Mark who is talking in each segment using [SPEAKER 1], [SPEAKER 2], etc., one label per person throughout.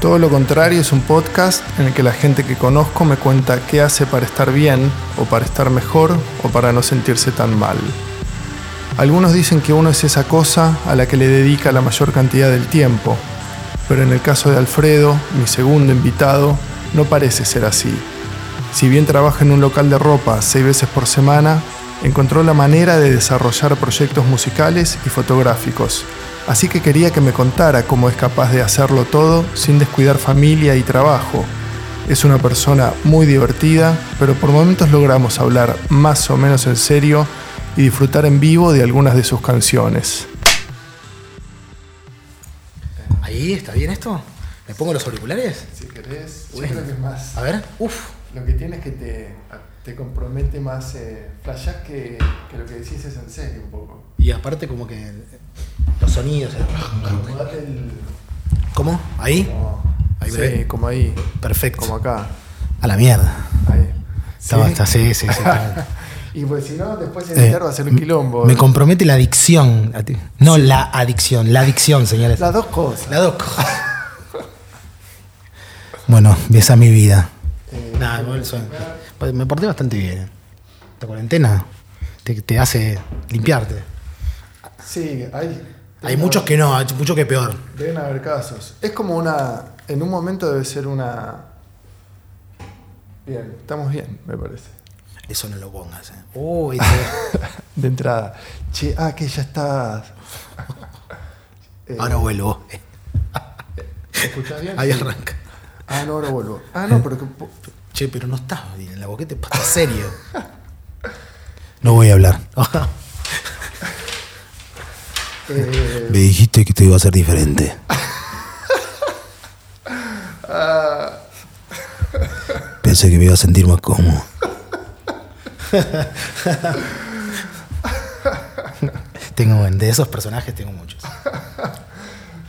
[SPEAKER 1] Todo lo contrario es un podcast en el que la gente que conozco me cuenta qué hace para estar bien o para estar mejor o para no sentirse tan mal. Algunos dicen que uno es esa cosa a la que le dedica la mayor cantidad del tiempo, pero en el caso de Alfredo, mi segundo invitado, no parece ser así. Si bien trabaja en un local de ropa seis veces por semana, encontró la manera de desarrollar proyectos musicales y fotográficos. Así que quería que me contara cómo es capaz de hacerlo todo sin descuidar familia y trabajo. Es una persona muy divertida, pero por momentos logramos hablar más o menos en serio y disfrutar en vivo de algunas de sus canciones.
[SPEAKER 2] Ahí, ¿está bien esto? ¿Me pongo los auriculares?
[SPEAKER 1] Si querés,
[SPEAKER 2] Bueno.
[SPEAKER 1] yo creo que es más.
[SPEAKER 2] A ver, uff.
[SPEAKER 1] Lo que tienes que te, te compromete más. Eh, flashás que, que lo que decís es en serio un poco.
[SPEAKER 2] Y aparte como que eh, los sonidos. el-
[SPEAKER 1] Acomodate el-
[SPEAKER 2] ¿Cómo? ¿Ahí? Ahí,
[SPEAKER 1] sí,
[SPEAKER 2] breve.
[SPEAKER 1] como Ah, ahí,
[SPEAKER 2] Perfecto.
[SPEAKER 1] como acá.
[SPEAKER 2] A la mierda.
[SPEAKER 1] Ahí.
[SPEAKER 2] Estaba
[SPEAKER 1] ¿Sí?
[SPEAKER 2] hasta sí, sí, sí. estaba-
[SPEAKER 1] Y pues si no, después editar va a ser un
[SPEAKER 2] Eh,
[SPEAKER 1] quilombo.
[SPEAKER 2] Me compromete la adicción. a ti. No la adicción, la adicción, señores.
[SPEAKER 1] Las dos cosas.
[SPEAKER 2] La doc. bueno, esa es mi vida.
[SPEAKER 1] Eh,
[SPEAKER 2] Nada, igual soy- pues me porté bastante bien. Esta cuarentena te, te hace limpiarte.
[SPEAKER 1] Sí, hay.
[SPEAKER 2] Hay muchos que no, hay muchos que peor.
[SPEAKER 1] Deben haber casos. Es como una. En un momento debe ser una. Bien, estamos bien, me parece.
[SPEAKER 2] Eso no lo pongas. eh. Uy, te-
[SPEAKER 1] De entrada. Che, ah, que ya estás. Eh,
[SPEAKER 2] ahora vuelvo.
[SPEAKER 1] ¿Escuchás bien?
[SPEAKER 2] Ahí arranca.
[SPEAKER 1] Ah, no, ahora vuelvo. Ah, no, pero que po-
[SPEAKER 2] Che, pero no estás bien en la boquete, pasa serio. No voy a hablar.
[SPEAKER 1] eh,
[SPEAKER 2] Me dijiste que te iba a ser diferente. Pensé que me iba a sentir más cómodo. tengo de esos personajes tengo muchos.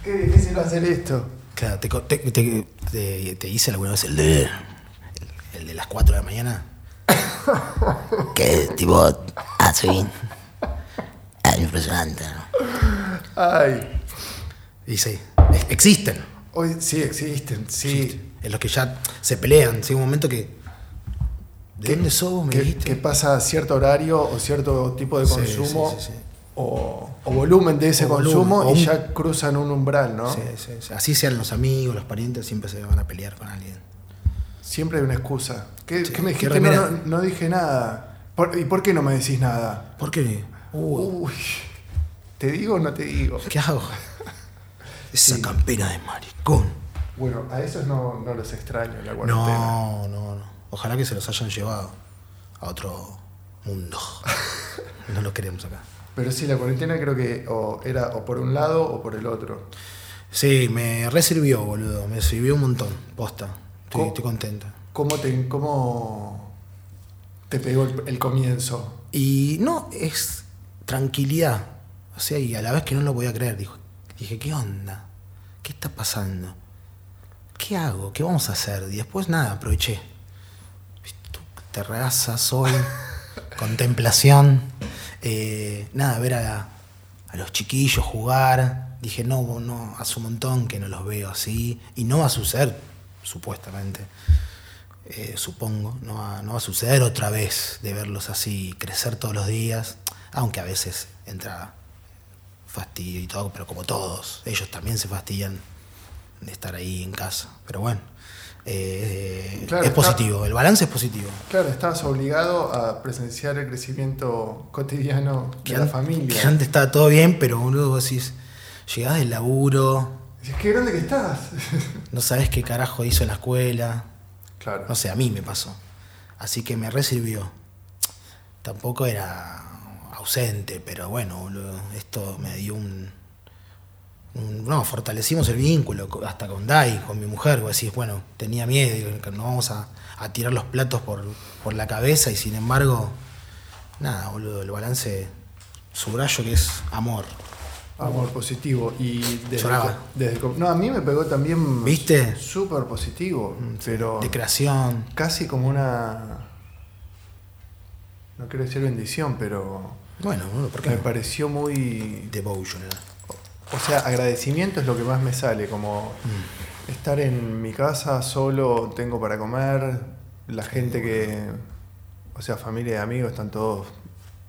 [SPEAKER 1] qué difícil hacer esto.
[SPEAKER 2] Claro, te, co- te, te- te- te hice alguna vez el de el de las 4 de la mañana.
[SPEAKER 3] que tipo así. Es impresionante. ¿no?
[SPEAKER 1] Ay.
[SPEAKER 2] Y sí, es- existen.
[SPEAKER 1] Hoy sí existen, sí.
[SPEAKER 2] En los que ya se pelean. Sí, un momento que. ¿De dónde sos? Me
[SPEAKER 1] Que,
[SPEAKER 2] dijiste.
[SPEAKER 1] que pasa cierto horario o cierto tipo de
[SPEAKER 2] Sí,
[SPEAKER 1] consumo
[SPEAKER 2] sí, sí, sí.
[SPEAKER 1] O, o volumen de ese
[SPEAKER 2] O volumen,
[SPEAKER 1] consumo
[SPEAKER 2] o
[SPEAKER 1] y
[SPEAKER 2] un-
[SPEAKER 1] ya cruzan un umbral, ¿no?
[SPEAKER 2] Sí, sí, sí. Así sean los amigos, los parientes, siempre se van a pelear con alguien.
[SPEAKER 1] Siempre hay una excusa. ¿Qué,
[SPEAKER 2] Sí,
[SPEAKER 1] qué me
[SPEAKER 2] qué
[SPEAKER 1] dijiste? No, no,
[SPEAKER 2] remera.
[SPEAKER 1] no dije nada. Por- ¿Y por qué no me decís nada?
[SPEAKER 2] ¿Por qué? Uh,
[SPEAKER 1] Uy, ¿te digo o no te digo?
[SPEAKER 2] ¿Qué hago? Esa campera de maricón.
[SPEAKER 1] Bueno, a esos no, no los extraño en la cuarentena.
[SPEAKER 2] No, no, no. Ojalá que se los hayan llevado a otro mundo. No los queremos acá.
[SPEAKER 1] Pero sí, la cuarentena creo que o era o por un lado o por el otro.
[SPEAKER 2] Sí, me resirvió, boludo. Me sirvió un montón. Posta. Estoy,
[SPEAKER 1] Co-
[SPEAKER 2] estoy contento.
[SPEAKER 1] ¿Cómo te, cómo te pegó el, el comienzo?
[SPEAKER 2] Y no, es tranquilidad. O sea, y a la vez que no lo podía creer, dijo, dije, ¿qué onda? ¿Qué está pasando? ¿Qué hago? ¿Qué vamos a hacer? Y después nada, aproveché. Tu Terraza, sol, contemplación. eh, nada, ver a, a los chiquillos jugar. Dije, no, no, hace un montón que no los veo así. Y no va a suceder, supuestamente. Eh, supongo, no va, no va a suceder otra vez de verlos así crecer todos los días, aunque a veces entra fastidio y todo, pero como todos, ellos también se fastidian de estar ahí en casa, pero bueno, eh,
[SPEAKER 1] Claro,
[SPEAKER 2] es
[SPEAKER 1] está-
[SPEAKER 2] positivo, el balance es positivo.
[SPEAKER 1] Claro, estabas obligado a presenciar el crecimiento cotidiano de la
[SPEAKER 2] an-
[SPEAKER 1] familia.
[SPEAKER 2] que antes estaba todo bien, pero boludo, vos decís, llegás del laburo,
[SPEAKER 1] Dices, qué grande que estás.
[SPEAKER 2] no sabés qué carajo hizo en la escuela,
[SPEAKER 1] claro.
[SPEAKER 2] No sé, a mí me pasó. Así que me resirvió. Tampoco era ausente, pero bueno, boludo, esto me dio un, un- No, fortalecimos el vínculo, co- hasta con Dai, con mi mujer. Vos decís, bueno, tenía miedo, digo, que no vamos a, a tirar los platos por, por la cabeza y sin embargo, nada, boludo, el balance subrayo que es amor.
[SPEAKER 1] Ah, Amor positivo. Y desde,
[SPEAKER 2] Lloraba.
[SPEAKER 1] desde com- No, a mí me pegó también.
[SPEAKER 2] ¿Viste? Mm,
[SPEAKER 1] Súper positivo. Pero
[SPEAKER 2] De creación.
[SPEAKER 1] casi como una. No quiero decir bendición, pero.
[SPEAKER 2] Bueno, boludo, ¿por qué?
[SPEAKER 1] Me
[SPEAKER 2] no?
[SPEAKER 1] pareció muy.
[SPEAKER 2] Devotion. era. Mm.
[SPEAKER 1] O sea, agradecimiento es lo que más me sale. Como. es- estar en mi casa solo, tengo para comer, la gente que, o sea, familia y amigos están todos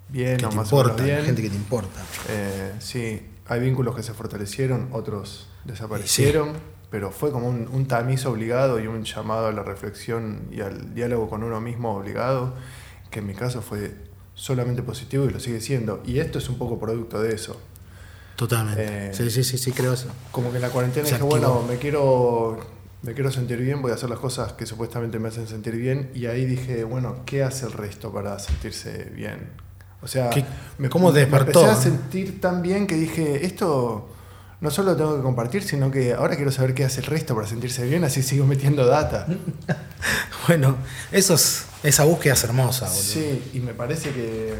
[SPEAKER 1] bien,
[SPEAKER 2] que
[SPEAKER 1] o
[SPEAKER 2] te
[SPEAKER 1] más o menos
[SPEAKER 2] importa,
[SPEAKER 1] bien.
[SPEAKER 2] la gente que te importa.
[SPEAKER 1] Eh, sí, hay vínculos que se fortalecieron, otros desaparecieron, pero fue como un, un tamiz obligado y un llamado a la reflexión y al diálogo con uno mismo obligado, que en mi caso fue solamente positivo y lo sigue siendo. Y esto es un poco producto de eso.
[SPEAKER 2] Totalmente.
[SPEAKER 1] Eh,
[SPEAKER 2] sí, sí, sí, sí, creo eso.
[SPEAKER 1] Como que en la cuarentena
[SPEAKER 2] Se
[SPEAKER 1] dije,
[SPEAKER 2] activó.
[SPEAKER 1] bueno, me quiero, me quiero sentir bien, voy a hacer las cosas que supuestamente me hacen sentir bien. Y ahí dije, bueno, ¿qué hace el resto para sentirse bien? O sea,
[SPEAKER 2] ¿Qué- cómo despertó,
[SPEAKER 1] empecé a
[SPEAKER 2] no?
[SPEAKER 1] sentir tan bien que dije, esto no solo lo tengo que compartir, sino que ahora quiero saber qué hace el resto para sentirse bien, así sigo metiendo data.
[SPEAKER 2] Bueno, eso es, esa búsqueda es hermosa, boludo.
[SPEAKER 1] Sí, y me parece que,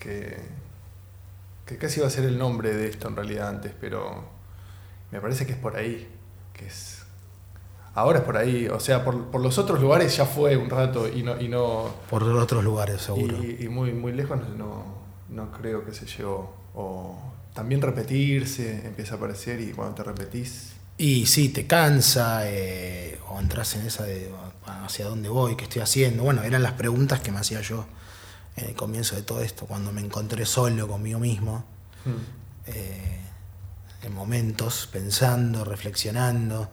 [SPEAKER 1] que, que casi iba a ser el nombre de esto en realidad antes, pero me parece que es por ahí, que es... Ahora es por ahí, o sea, por, por los otros lugares ya fue un rato y no... Y, no,
[SPEAKER 2] Por otros lugares, seguro.
[SPEAKER 1] y, y muy, muy lejos no, no creo que se llegó. O también repetirse empieza a aparecer y cuando te repetís...
[SPEAKER 2] Y sí, te cansa, eh, o entras en esa de "Ah, hacia dónde voy, qué estoy haciendo. Bueno, eran las preguntas que me hacía yo en el comienzo de todo esto, cuando me encontré solo conmigo mismo, eh, en momentos, pensando, reflexionando.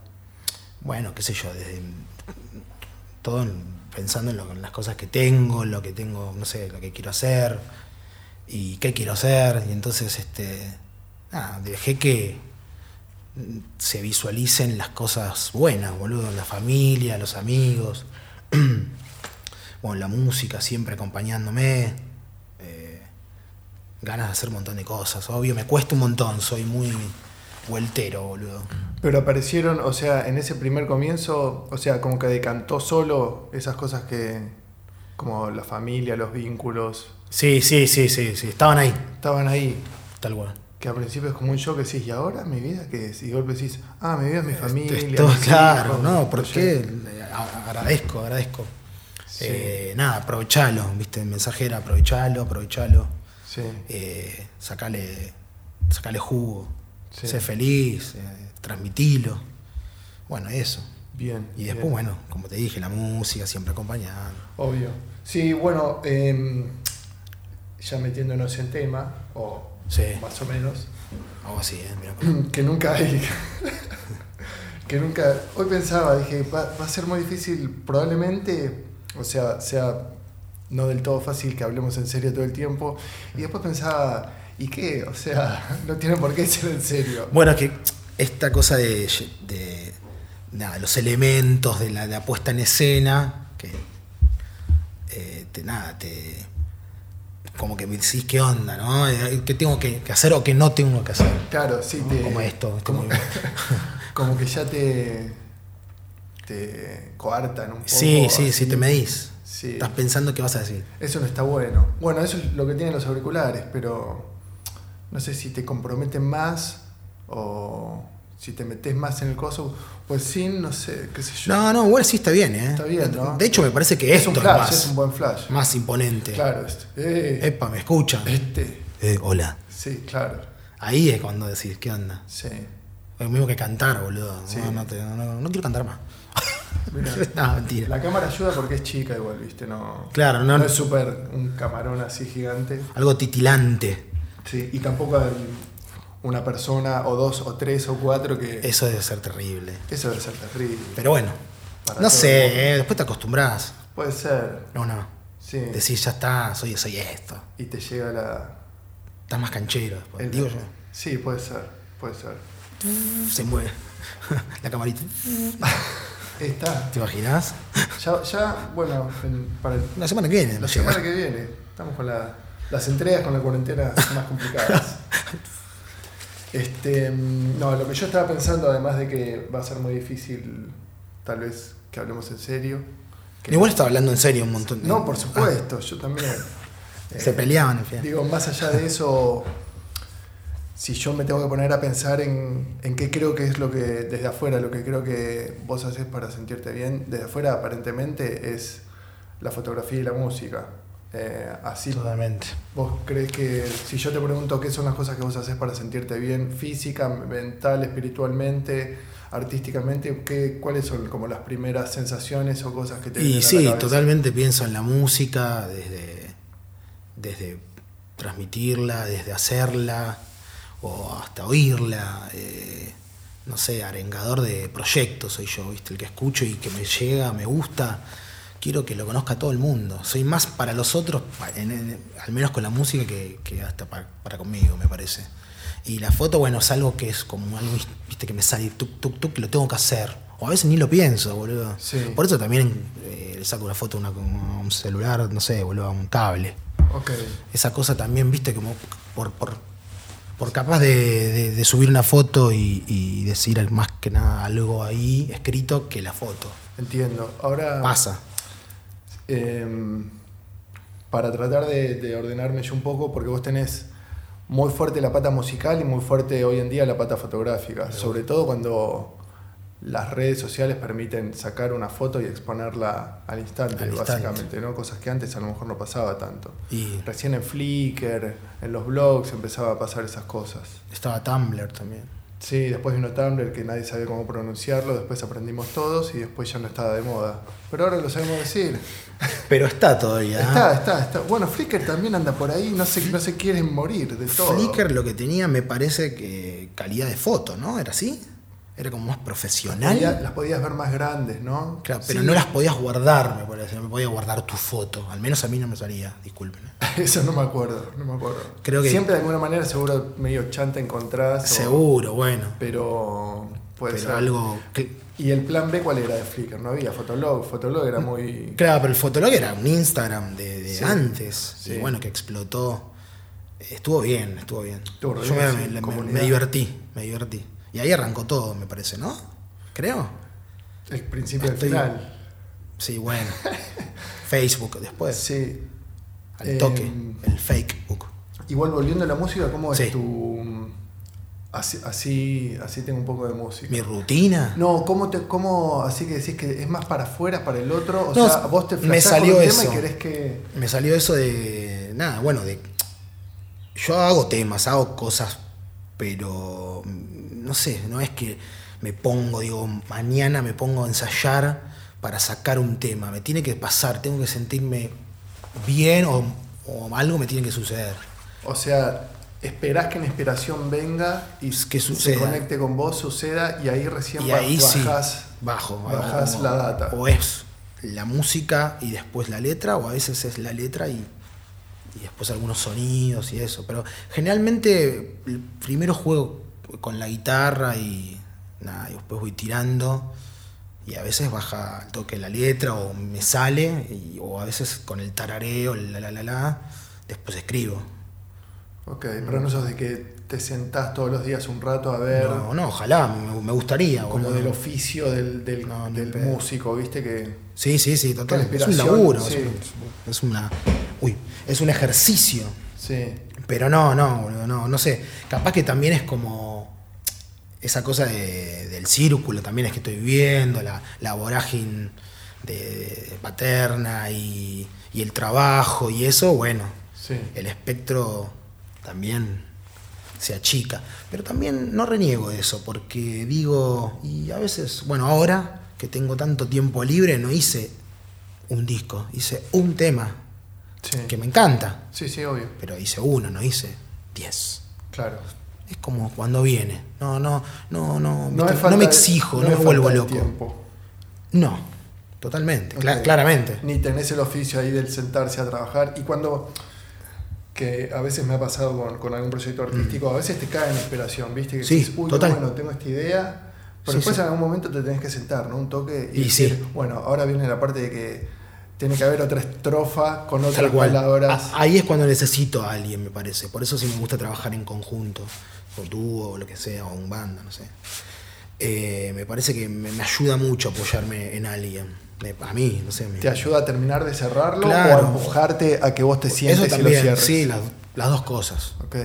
[SPEAKER 2] Bueno, qué sé yo, desde todo en- pensando en, lo- en las cosas que tengo, en lo que tengo, no sé, lo que quiero hacer y qué quiero hacer. Y entonces, este, nada, dejé que mm, se visualicen las cosas buenas, boludo, la familia, los amigos, bueno, la música siempre acompañándome, eh, ganas de hacer un montón de cosas, obvio, me cuesta un montón, soy muy vueltero, boludo.
[SPEAKER 1] Pero aparecieron, o sea, en ese primer comienzo, o sea, como que decantó solo esas cosas que, como la familia, los vínculos,
[SPEAKER 2] Sí, sí, sí, sí, sí, estaban ahí,
[SPEAKER 1] estaban ahí.
[SPEAKER 2] tal cual.
[SPEAKER 1] Que al principio es como un shock que decís, ¿y ahora mi vida qué es? Y de golpe decís, ah, mi vida es mi familia.
[SPEAKER 2] Todo
[SPEAKER 1] mis
[SPEAKER 2] Este, claro,
[SPEAKER 1] hijos,
[SPEAKER 2] ¿no?
[SPEAKER 1] mis
[SPEAKER 2] Porque
[SPEAKER 1] proyectos".
[SPEAKER 2] agradezco, agradezco.
[SPEAKER 1] Sí.
[SPEAKER 2] Eh, nada, aprovechalo, viste, el mensaje era aprovechalo, aprovechalo.
[SPEAKER 1] Sí,
[SPEAKER 2] eh, sacale, sacale jugo,
[SPEAKER 1] Sí.
[SPEAKER 2] sé feliz, eh, transmitilo. Bueno, eso.
[SPEAKER 1] bien.
[SPEAKER 2] Y después,
[SPEAKER 1] bien.
[SPEAKER 2] bueno, como te dije, la música siempre acompañando.
[SPEAKER 1] Obvio. Sí, bueno, eh, ya metiéndonos en tema, o
[SPEAKER 2] Sí,
[SPEAKER 1] más o menos,
[SPEAKER 2] algo así, ¿eh? Mirá,
[SPEAKER 1] que nunca hay. que nunca. Hoy pensaba, dije, va, va a ser muy difícil, probablemente, o sea, sea no del todo fácil que hablemos en serio todo el tiempo. Y después pensaba, ¿y qué? O sea, no tiene por qué ser en serio.
[SPEAKER 2] Bueno, es que esta cosa de, de- nada, los elementos de la, de la puesta en escena, que eh, te- nada, te. Como que me decís qué onda, ¿no? Eh, ¿Qué tengo que, que hacer o qué no tengo que hacer?
[SPEAKER 1] Claro, sí,
[SPEAKER 2] ¿no?
[SPEAKER 1] te-
[SPEAKER 2] Como esto. esto
[SPEAKER 1] Como,
[SPEAKER 2] muy-
[SPEAKER 1] como que ya te. te coartan un poco.
[SPEAKER 2] sí, sí, sí,
[SPEAKER 1] así.
[SPEAKER 2] te medís.
[SPEAKER 1] Sí.
[SPEAKER 2] Estás pensando qué vas a decir.
[SPEAKER 1] Eso no está bueno. Bueno, eso es lo que tienen los auriculares, pero no sé si te comprometen más o si te metes más en el coso. Pues sí, no sé, qué sé yo.
[SPEAKER 2] No, no, igual sí está bien, ¿eh?
[SPEAKER 1] Está bien, ¿no?
[SPEAKER 2] De hecho, me parece que
[SPEAKER 1] es
[SPEAKER 2] esto
[SPEAKER 1] un
[SPEAKER 2] es,
[SPEAKER 1] flash,
[SPEAKER 2] más,
[SPEAKER 1] es un buen flash.
[SPEAKER 2] más imponente.
[SPEAKER 1] Claro, este. eh,
[SPEAKER 2] Epa, me escuchan.
[SPEAKER 1] este.
[SPEAKER 2] Eh, hola.
[SPEAKER 1] Sí, claro.
[SPEAKER 2] Ahí es cuando decís, ¿qué onda?
[SPEAKER 1] Sí.
[SPEAKER 2] Es lo mismo que cantar, boludo.
[SPEAKER 1] Sí.
[SPEAKER 2] No, no, te- no- no- no quiero cantar más.
[SPEAKER 1] Mirá.
[SPEAKER 2] no, mentira.
[SPEAKER 1] La cámara ayuda porque es chica igual, viste, no.
[SPEAKER 2] Claro, no,
[SPEAKER 1] No, es súper un camarón así gigante.
[SPEAKER 2] algo titilante.
[SPEAKER 1] Sí. Y tampoco hay una persona o dos o tres o cuatro que.
[SPEAKER 2] Eso debe ser terrible.
[SPEAKER 1] Eso debe ser terrible.
[SPEAKER 2] Pero bueno,
[SPEAKER 1] Para
[SPEAKER 2] no
[SPEAKER 1] todo el mundo.
[SPEAKER 2] sé, eh, después te acostumbrás.
[SPEAKER 1] Puede ser.
[SPEAKER 2] No, no.
[SPEAKER 1] Sí.
[SPEAKER 2] Decís, ya está, soy, soy esto.
[SPEAKER 1] Y te llega la.
[SPEAKER 2] Estás más canchero después.
[SPEAKER 1] el-
[SPEAKER 2] Digo yo,
[SPEAKER 1] Sí, puede ser, puede ser.
[SPEAKER 2] se mueve. La camarita.
[SPEAKER 1] Está.
[SPEAKER 2] ¿Te imaginas?
[SPEAKER 1] Ya, ya bueno, en- para el-
[SPEAKER 2] La semana que viene.
[SPEAKER 1] la
[SPEAKER 2] nos llega.
[SPEAKER 1] semana que viene. Estamos con la- las entregas con la cuarentena más complicadas. Este, mm, no, lo que yo estaba pensando, además de que va a ser muy difícil, tal vez, que hablemos en serio. que-
[SPEAKER 2] Igual estaba hablando en serio un montón. de-
[SPEAKER 1] No, por supuesto, yo también.
[SPEAKER 2] Ah, se
[SPEAKER 1] eh,
[SPEAKER 2] peleaban, en fin.
[SPEAKER 1] Digo, más allá de eso, si yo me tengo que poner a pensar en, en qué creo que es lo que, desde afuera, lo que creo que vos haces para sentirte bien, desde afuera aparentemente es la fotografía y la música. Eh, así
[SPEAKER 2] Totalmente.
[SPEAKER 1] ¿Vos crees que si yo te pregunto qué son las cosas que vos haces para sentirte bien física, mental, espiritualmente, artísticamente, ¿qué, cuáles son como las primeras sensaciones o cosas que te vienen
[SPEAKER 2] Y
[SPEAKER 1] a la
[SPEAKER 2] sí,
[SPEAKER 1] cabeza?
[SPEAKER 2] totalmente pienso en la música, desde, desde transmitirla, desde hacerla, o hasta oírla. eh, no sé, arengador de proyectos soy yo, ¿viste? El que escucho y que me llega, me gusta. Quiero que lo conozca todo el mundo. Soy más para los otros, pa- en- en- al menos con la música, que, que hasta pa- para conmigo, me parece. Y la foto, bueno, es algo que es como algo, viste, que me sale tuk, tuk, tuk, que lo tengo que hacer. O a veces ni lo pienso, boludo.
[SPEAKER 1] Sí.
[SPEAKER 2] Por eso también eh, le saco una foto a una- a un celular, no sé, boludo, a un cable.
[SPEAKER 1] Ok.
[SPEAKER 2] Esa cosa también, viste, como por, por, por capaz de, de- de subir una foto y, y decir más que nada algo ahí escrito que la foto.
[SPEAKER 1] Entiendo. Ahora.
[SPEAKER 2] Pasa.
[SPEAKER 1] em, para tratar de, de ordenarme yo un poco, porque vos tenés muy fuerte la pata musical y muy fuerte hoy en día la pata fotográfica, sobre todo cuando las redes sociales permiten sacar una foto y exponerla al instante,
[SPEAKER 2] Al instante.
[SPEAKER 1] básicamente, ¿no? Cosas que antes a lo mejor no pasaba tanto.
[SPEAKER 2] Y
[SPEAKER 1] Recién en Flickr, en los blogs empezaba a pasar esas cosas.
[SPEAKER 2] estaba Tumblr también.
[SPEAKER 1] Sí, después vino Tumblr que nadie sabía cómo pronunciarlo, después aprendimos todos y después ya no estaba de moda. Pero ahora lo sabemos decir.
[SPEAKER 2] Pero está todavía. ¿eh?
[SPEAKER 1] Está, está, está. Bueno, Flickr también anda por ahí, no se, no se quieren morir de todo.
[SPEAKER 2] Flickr lo que tenía me parece que calidad de foto, ¿no? ¿Era así? Era como más profesional.
[SPEAKER 1] Podía- las podías ver más grandes, ¿no?
[SPEAKER 2] Claro, pero
[SPEAKER 1] Sí.
[SPEAKER 2] no las podías guardar, me parece. No me podía guardar tu foto. Al menos a mí no me salía, disculpen. ¿eh?
[SPEAKER 1] Eso no me acuerdo, no me acuerdo.
[SPEAKER 2] Creo que-
[SPEAKER 1] Siempre de alguna manera seguro medio chanta encontrás. o-
[SPEAKER 2] Seguro, bueno.
[SPEAKER 1] Pero puede
[SPEAKER 2] Pero
[SPEAKER 1] ser.
[SPEAKER 2] algo. que-
[SPEAKER 1] ¿Y el plan B cuál era de Flickr? No había Fotolog, Fotolog era muy...
[SPEAKER 2] Claro, pero el Fotolog era un Instagram de, de
[SPEAKER 1] Sí,
[SPEAKER 2] antes.
[SPEAKER 1] sí.
[SPEAKER 2] Y bueno, que explotó. Estuvo bien, estuvo bien.
[SPEAKER 1] Estuvo re
[SPEAKER 2] Yo me,
[SPEAKER 1] bien, sí,
[SPEAKER 2] me- me-
[SPEAKER 1] comunidad.
[SPEAKER 2] me divertí, me divertí. Y ahí arrancó todo, me parece, ¿no? Creo.
[SPEAKER 1] El principio del
[SPEAKER 2] Estoy-
[SPEAKER 1] final.
[SPEAKER 2] Sí, bueno. Facebook después.
[SPEAKER 1] Sí.
[SPEAKER 2] Al toque.
[SPEAKER 1] Em,
[SPEAKER 2] el Facebook.
[SPEAKER 1] Igual volviendo a la música, ¿cómo
[SPEAKER 2] Sí.
[SPEAKER 1] es tu... mm, Así, así, así tengo un poco de música.
[SPEAKER 2] Mi rutina.
[SPEAKER 1] No, ¿cómo, te, ¿cómo así que decís que es más para afuera, para el otro? O
[SPEAKER 2] No,
[SPEAKER 1] sea, vos te
[SPEAKER 2] me
[SPEAKER 1] flasheás
[SPEAKER 2] salió
[SPEAKER 1] con un
[SPEAKER 2] eso.
[SPEAKER 1] tema y querés que...
[SPEAKER 2] me salió eso de. Nada, bueno, de. Yo hago temas, hago cosas, pero. mm, No sé, no es que me pongo, digo, mañana me pongo a ensayar para sacar un tema. Me tiene que pasar, tengo que sentirme bien o, o algo me tiene que suceder.
[SPEAKER 1] O sea, esperás que la inspiración venga y
[SPEAKER 2] Es que
[SPEAKER 1] se
[SPEAKER 2] suceda.
[SPEAKER 1] conecte con vos, suceda, y ahí recién
[SPEAKER 2] Y
[SPEAKER 1] ba-
[SPEAKER 2] ahí sí,
[SPEAKER 1] bajás.
[SPEAKER 2] bajo.
[SPEAKER 1] bajás
[SPEAKER 2] como-
[SPEAKER 1] la data.
[SPEAKER 2] O es la música y después la letra, o a veces es la letra y, y después algunos sonidos y eso. Pero generalmente el primero juego con la guitarra y, nada, y después voy tirando. Y a veces baja al toque la letra o me sale, y- o a veces con el tarareo, la la la la, después escribo.
[SPEAKER 1] Ok, pero no sos de que te sentás todos los días un rato a ver
[SPEAKER 2] No, no, ojalá, me, me gustaría.
[SPEAKER 1] como
[SPEAKER 2] boludo.
[SPEAKER 1] del oficio del, del-
[SPEAKER 2] No, ni
[SPEAKER 1] del
[SPEAKER 2] pedo.
[SPEAKER 1] músico, ¿viste? Que
[SPEAKER 2] Sí, sí, sí, total.
[SPEAKER 1] Con
[SPEAKER 2] Es un
[SPEAKER 1] inspiración,
[SPEAKER 2] laburo,
[SPEAKER 1] sí.
[SPEAKER 2] es, un- es una. Uy, es un ejercicio.
[SPEAKER 1] sí,
[SPEAKER 2] Pero no, no, boludo, no, no sé. Capaz que también es como. Esa cosa de- del círculo también es que estoy viviendo, la, la vorágine de, de paterna y, y el trabajo y eso, bueno,
[SPEAKER 1] sí.
[SPEAKER 2] el espectro también se achica. Pero también no reniego de eso, porque digo, y a veces, bueno, ahora que tengo tanto tiempo libre, no hice un disco, hice un tema
[SPEAKER 1] Sí,
[SPEAKER 2] que me encanta,
[SPEAKER 1] sí, sí, obvio.
[SPEAKER 2] pero hice uno, no hice diez.
[SPEAKER 1] Claro.
[SPEAKER 2] Es como cuando viene. No, no, no, no.
[SPEAKER 1] No,
[SPEAKER 2] viste,
[SPEAKER 1] es falta
[SPEAKER 2] me
[SPEAKER 1] de-
[SPEAKER 2] exijo, no,
[SPEAKER 1] es
[SPEAKER 2] me vuelvo
[SPEAKER 1] falta de
[SPEAKER 2] loco.
[SPEAKER 1] tiempo.
[SPEAKER 2] No, totalmente, cla-
[SPEAKER 1] Ok.
[SPEAKER 2] claramente.
[SPEAKER 1] ni tenés el oficio ahí del sentarse a trabajar. Y cuando, que a veces me ha pasado con, con algún proyecto artístico, a veces te cae en inspiración, ¿viste? Que
[SPEAKER 2] Mm. Sí,
[SPEAKER 1] decís, uy,
[SPEAKER 2] total.
[SPEAKER 1] bueno, tengo esta idea, pero
[SPEAKER 2] Sí,
[SPEAKER 1] después
[SPEAKER 2] sí.
[SPEAKER 1] en algún momento te tenés que sentar, ¿no? Un toque y,
[SPEAKER 2] Y sí.
[SPEAKER 1] decir, bueno, ahora viene la parte de que tiene que haber otra estrofa con otras
[SPEAKER 2] Tal cual. Ah,
[SPEAKER 1] palabras.
[SPEAKER 2] A- ahí es cuando necesito a alguien, me parece. Por eso sí me gusta trabajar en conjunto, o dúo, o lo que sea, o un banda, no sé. Eh, me parece que me, me ayuda mucho apoyarme en alguien. Me- a mí, no sé. me-
[SPEAKER 1] ¿Te ayuda a terminar de cerrarlo
[SPEAKER 2] Claro.
[SPEAKER 1] o a empujarte a que vos te sientes
[SPEAKER 2] Eso
[SPEAKER 1] y lo
[SPEAKER 2] también,
[SPEAKER 1] cierres?
[SPEAKER 2] sí, las, las dos cosas.
[SPEAKER 1] Ok.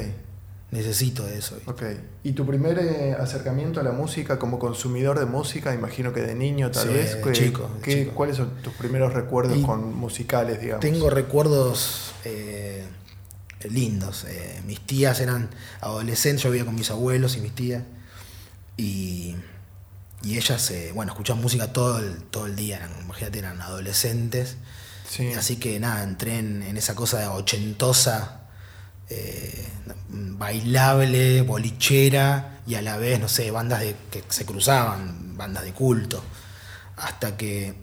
[SPEAKER 2] Necesito de eso. ¿viste?
[SPEAKER 1] Ok. ¿Y tu primer eh, acercamiento a la música como consumidor de música, imagino que de niño tal
[SPEAKER 2] Sí,
[SPEAKER 1] vez?
[SPEAKER 2] de
[SPEAKER 1] ¿qué-
[SPEAKER 2] chico, de
[SPEAKER 1] qué-
[SPEAKER 2] chico.
[SPEAKER 1] ¿Cuáles son tus primeros recuerdos
[SPEAKER 2] Y
[SPEAKER 1] con musicales, digamos?
[SPEAKER 2] Tengo recuerdos eh, lindos. eh, mis tías eran adolescentes, yo vivía con mis abuelos y mis tías. Y, y ellas, eh, bueno, escuchaban música todo el, todo el día, eran, imagínate, eran adolescentes.
[SPEAKER 1] Sí.
[SPEAKER 2] Así que nada, entré en, en esa cosa de ochentosa, eh, bailable, bolichera y a la vez, no sé, bandas de, que se cruzaban, bandas de culto. Hasta que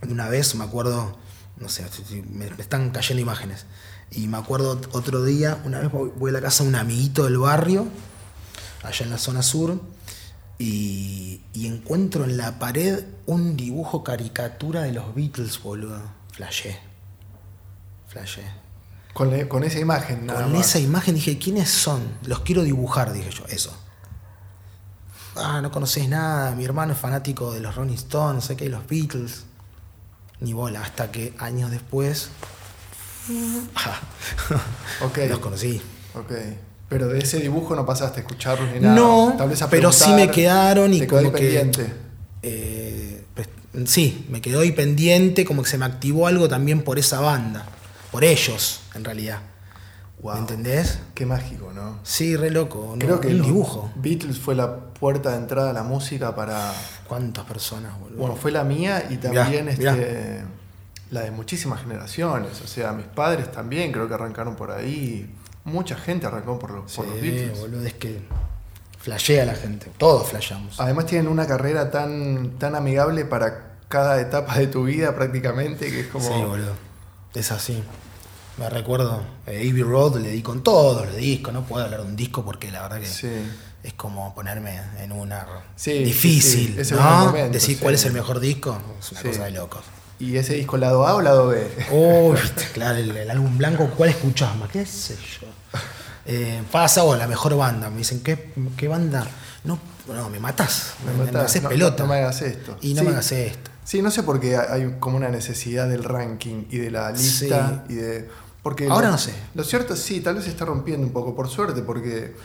[SPEAKER 2] una vez me acuerdo, no sé, estoy- estoy- me, me están cayendo imágenes. Y me acuerdo ot- otro día, una vez voy voy a la casa de un amiguito del barrio, allá en la zona sur, y, y encuentro en la pared un dibujo caricatura de los Beatles, boludo. Flashé. Flashé.
[SPEAKER 1] Con, le- con esa imagen, nada
[SPEAKER 2] Con
[SPEAKER 1] más.
[SPEAKER 2] esa imagen dije, ¿quiénes son? Los quiero dibujar, dije yo, eso. Ah, no conocés nada, mi hermano es fanático de los Rolling Stones, no sé qué, los Beatles. Ni bola, hasta que años después
[SPEAKER 1] Ok.
[SPEAKER 2] los conocí.
[SPEAKER 1] Ok. Pero de ese dibujo no pasaste a escucharlos ni nada.
[SPEAKER 2] No,
[SPEAKER 1] Tal vez a
[SPEAKER 2] pero sí
[SPEAKER 1] preguntar,
[SPEAKER 2] me quedaron y
[SPEAKER 1] te quedó ahí
[SPEAKER 2] como que
[SPEAKER 1] pendiente.
[SPEAKER 2] eh, pues, sí, me quedó ahí pendiente, como que se me activó algo también por esa banda, por ellos, en realidad.
[SPEAKER 1] Wow.
[SPEAKER 2] ¿Me entendés?
[SPEAKER 1] Qué mágico, ¿no?
[SPEAKER 2] Sí, re loco. ¿no?
[SPEAKER 1] Creo que
[SPEAKER 2] un
[SPEAKER 1] los
[SPEAKER 2] dibujo.
[SPEAKER 1] Beatles fue la puerta de entrada a la música para.
[SPEAKER 2] ¿Cuántas personas, boludo?
[SPEAKER 1] Bueno, fue la mía y
[SPEAKER 2] Mirá,
[SPEAKER 1] también
[SPEAKER 2] mirá.
[SPEAKER 1] este, la de muchísimas generaciones. O sea, mis padres también creo que arrancaron por ahí. Mucha gente arrancó por los, por los
[SPEAKER 2] Sí,
[SPEAKER 1] Beatles.
[SPEAKER 2] boludo, es que flashea la gente. Todos flasheamos.
[SPEAKER 1] Además tienen una carrera tan, tan amigable para cada etapa de tu vida prácticamente que es como...
[SPEAKER 2] Sí, boludo. Es así. Me recuerdo, eh, Abbey Road le di con todos los discos. No puedo hablar de un disco porque la verdad que
[SPEAKER 1] Sí.
[SPEAKER 2] es como ponerme en una
[SPEAKER 1] Sí, sí,
[SPEAKER 2] difícil.
[SPEAKER 1] sí. Es el
[SPEAKER 2] ¿no?
[SPEAKER 1] momento,
[SPEAKER 2] Decir cuál
[SPEAKER 1] sí.
[SPEAKER 2] es el mejor disco es una
[SPEAKER 1] Sí.
[SPEAKER 2] cosa de locos.
[SPEAKER 1] ¿Y ese disco lado A o lado B?
[SPEAKER 2] Uy, viste, claro, el, el álbum blanco, ¿cuál escuchás más? ¿Qué sé yo? Eh, pasa, o la mejor banda. Me dicen, ¿qué, qué banda? No, no, me matás. Me, me
[SPEAKER 1] matás.
[SPEAKER 2] haces
[SPEAKER 1] No,
[SPEAKER 2] pelota.
[SPEAKER 1] No me hagas esto.
[SPEAKER 2] Y no
[SPEAKER 1] Sí.
[SPEAKER 2] me hagas esto.
[SPEAKER 1] Sí, no sé por qué hay como una necesidad del ranking y de la lista y de. Porque
[SPEAKER 2] Ahora
[SPEAKER 1] lo-
[SPEAKER 2] no sé.
[SPEAKER 1] Lo cierto es sí, tal vez se está rompiendo un poco, por suerte, porque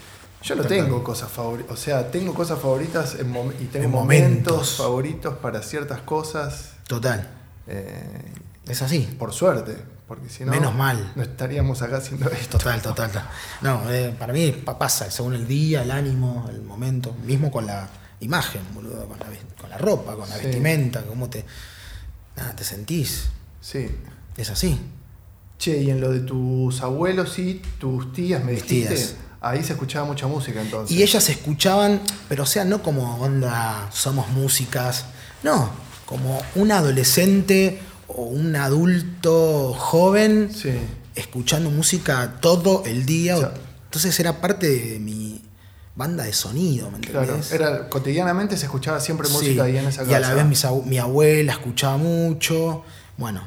[SPEAKER 1] yo no tengo cosas favoritas. O sea, tengo cosas favoritas en mom- y tengo
[SPEAKER 2] En
[SPEAKER 1] momentos.
[SPEAKER 2] momentos.
[SPEAKER 1] favoritos para ciertas cosas.
[SPEAKER 2] Total.
[SPEAKER 1] eh,
[SPEAKER 2] Es así.
[SPEAKER 1] por suerte, porque si no.
[SPEAKER 2] Menos mal.
[SPEAKER 1] No estaríamos acá haciendo esto.
[SPEAKER 2] Total, total. total. No, eh, para mí pa- pasa, según el día, el ánimo, el momento. Mismo con la imagen, boludo, con la, ves- con la ropa, con la
[SPEAKER 1] Sí.
[SPEAKER 2] vestimenta, cómo te. Nada, te sentís.
[SPEAKER 1] Sí.
[SPEAKER 2] Es así.
[SPEAKER 1] Che, y en lo de tus abuelos y tus tías, me
[SPEAKER 2] Mis
[SPEAKER 1] dijiste.
[SPEAKER 2] tías.
[SPEAKER 1] Ahí se escuchaba mucha música entonces.
[SPEAKER 2] Y ellas escuchaban, pero o sea, no como onda, somos músicas, no, como un adolescente o un adulto joven
[SPEAKER 1] Sí.
[SPEAKER 2] escuchando música todo el día.
[SPEAKER 1] Claro.
[SPEAKER 2] Entonces era parte de mi banda de sonido, ¿me
[SPEAKER 1] Claro,
[SPEAKER 2] entendés?
[SPEAKER 1] era, cotidianamente se escuchaba siempre
[SPEAKER 2] Sí,
[SPEAKER 1] música ahí en esa
[SPEAKER 2] y
[SPEAKER 1] casa.
[SPEAKER 2] a la vez mis abu- mi abuela escuchaba mucho, bueno,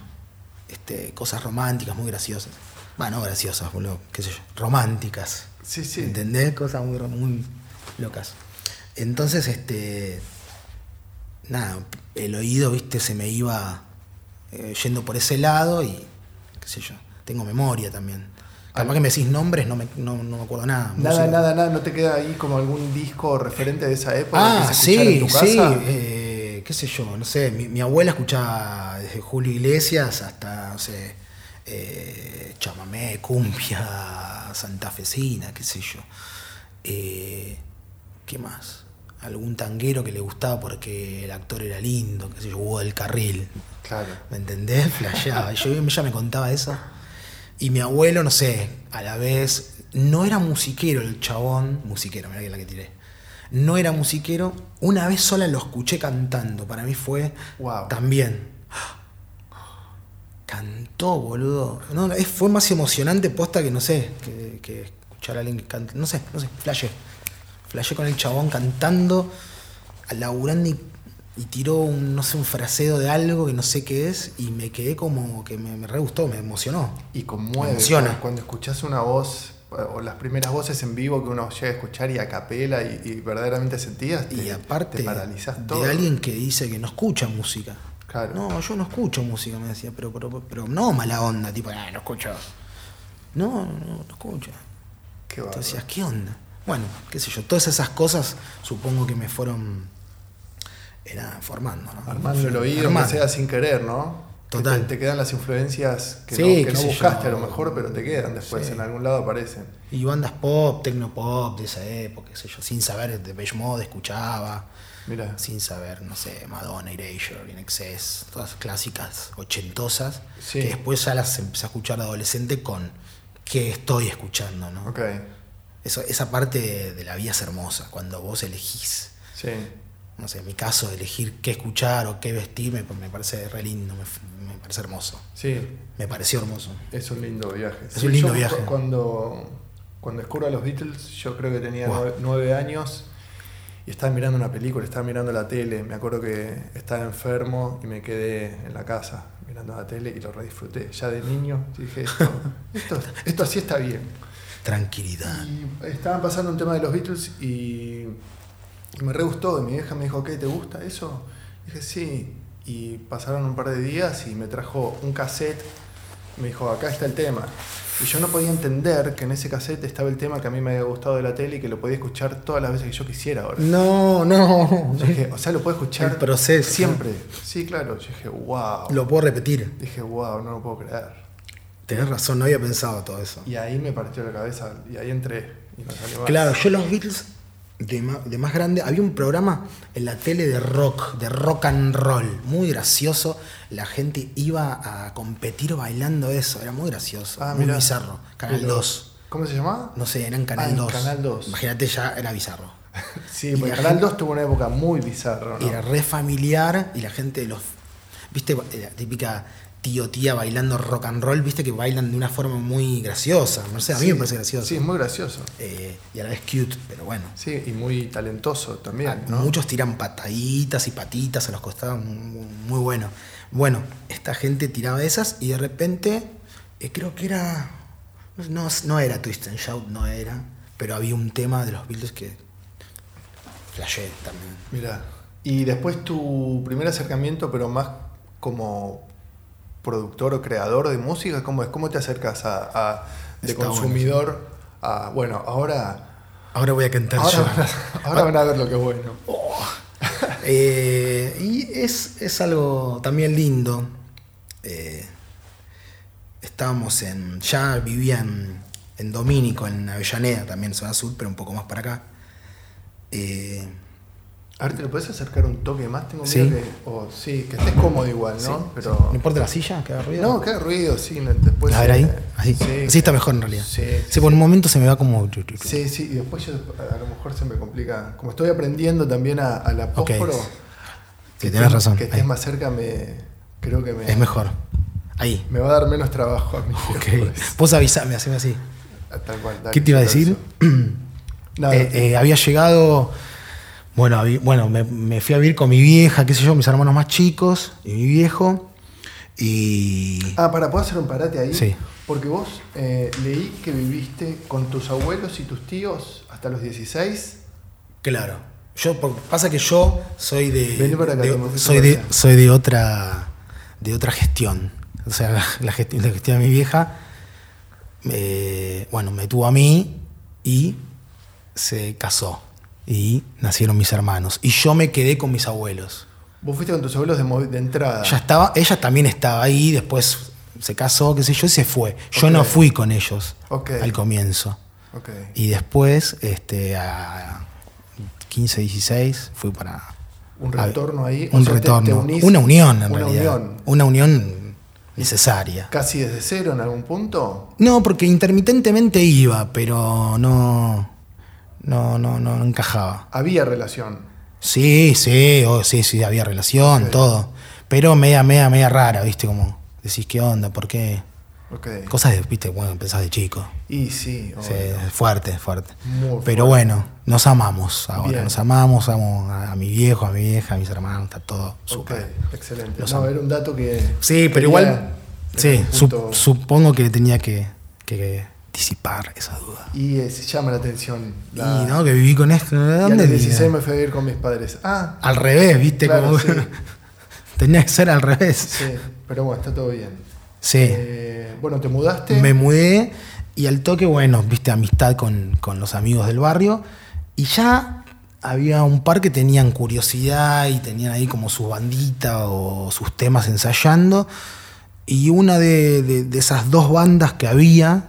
[SPEAKER 2] este, cosas románticas muy graciosas. Bueno, graciosas, boludo, qué sé yo, románticas.
[SPEAKER 1] Sí, sí.
[SPEAKER 2] ¿Entendés? Cosas muy, muy locas. Entonces, este. Nada, el oído, viste, se me iba eh, yendo por ese lado y. qué sé yo. Tengo memoria también. Capaz que me decís nombres, no me, no, no me acuerdo nada.
[SPEAKER 1] Ah, Nada,
[SPEAKER 2] Música.
[SPEAKER 1] nada, nada, ¿no te queda ahí como algún disco referente de esa época
[SPEAKER 2] Ah,
[SPEAKER 1] que se escuchara en
[SPEAKER 2] sí,
[SPEAKER 1] tu
[SPEAKER 2] sí.
[SPEAKER 1] casa?
[SPEAKER 2] eh, qué sé yo, no sé. Mi, mi abuela escuchaba desde Julio Iglesias hasta, no sé, eh, chamamé, cumbia, santafesina, qué sé yo. Eh, ¿Qué más? Algún tanguero que le gustaba porque el actor era lindo, qué sé yo, Hugo del Carril.
[SPEAKER 1] Claro.
[SPEAKER 2] ¿Me entendés? Flasheaba. Yo ella me contaba eso. Y mi abuelo, no sé, a la vez, no era musiquero el chabón. Musiquero, mirá que la que tiré. No era musiquero. Una vez sola lo escuché cantando. Para mí fue
[SPEAKER 1] Wow.
[SPEAKER 2] también. Cantó, boludo. No, no, es- fue más emocionante posta que, no sé, que, que escuchar a alguien que canta. No sé, no sé, flashé. Flashé con el chabón cantando, laburando y, y tiró un, no sé, un fraseo de algo que no sé qué es y me quedé como que me, me re gustó, me emocionó.
[SPEAKER 1] Y conmueve.
[SPEAKER 2] Me emociona.
[SPEAKER 1] cuando- Cuando escuchás una voz o las primeras voces en vivo que uno llega a escuchar y a capela y, y verdaderamente sentías, te,
[SPEAKER 2] Y aparte
[SPEAKER 1] te paralizás todo.
[SPEAKER 2] de alguien que dice que no escucha música.
[SPEAKER 1] Claro.
[SPEAKER 2] No, yo no escucho música, me decía, pero, pero, pero no mala onda, tipo, ah, no escucho. No, no, no escucho.
[SPEAKER 1] Qué
[SPEAKER 2] Tú
[SPEAKER 1] bárbaro.
[SPEAKER 2] decías, ¿qué onda? Bueno, qué sé yo, todas esas cosas supongo que me fueron eh, nada, formando, ¿no?
[SPEAKER 1] Armando el oído,
[SPEAKER 2] Armando.
[SPEAKER 1] aunque sea sin querer, ¿no? Que
[SPEAKER 2] Total.
[SPEAKER 1] Te, te quedan las influencias que
[SPEAKER 2] Sí,
[SPEAKER 1] no, que
[SPEAKER 2] qué
[SPEAKER 1] no
[SPEAKER 2] sé
[SPEAKER 1] buscaste
[SPEAKER 2] yo.
[SPEAKER 1] a lo mejor, pero te quedan después,
[SPEAKER 2] Sí.
[SPEAKER 1] en algún lado aparecen.
[SPEAKER 2] Y bandas pop, tecnopop de esa época, qué sé yo, sin saber de Beige Mode escuchaba,
[SPEAKER 1] Mira, sí.
[SPEAKER 2] sin saber, no sé, Madonna, Erasure, In Excess, todas clásicas ochentosas,
[SPEAKER 1] Sí.
[SPEAKER 2] que después ya las empecé a escuchar de adolescente con qué estoy escuchando, ¿no?
[SPEAKER 1] ok,
[SPEAKER 2] Eso- esa parte de, de la vida es hermosa, cuando vos elegís.
[SPEAKER 1] sí,
[SPEAKER 2] no sé, en mi caso, elegir qué escuchar o qué vestirme, pues me parece re lindo, me, f- me parece hermoso.
[SPEAKER 1] sí,
[SPEAKER 2] Me pareció hermoso.
[SPEAKER 1] es un lindo viaje.
[SPEAKER 2] Es un lindo
[SPEAKER 1] yo cu-
[SPEAKER 2] viaje.
[SPEAKER 1] Cuando, cuando descubro a los Beatles, yo creo que tenía
[SPEAKER 2] Guau.
[SPEAKER 1] nueve, nueve años y estaba mirando una película, estaba mirando la tele. Me acuerdo que estaba enfermo y me quedé en la casa mirando la tele y lo redisfruté. Ya de niño dije, esto, esto, esto así está bien.
[SPEAKER 2] Tranquilidad.
[SPEAKER 1] Y estaban pasando un tema de los Beatles y, y me re gustó. Y mi vieja me dijo, ¿qué? ¿Te gusta eso? dije, sí. Y pasaron un par de días y me trajo un cassette. Me dijo, acá está el tema. Y yo no podía entender que en ese cassette estaba el tema que a mí me había gustado de la tele y que lo podía escuchar todas las veces que yo quisiera ahora.
[SPEAKER 2] No, no.
[SPEAKER 1] Yo dije, o sea, lo puedo escuchar
[SPEAKER 2] El proceso.
[SPEAKER 1] siempre. Sí, claro. Yo dije, wow.
[SPEAKER 2] Lo puedo repetir.
[SPEAKER 1] Dije, wow, no lo puedo creer.
[SPEAKER 2] Tenés razón, no había pensado todo eso.
[SPEAKER 1] Y ahí me partió la cabeza y ahí entré. Y no salió más.
[SPEAKER 2] Claro, yo los Beatles, de ma- de más, grande, había un programa en la tele de rock, de rock and roll, muy gracioso. La gente iba a competir bailando eso, era muy gracioso,
[SPEAKER 1] Ah,
[SPEAKER 2] muy
[SPEAKER 1] mirá.
[SPEAKER 2] bizarro. Canal
[SPEAKER 1] Pero-
[SPEAKER 2] 2.
[SPEAKER 1] ¿Cómo se llamaba?
[SPEAKER 2] No sé, era en Canal
[SPEAKER 1] Ah, en
[SPEAKER 2] 2.
[SPEAKER 1] Canal 2.
[SPEAKER 2] Imagínate, ya era bizarro.
[SPEAKER 1] Sí,
[SPEAKER 2] Y
[SPEAKER 1] porque
[SPEAKER 2] la
[SPEAKER 1] Canal
[SPEAKER 2] gente-
[SPEAKER 1] 2 tuvo una época muy bizarra,
[SPEAKER 2] Y
[SPEAKER 1] ¿no?
[SPEAKER 2] era re familiar y la gente los. ¿Viste? eh, La típica tío tía bailando rock and roll, viste que bailan de una forma muy graciosa. No sé, a mí
[SPEAKER 1] Sí,
[SPEAKER 2] me parece gracioso.
[SPEAKER 1] Sí, es muy gracioso.
[SPEAKER 2] Eh, y a la vez cute, pero bueno.
[SPEAKER 1] Sí, y muy talentoso
[SPEAKER 2] Ah,
[SPEAKER 1] también, ¿no?
[SPEAKER 2] Muchos tiran pataditas y patitas a los costados, muy, muy bueno. Bueno, esta gente tiraba esas y de repente, eh, creo que era. No, no era Twist and Shout, no era. Pero había un tema de los Beatles que. Flashé también.
[SPEAKER 1] Mira. Y después tu primer acercamiento, pero más como productor o creador de música, ¿cómo es? ¿Cómo te acercas a, a- de
[SPEAKER 2] Está
[SPEAKER 1] consumidor a bueno, ahora
[SPEAKER 2] Ahora voy a cantar
[SPEAKER 1] ahora,
[SPEAKER 2] yo.
[SPEAKER 1] van a, ahora van a ver lo que es bueno.
[SPEAKER 2] Oh. Eh, y es, es algo también lindo. Eh, estábamos en. Ya vivía en, en Domínico, en Avellaneda, también zona sur, pero un poco más para acá. Eh,
[SPEAKER 1] A ver, ¿te lo puedes acercar un toque más? Tengo miedo
[SPEAKER 2] Sí.
[SPEAKER 1] que. oh, sí, que estés cómodo igual, ¿no? pero.
[SPEAKER 2] ¿No importa la silla? Que haga ruido.
[SPEAKER 1] No, qué ruido, sí. no- Después,
[SPEAKER 2] A ver ahí.
[SPEAKER 1] eh,
[SPEAKER 2] Así,
[SPEAKER 1] sí.
[SPEAKER 2] Así está mejor en realidad.
[SPEAKER 1] Sí, sí,
[SPEAKER 2] por un momento se me va como.
[SPEAKER 1] Sí, sí, y después yo, a lo mejor se me complica. Como estoy aprendiendo también a, a la
[SPEAKER 2] Ok.
[SPEAKER 1] pósforo,
[SPEAKER 2] Sí, tenés razón.
[SPEAKER 1] que estés
[SPEAKER 2] Ahí.
[SPEAKER 1] más cerca me creo que me,
[SPEAKER 2] Es mejor. Ahí.
[SPEAKER 1] me va a dar menos trabajo a mí.
[SPEAKER 2] Ok.
[SPEAKER 1] después.
[SPEAKER 2] Vos avisame, haceme así.
[SPEAKER 1] Tal cual, dale,
[SPEAKER 2] ¿Qué te iba a
[SPEAKER 1] todo
[SPEAKER 2] decir?
[SPEAKER 1] eso. Nada,
[SPEAKER 2] Eh, eh, había llegado, bueno, habí- bueno me, me fui a vivir con mi vieja, qué sé yo, mis hermanos más chicos y mi viejo. Y
[SPEAKER 1] Ah, para, ¿puedo hacer un parate ahí?
[SPEAKER 2] Sí.
[SPEAKER 1] Porque vos eh, leí que viviste con tus abuelos y tus tíos hasta los 16.
[SPEAKER 2] claro, yo por- pasa que yo soy de,
[SPEAKER 1] Vení para acá,
[SPEAKER 2] de-
[SPEAKER 1] toma,
[SPEAKER 2] soy
[SPEAKER 1] para
[SPEAKER 2] de
[SPEAKER 1] acá.
[SPEAKER 2] soy de otra de otra gestión, o sea, la, la gestión, la gestión de mi vieja, eh, bueno, me tuvo a mí y se casó y nacieron mis hermanos y yo me quedé con mis abuelos.
[SPEAKER 1] Vos fuiste con tus abuelos de, movi- de entrada.
[SPEAKER 2] Ya estaba, ella también estaba ahí, después se casó, qué sé yo, y se fue. Yo
[SPEAKER 1] Ok.
[SPEAKER 2] no fui con ellos
[SPEAKER 1] Ok.
[SPEAKER 2] al comienzo.
[SPEAKER 1] Ok.
[SPEAKER 2] Y después, este, a 15, 16, fui para.
[SPEAKER 1] Un
[SPEAKER 2] a-
[SPEAKER 1] retorno ahí. o
[SPEAKER 2] Un
[SPEAKER 1] sea, te- te
[SPEAKER 2] retorno.
[SPEAKER 1] unís-
[SPEAKER 2] una unión, en
[SPEAKER 1] una
[SPEAKER 2] realidad.
[SPEAKER 1] unión.
[SPEAKER 2] Una unión necesaria.
[SPEAKER 1] Casi desde cero en algún punto.
[SPEAKER 2] No, porque intermitentemente iba, pero no. No, no, no, no encajaba.
[SPEAKER 1] Había relación.
[SPEAKER 2] Sí, sí, oh, sí, sí, había relación,
[SPEAKER 1] Sí.
[SPEAKER 2] todo. Pero media, media, media rara, ¿viste? Como decís, ¿qué onda? ¿Por qué?
[SPEAKER 1] Ok.
[SPEAKER 2] Cosas, de, viste, bueno, pensás de chico.
[SPEAKER 1] Y sí,
[SPEAKER 2] Sí,
[SPEAKER 1] obvio.
[SPEAKER 2] fuerte, fuerte.
[SPEAKER 1] Muy
[SPEAKER 2] Pero bueno, nos amamos ahora.
[SPEAKER 1] Bien.
[SPEAKER 2] Nos amamos, amo a, a mi viejo, a mi vieja, a mis hermanos, está todo
[SPEAKER 1] Ok,
[SPEAKER 2] súper.
[SPEAKER 1] excelente.
[SPEAKER 2] Los
[SPEAKER 1] no,
[SPEAKER 2] amo.
[SPEAKER 1] era un dato que.
[SPEAKER 2] Sí, pero
[SPEAKER 1] quería-
[SPEAKER 2] igual.
[SPEAKER 1] era
[SPEAKER 2] Sí,
[SPEAKER 1] un
[SPEAKER 2] sup-
[SPEAKER 1] punto-
[SPEAKER 2] supongo que tenía que, que- que disipar esa duda.
[SPEAKER 1] Y es- llama la atención. La,
[SPEAKER 2] Y no, que viví con esto. ¿de
[SPEAKER 1] y a
[SPEAKER 2] dónde
[SPEAKER 1] los
[SPEAKER 2] vivía?
[SPEAKER 1] 16 me fui a vivir con mis padres. Ah,
[SPEAKER 2] Al revés, viste,
[SPEAKER 1] Claro,
[SPEAKER 2] como.
[SPEAKER 1] sí.
[SPEAKER 2] tenía que ser al revés.
[SPEAKER 1] sí, pero bueno, está todo bien.
[SPEAKER 2] Sí.
[SPEAKER 1] Eh, bueno, te mudaste.
[SPEAKER 2] Me mudé Y al toque, bueno, viste, amistad con, con los amigos del barrio. Y ya había un par que tenían curiosidad y tenían ahí como su bandita o sus temas ensayando. Y una de, de- de esas dos bandas que había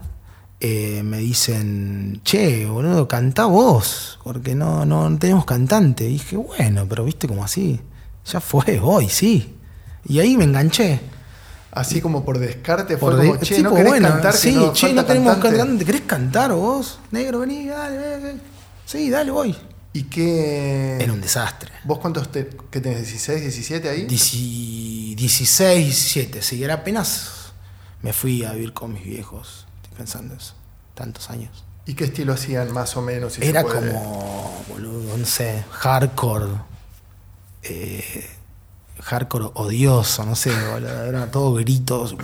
[SPEAKER 2] eh, me dicen, che, boludo, cantá vos, porque no, no, no tenemos cantante. Y dije, bueno, pero viste como así, ya fue, hoy sí. Y ahí me enganché.
[SPEAKER 1] Así como por descarte, fue
[SPEAKER 2] Por
[SPEAKER 1] como,
[SPEAKER 2] de-
[SPEAKER 1] che,
[SPEAKER 2] tipo,
[SPEAKER 1] no querés
[SPEAKER 2] bueno,
[SPEAKER 1] cantar, que
[SPEAKER 2] sí,
[SPEAKER 1] no,
[SPEAKER 2] che,
[SPEAKER 1] falta
[SPEAKER 2] no tenemos
[SPEAKER 1] cantante.
[SPEAKER 2] cantante. ¿Querés cantar vos? Negro, vení, dale, dale, dale. Sí, dale, voy.
[SPEAKER 1] ¿Y qué...?
[SPEAKER 2] Era un desastre.
[SPEAKER 1] ¿Vos cuántos te, que tenés? ¿16, 17 ahí?
[SPEAKER 2] Dieci- 16, 17, sí, era apenas me fui a vivir con mis viejos, estoy pensando eso, tantos años.
[SPEAKER 1] ¿Y qué estilo hacían más o menos? si se
[SPEAKER 2] era
[SPEAKER 1] puede?
[SPEAKER 2] como, boludo, no sé, hardcore, eh, hardcore odioso, no sé, boludo, era todo gritos,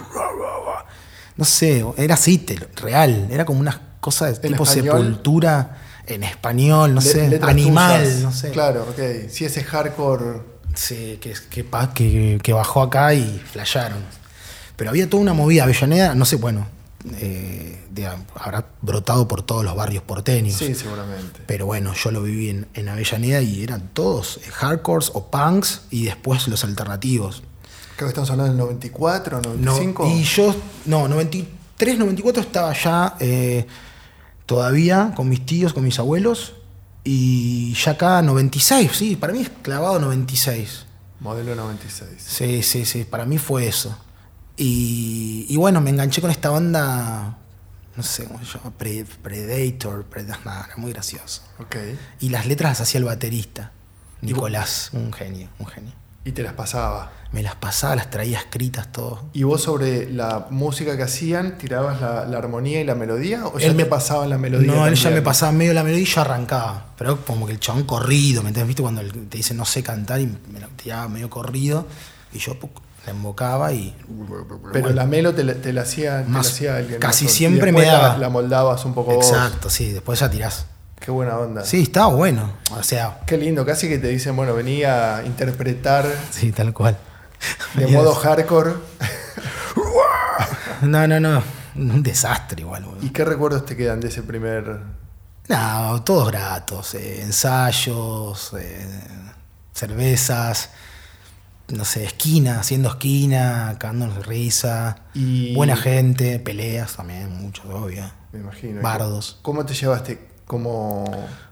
[SPEAKER 2] no sé, era así, te lo- real, era como unas cosas de
[SPEAKER 1] ¿En
[SPEAKER 2] tipo
[SPEAKER 1] español?
[SPEAKER 2] sepultura en español, no
[SPEAKER 1] Le-
[SPEAKER 2] sé,
[SPEAKER 1] letras
[SPEAKER 2] animal,
[SPEAKER 1] tuyas.
[SPEAKER 2] no sé.
[SPEAKER 1] Claro, ok. Si ese hardcore...
[SPEAKER 2] Sí, que, que, pa- que, que bajó acá y flasharon. Pero había toda una movida. Avellaneda, no sé, bueno, eh, de- habrá brotado por todos los barrios porteños.
[SPEAKER 1] Sí, seguramente.
[SPEAKER 2] Pero bueno, yo lo viví en, en Avellaneda y eran todos eh, hardcores o punks y después los alternativos.
[SPEAKER 1] Creo que estamos hablando del 94,
[SPEAKER 2] No,
[SPEAKER 1] 95.
[SPEAKER 2] y yo, no, 93, 94 estaba ya eh, todavía con mis tíos, con mis abuelos. Y ya acá 96, sí, para mí es clavado 96.
[SPEAKER 1] Modelo 96.
[SPEAKER 2] Sí, sí, sí, para mí fue eso. Y, y bueno, me enganché con esta banda, no sé cómo se llama, Pre- Predator, Predator, era muy gracioso.
[SPEAKER 1] Ok.
[SPEAKER 2] Y las letras las hacía el baterista, Nicolás, un genio, un genio.
[SPEAKER 1] Y te las pasaba.
[SPEAKER 2] Me las pasaba, las traía escritas, todo.
[SPEAKER 1] ¿Y vos sobre la música que hacían tirabas la, la armonía y la melodía? ¿O ya
[SPEAKER 2] Él
[SPEAKER 1] te
[SPEAKER 2] me-
[SPEAKER 1] pasaban la melodía?
[SPEAKER 2] no, él ya
[SPEAKER 1] también?
[SPEAKER 2] me pasaba medio la melodía y yo arrancaba. Pero como que el chabón corrido, ¿me entendés? ¿Viste? Cuando el- te dice no sé cantar y me la tiraba medio corrido. Y yo puc, la embocaba y...
[SPEAKER 1] Pero la melo te la, te la hacía, te la
[SPEAKER 2] Más-
[SPEAKER 1] hacía alguien.
[SPEAKER 2] casi
[SPEAKER 1] más. Y
[SPEAKER 2] siempre
[SPEAKER 1] después
[SPEAKER 2] me
[SPEAKER 1] la-
[SPEAKER 2] daba.
[SPEAKER 1] La moldabas un poco vos.
[SPEAKER 2] Exacto, sí, después ya tirás.
[SPEAKER 1] Qué buena onda.
[SPEAKER 2] Sí, estaba bueno. O sea,
[SPEAKER 1] Qué lindo, casi que te dicen, bueno, venía a interpretar
[SPEAKER 2] sí, tal cual.
[SPEAKER 1] de modo hardcore.
[SPEAKER 2] No, no, no. Un desastre igual, boludo.
[SPEAKER 1] ¿Y qué recuerdos te quedan de ese primer...?
[SPEAKER 2] No, todos gratos. eh, ensayos, eh, cervezas, no sé, esquina, haciendo esquina, cagándonos de risa.
[SPEAKER 1] Y-
[SPEAKER 2] Buena gente, peleas también, mucho, obvio.
[SPEAKER 1] Me imagino.
[SPEAKER 2] Bardos.
[SPEAKER 1] ¿Cómo te llevaste como...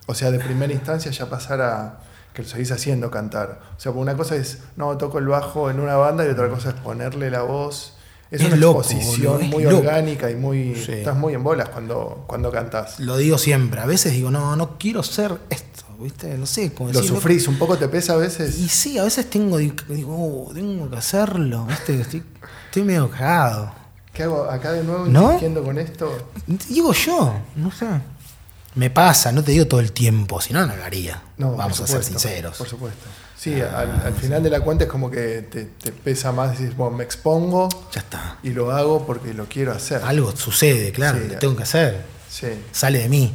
[SPEAKER 1] O sea, de primera instancia ya pasar a que lo seguís haciendo cantar? O sea, porque una cosa es, no, toco el bajo en una banda y otra cosa es ponerle la voz. Es,
[SPEAKER 2] Es
[SPEAKER 1] una
[SPEAKER 2] loco,
[SPEAKER 1] exposición
[SPEAKER 2] boludo, es
[SPEAKER 1] muy
[SPEAKER 2] loco.
[SPEAKER 1] orgánica y muy...
[SPEAKER 2] Sí.
[SPEAKER 1] Estás muy en bolas cuando, cuando cantás.
[SPEAKER 2] Lo digo siempre. A veces digo, no, no quiero ser esto, ¿viste? No sé cómo
[SPEAKER 1] Lo
[SPEAKER 2] decirlo.
[SPEAKER 1] sufrís, un poco te pesa a veces.
[SPEAKER 2] Y sí, a veces tengo, digo, oh, tengo que hacerlo, ¿viste? Estoy, estoy medio cagado.
[SPEAKER 1] ¿Qué hago acá de nuevo
[SPEAKER 2] ¿No?
[SPEAKER 1] insistiendo con esto?
[SPEAKER 2] Digo yo, no sé. Me pasa, no te digo todo el tiempo, si no, no lo haría.
[SPEAKER 1] No, por
[SPEAKER 2] Vamos a ser
[SPEAKER 1] supuesto,
[SPEAKER 2] sinceros. Ah,
[SPEAKER 1] Por supuesto. Sí, al, al final de la cuenta es como que te, te pesa más, dices, bueno, me expongo
[SPEAKER 2] Ya está.
[SPEAKER 1] y lo hago porque lo quiero hacer.
[SPEAKER 2] Algo sucede, claro,
[SPEAKER 1] Sí.
[SPEAKER 2] lo tengo que hacer.
[SPEAKER 1] Sí.
[SPEAKER 2] Sale de mí.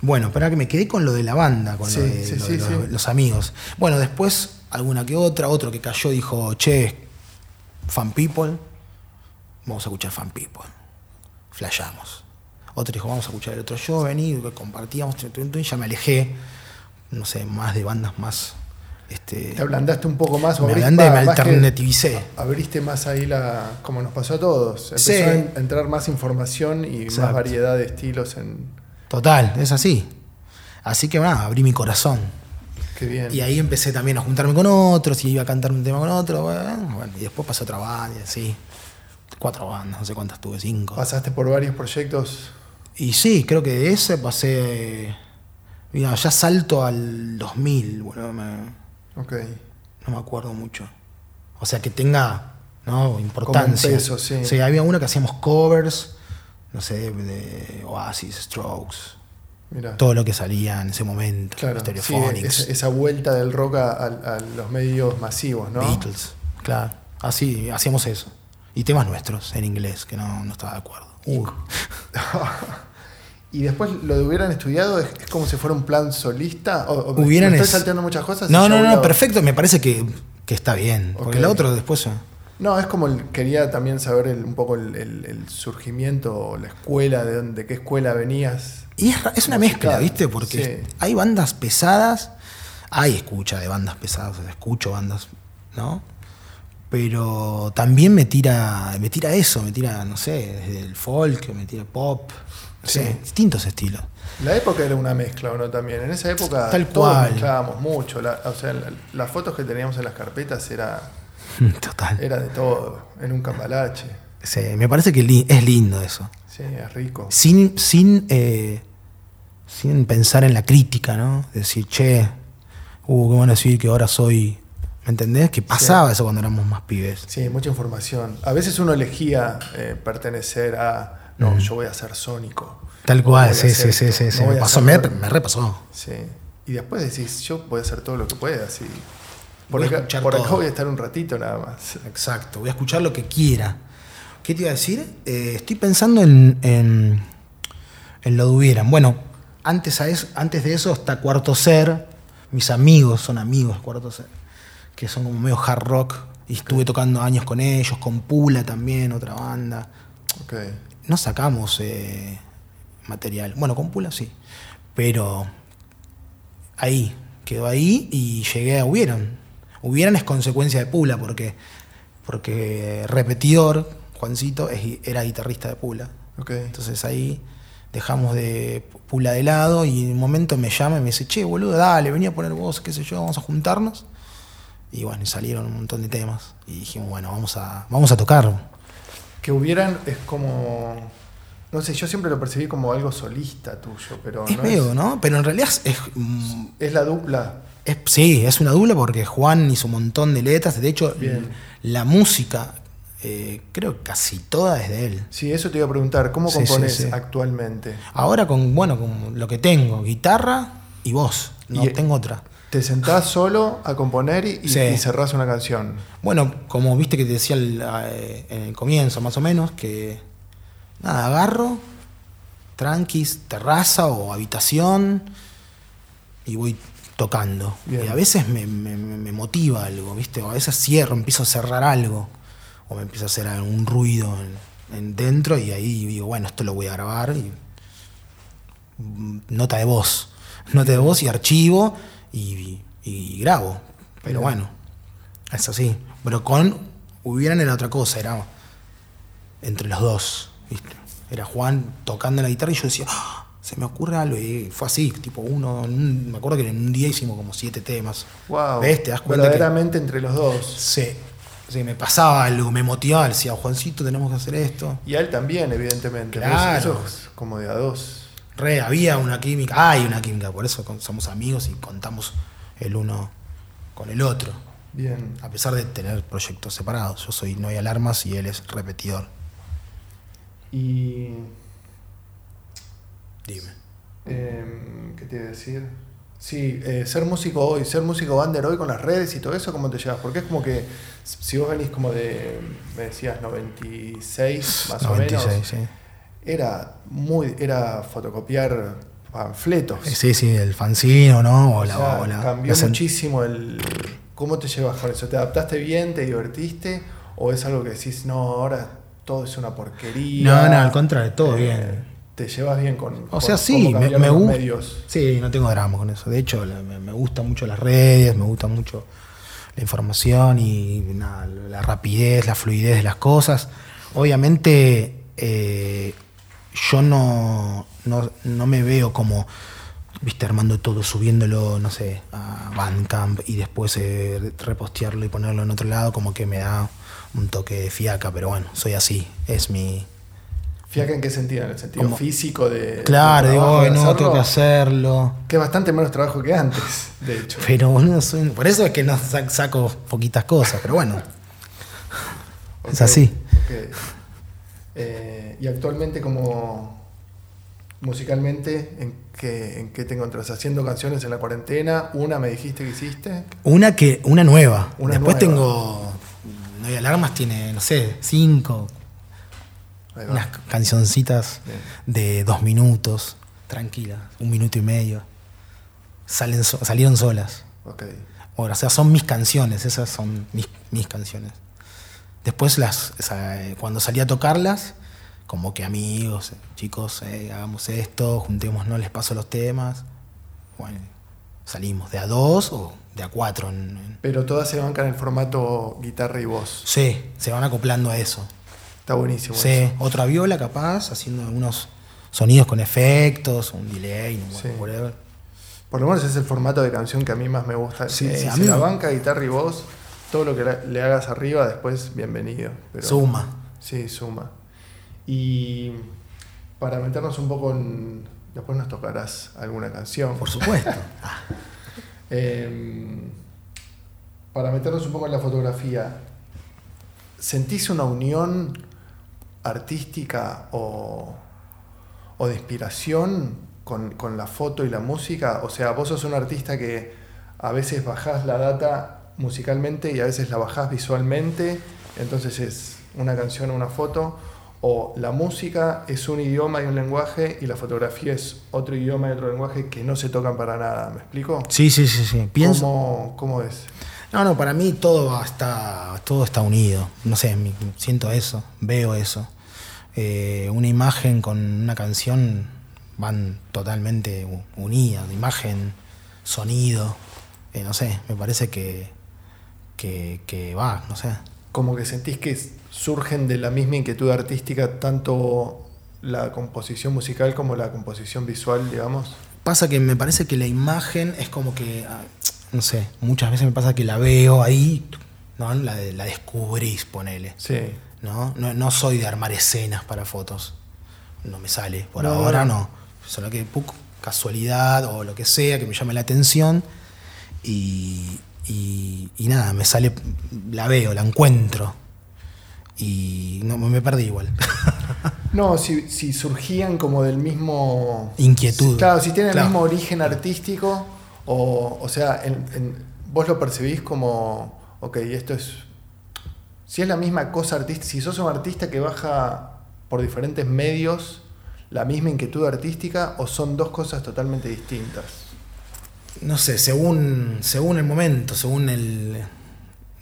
[SPEAKER 2] Bueno, para que me quedé con lo de la banda, con
[SPEAKER 1] Sí,
[SPEAKER 2] lo de
[SPEAKER 1] sí,
[SPEAKER 2] lo-
[SPEAKER 1] sí,
[SPEAKER 2] lo-
[SPEAKER 1] sí.
[SPEAKER 2] los amigos. Bueno, después alguna que otra, otro que cayó dijo, che, fan people, vamos a escuchar fan people. Flashamos. Otro dijo, vamos a escuchar el otro yo, vení, que compartíamos, tu, tu, tu, y ya me alejé, no sé, más de bandas más... Este,
[SPEAKER 1] Te ablandaste un poco más. o
[SPEAKER 2] me
[SPEAKER 1] abriste-
[SPEAKER 2] ablandé, me
[SPEAKER 1] va, más que
[SPEAKER 2] alternativicé.
[SPEAKER 1] Abriste más ahí la. como nos pasó a todos. Empezó
[SPEAKER 2] Sí.
[SPEAKER 1] a en- entrar más información y más
[SPEAKER 2] Exacto.
[SPEAKER 1] variedad de estilos en.
[SPEAKER 2] Total, es así. Así que nada, abrí mi corazón.
[SPEAKER 1] Qué bien.
[SPEAKER 2] Y ahí empecé también a juntarme con otros y iba a cantar un tema con otro. Bueno, bueno, y después pasó otra banda y así. Cuatro bandas, no sé cuántas tuve, cinco.
[SPEAKER 1] Pasaste por varios proyectos.
[SPEAKER 2] Y sí, creo que de ese pasé. Mira, ya salto al 2000, bueno, me-
[SPEAKER 1] Ok.
[SPEAKER 2] no me acuerdo mucho. O sea, que tenga ¿no? importancia.
[SPEAKER 1] peso, sí.
[SPEAKER 2] había una que hacíamos covers, no sé, de Oasis, Strokes,
[SPEAKER 1] Mira.
[SPEAKER 2] todo lo que salía en ese momento.
[SPEAKER 1] Claro. sí,
[SPEAKER 2] Stereophonics,
[SPEAKER 1] esa, esa vuelta del rock a, a- a los medios masivos, ¿no?
[SPEAKER 2] Beatles, claro. Así, hacíamos eso. Y temas nuestros en inglés, que no, no estaba de acuerdo. Uy.
[SPEAKER 1] Y después lo de hubieran estudiado es, es como si fuera un plan solista. O, o-
[SPEAKER 2] Hubieran
[SPEAKER 1] me estoy
[SPEAKER 2] es-
[SPEAKER 1] salteando muchas cosas. y
[SPEAKER 2] No,
[SPEAKER 1] ya
[SPEAKER 2] no,
[SPEAKER 1] voy
[SPEAKER 2] no,
[SPEAKER 1] a-
[SPEAKER 2] perfecto, me parece que, que está bien. Porque
[SPEAKER 1] Ok.
[SPEAKER 2] la otra después. ah.
[SPEAKER 1] No, es como el- quería también saber el- un poco el, el- el surgimiento, o la escuela, de, dónde, de qué escuela venías.
[SPEAKER 2] Y es, ra- es una mezcla, ¿viste? Porque
[SPEAKER 1] Sí.
[SPEAKER 2] hay bandas pesadas, hay escucha de bandas pesadas, o sea, escucho bandas, ¿no? Pero también me tira, me tira eso, me tira, no sé, desde el folk, me tira pop, no
[SPEAKER 1] Sí.
[SPEAKER 2] sé, distintos estilos.
[SPEAKER 1] La época era una mezcla, ¿o ¿no? También. En esa época
[SPEAKER 2] Tal
[SPEAKER 1] todos
[SPEAKER 2] cual.
[SPEAKER 1] mezclábamos mucho. La- o sea, la- las fotos que teníamos en las carpetas era,
[SPEAKER 2] Total.
[SPEAKER 1] era de todo, en un cambalache.
[SPEAKER 2] Sí, me parece que li- es lindo eso.
[SPEAKER 1] Sí, es rico.
[SPEAKER 2] Sin, sin, eh, sin pensar en la crítica, ¿no? Decir, che, uh, ¿qué van a decir que ahora soy? ¿Me entendés? Que pasaba eso cuando éramos más pibes.
[SPEAKER 1] Sí, mucha información. A veces uno elegía eh, pertenecer a.
[SPEAKER 2] Mm.
[SPEAKER 1] No, yo voy a ser sónico.
[SPEAKER 2] Tal
[SPEAKER 1] No voy
[SPEAKER 2] cual,
[SPEAKER 1] a
[SPEAKER 2] sí,
[SPEAKER 1] hacer
[SPEAKER 2] sí, sí,
[SPEAKER 1] esto,
[SPEAKER 2] sí,
[SPEAKER 1] no
[SPEAKER 2] sí,
[SPEAKER 1] voy a
[SPEAKER 2] Me pasó, me,
[SPEAKER 1] hacer-
[SPEAKER 2] me repasó.
[SPEAKER 1] Sí. Y después decís, yo voy a hacer todo lo que pueda. Sí. Por,
[SPEAKER 2] Voy a
[SPEAKER 1] acá,
[SPEAKER 2] escuchar
[SPEAKER 1] por acá
[SPEAKER 2] todo.
[SPEAKER 1] voy a estar un ratito nada más.
[SPEAKER 2] Exacto, voy a escuchar lo que quiera. ¿Qué te iba a decir? Eh, estoy pensando en, en, en lo duvieran. Bueno, antes, a eso- antes de eso está Cuarto Ser. Mis amigos son amigos de Cuarto Ser, que son como medio hard rock. Y estuve tocando años con ellos, con Pula también, otra banda.
[SPEAKER 1] Ok.
[SPEAKER 2] No sacamos eh, material. Bueno, con Pula sí. Pero ahí, quedó ahí y llegué a Hubieran. Hubieran es consecuencia de Pula, porque, porque repetidor, Juancito, es gui- era guitarrista de Pula.
[SPEAKER 1] Ok.
[SPEAKER 2] Entonces ahí dejamos de Pula de lado y en un momento me llama y me dice, che, boludo, dale, venía a poner voz, qué sé yo, vamos a juntarnos. Y bueno, y salieron un montón de temas. Y dijimos, bueno, vamos a, vamos a tocar.
[SPEAKER 1] Que hubieran es como. No sé, yo siempre lo percibí como algo solista tuyo, pero
[SPEAKER 2] Es
[SPEAKER 1] no
[SPEAKER 2] medio,
[SPEAKER 1] es.
[SPEAKER 2] ¿no? Pero en realidad es, es, mm,
[SPEAKER 1] Es la dupla.
[SPEAKER 2] es- Sí, es una dupla porque Juan hizo un montón de letras. De hecho,
[SPEAKER 1] Bien.
[SPEAKER 2] la música, eh, creo que casi toda es de él.
[SPEAKER 1] Sí, eso te iba a preguntar. ¿Cómo
[SPEAKER 2] Sí, sí,
[SPEAKER 1] compones
[SPEAKER 2] sí.
[SPEAKER 1] actualmente?
[SPEAKER 2] Ahora con, bueno, con lo que tengo, guitarra y voz. No
[SPEAKER 1] Y-
[SPEAKER 2] tengo otra.
[SPEAKER 1] ¿Te sentás solo a componer y, y-
[SPEAKER 2] Sí.
[SPEAKER 1] y cerrás una canción?
[SPEAKER 2] Bueno, como viste que te decía el- eh, en el comienzo, más o menos, que nada, agarro, tranquis, terraza o habitación y voy tocando.
[SPEAKER 1] Bien.
[SPEAKER 2] Y a veces me, me- me- me motiva algo, ¿viste? O a veces cierro, empiezo a cerrar algo o me empieza a hacer algún ruido en, en dentro y ahí digo, bueno, esto lo voy a grabar y mm, nota de voz, nota de voz y archivo y, y grabo. Pero
[SPEAKER 1] Bien.
[SPEAKER 2] bueno, es así. Pero con hubieran era otra cosa, era entre los dos. ¿viste? Era Juan tocando la guitarra y yo decía, "Ah, se me ocurre algo. Y fue así, tipo uno, en un- me acuerdo que en un día hicimos como siete temas.
[SPEAKER 1] Wow.
[SPEAKER 2] ¿Ves? Te das cuenta que-
[SPEAKER 1] Verdaderamente entre los dos.
[SPEAKER 2] Sí, sí, me pasaba algo, me motivaba, decía, Juancito, tenemos que hacer esto.
[SPEAKER 1] Y a él también, evidentemente. pero
[SPEAKER 2] Claro.
[SPEAKER 1] Eso es como de a dos.
[SPEAKER 2] Re, había una química, hay una química, por eso con- somos amigos y contamos el uno con el otro,
[SPEAKER 1] Bien.
[SPEAKER 2] a pesar de tener proyectos separados. Yo soy No hay alarmas y él es repetidor.
[SPEAKER 1] Y.
[SPEAKER 2] Dime.
[SPEAKER 1] em, ¿Qué te iba a decir? Sí, eh, ser músico hoy, ser músico bander hoy con las redes y todo eso, ¿cómo te llevas? Porque es como que si vos venís como de, me decías, 96 más o
[SPEAKER 2] 96,
[SPEAKER 1] menos,
[SPEAKER 2] sí.
[SPEAKER 1] era muy, era fotocopiar panfletos.
[SPEAKER 2] Eh, Sí, sí, el fanzino, ¿no? O
[SPEAKER 1] O
[SPEAKER 2] la,
[SPEAKER 1] sea,
[SPEAKER 2] o la-
[SPEAKER 1] cambió
[SPEAKER 2] la sen-
[SPEAKER 1] muchísimo el. ¿Cómo te llevas con eso? ¿Te adaptaste bien? ¿Te divertiste? ¿O es algo que decís, no, ahora todo es una porquería?
[SPEAKER 2] No, no, al contrario, todo
[SPEAKER 1] Eh,
[SPEAKER 2] bien.
[SPEAKER 1] ¿Te llevas bien con.?
[SPEAKER 2] O
[SPEAKER 1] con
[SPEAKER 2] sea,
[SPEAKER 1] cómo
[SPEAKER 2] sí, me,
[SPEAKER 1] cambiaron
[SPEAKER 2] me
[SPEAKER 1] los
[SPEAKER 2] gusta.
[SPEAKER 1] medios?
[SPEAKER 2] Sí, no tengo drama con eso. De hecho, la- me, me gustan mucho las redes, me gusta mucho la información y nada, la rapidez, la fluidez de las cosas. Obviamente, eh, yo no, no, no me veo como, viste, armando todo, subiéndolo, no sé, a Bandcamp y después eh, repostearlo y ponerlo en otro lado, como que me da un toque de fiaca, pero bueno, soy así, es mi,
[SPEAKER 1] Fíjate en qué sentido, en el sentido
[SPEAKER 2] Como-
[SPEAKER 1] físico de.
[SPEAKER 2] Claro,
[SPEAKER 1] del
[SPEAKER 2] digo,
[SPEAKER 1] trabajo,
[SPEAKER 2] "Ay,
[SPEAKER 1] de
[SPEAKER 2] no,
[SPEAKER 1] hacerlo",
[SPEAKER 2] tengo que hacerlo.
[SPEAKER 1] Que es bastante menos trabajo que antes, de hecho.
[SPEAKER 2] Pero boludo, soy- por eso es que no sa- saco poquitas cosas, pero bueno. Es
[SPEAKER 1] Ok,
[SPEAKER 2] así.
[SPEAKER 1] ok. Eh, y actualmente, como. Musicalmente, ¿en qué, ¿en qué te encontrás? ¿Haciendo canciones en la cuarentena? ¿Una me dijiste que hiciste?
[SPEAKER 2] Una que una nueva.
[SPEAKER 1] Una
[SPEAKER 2] Después
[SPEAKER 1] nueva.
[SPEAKER 2] tengo no hay alarmas tiene, no sé, cinco
[SPEAKER 1] Ahí va.
[SPEAKER 2] unas cancioncitas
[SPEAKER 1] Bien.
[SPEAKER 2] de dos minutos, tranquilas, un minuto y medio. Salen so- salieron solas.
[SPEAKER 1] Ok.
[SPEAKER 2] Ahora, o sea, son mis canciones, esas son mis, mis canciones. Después, las, esa, eh, cuando salí a tocarlas, como que amigos, eh, chicos, eh, hagamos esto, juntémonos, les paso los temas. Bueno, salimos de a dos o de a cuatro. en- en-
[SPEAKER 1] Pero todas se bancan el formato guitarra y voz.
[SPEAKER 2] Sí, se van acoplando a eso.
[SPEAKER 1] Está buenísimo.
[SPEAKER 2] Sí,
[SPEAKER 1] eso.
[SPEAKER 2] otra viola capaz, haciendo algunos sonidos con efectos, un delay, un
[SPEAKER 1] Sí.
[SPEAKER 2] whatever.
[SPEAKER 1] Por lo menos es el formato de canción que a mí más me gusta. Si-
[SPEAKER 2] Sí,
[SPEAKER 1] si
[SPEAKER 2] a
[SPEAKER 1] se
[SPEAKER 2] mí
[SPEAKER 1] la
[SPEAKER 2] me-
[SPEAKER 1] banca guitarra y voz, todo lo que la- le hagas arriba, después bienvenido. Pero-
[SPEAKER 2] Suma.
[SPEAKER 1] Sí, suma. Y para meternos un poco en. Después nos tocarás alguna canción.
[SPEAKER 2] Por supuesto.
[SPEAKER 1] Eh, para meternos un poco en la fotografía, ¿sentís una unión artística o, o de inspiración con, con la foto y la música? O sea, vos sos un artista que a veces bajás la data musicalmente y a veces la bajás visualmente, entonces es una canción o una foto. O la música es un idioma y un lenguaje y la fotografía es otro idioma y otro lenguaje que no se tocan para nada, ¿me explico?
[SPEAKER 2] Sí, sí, sí, sí. Pienso.
[SPEAKER 1] ¿Cómo, cómo es?
[SPEAKER 2] No, no, para mí todo va- está, todo está unido. No sé, mi- siento eso, veo eso. Eh, una imagen con una canción van totalmente u- unidas. Imagen, sonido. eh, no sé, me parece que, que, que va, no sé.
[SPEAKER 1] Como que sentís que s- surgen de la misma inquietud artística tanto la composición musical como la composición visual, digamos.
[SPEAKER 2] Pasa que me parece que la imagen es como que, ah, no sé, muchas veces me pasa que la veo ahí, ¿no? La, de- la descubrís, ponele.
[SPEAKER 1] Sí.
[SPEAKER 2] ¿no? No, no soy de armar escenas para fotos. No me sale. Por
[SPEAKER 1] No,
[SPEAKER 2] ahora
[SPEAKER 1] no.
[SPEAKER 2] no. Solo que puc, casualidad o lo que sea que me llame la atención. Y, y- y nada, me sale, la veo, la encuentro. Y no, me perdí igual.
[SPEAKER 1] No, si, si surgían como del mismo...
[SPEAKER 2] Inquietud.
[SPEAKER 1] Claro, si tienen
[SPEAKER 2] Claro.
[SPEAKER 1] el mismo origen artístico, o, o sea, en- en- vos lo percibís como, ok, esto es... Si es la misma cosa artística, si sos un artista que baja por diferentes medios la misma inquietud artística, o son dos cosas totalmente distintas.
[SPEAKER 2] no sé, según, según el momento, según el,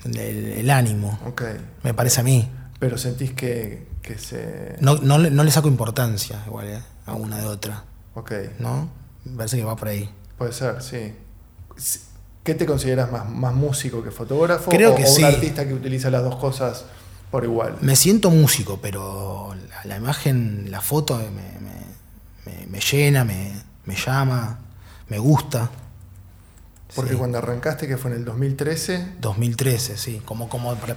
[SPEAKER 2] el, el ánimo,
[SPEAKER 1] Ok.
[SPEAKER 2] me parece a mí.
[SPEAKER 1] Pero sentís que, que se.
[SPEAKER 2] No, no, le- no le saco importancia igual eh, a una de otra,
[SPEAKER 1] Ok.
[SPEAKER 2] ¿no? Me parece que va por ahí.
[SPEAKER 1] Puede ser, sí. S- ¿Qué te consideras más, más músico que fotógrafo?
[SPEAKER 2] Creo
[SPEAKER 1] o,
[SPEAKER 2] que
[SPEAKER 1] o
[SPEAKER 2] sí.
[SPEAKER 1] un artista que utiliza las dos cosas por igual.
[SPEAKER 2] Me siento músico, pero la, la imagen, la foto me, me- me- me llena, me, me llama, me gusta.
[SPEAKER 1] Porque
[SPEAKER 2] Sí.
[SPEAKER 1] cuando arrancaste, que fue en el 2013,
[SPEAKER 2] 2013, sí, como, como para-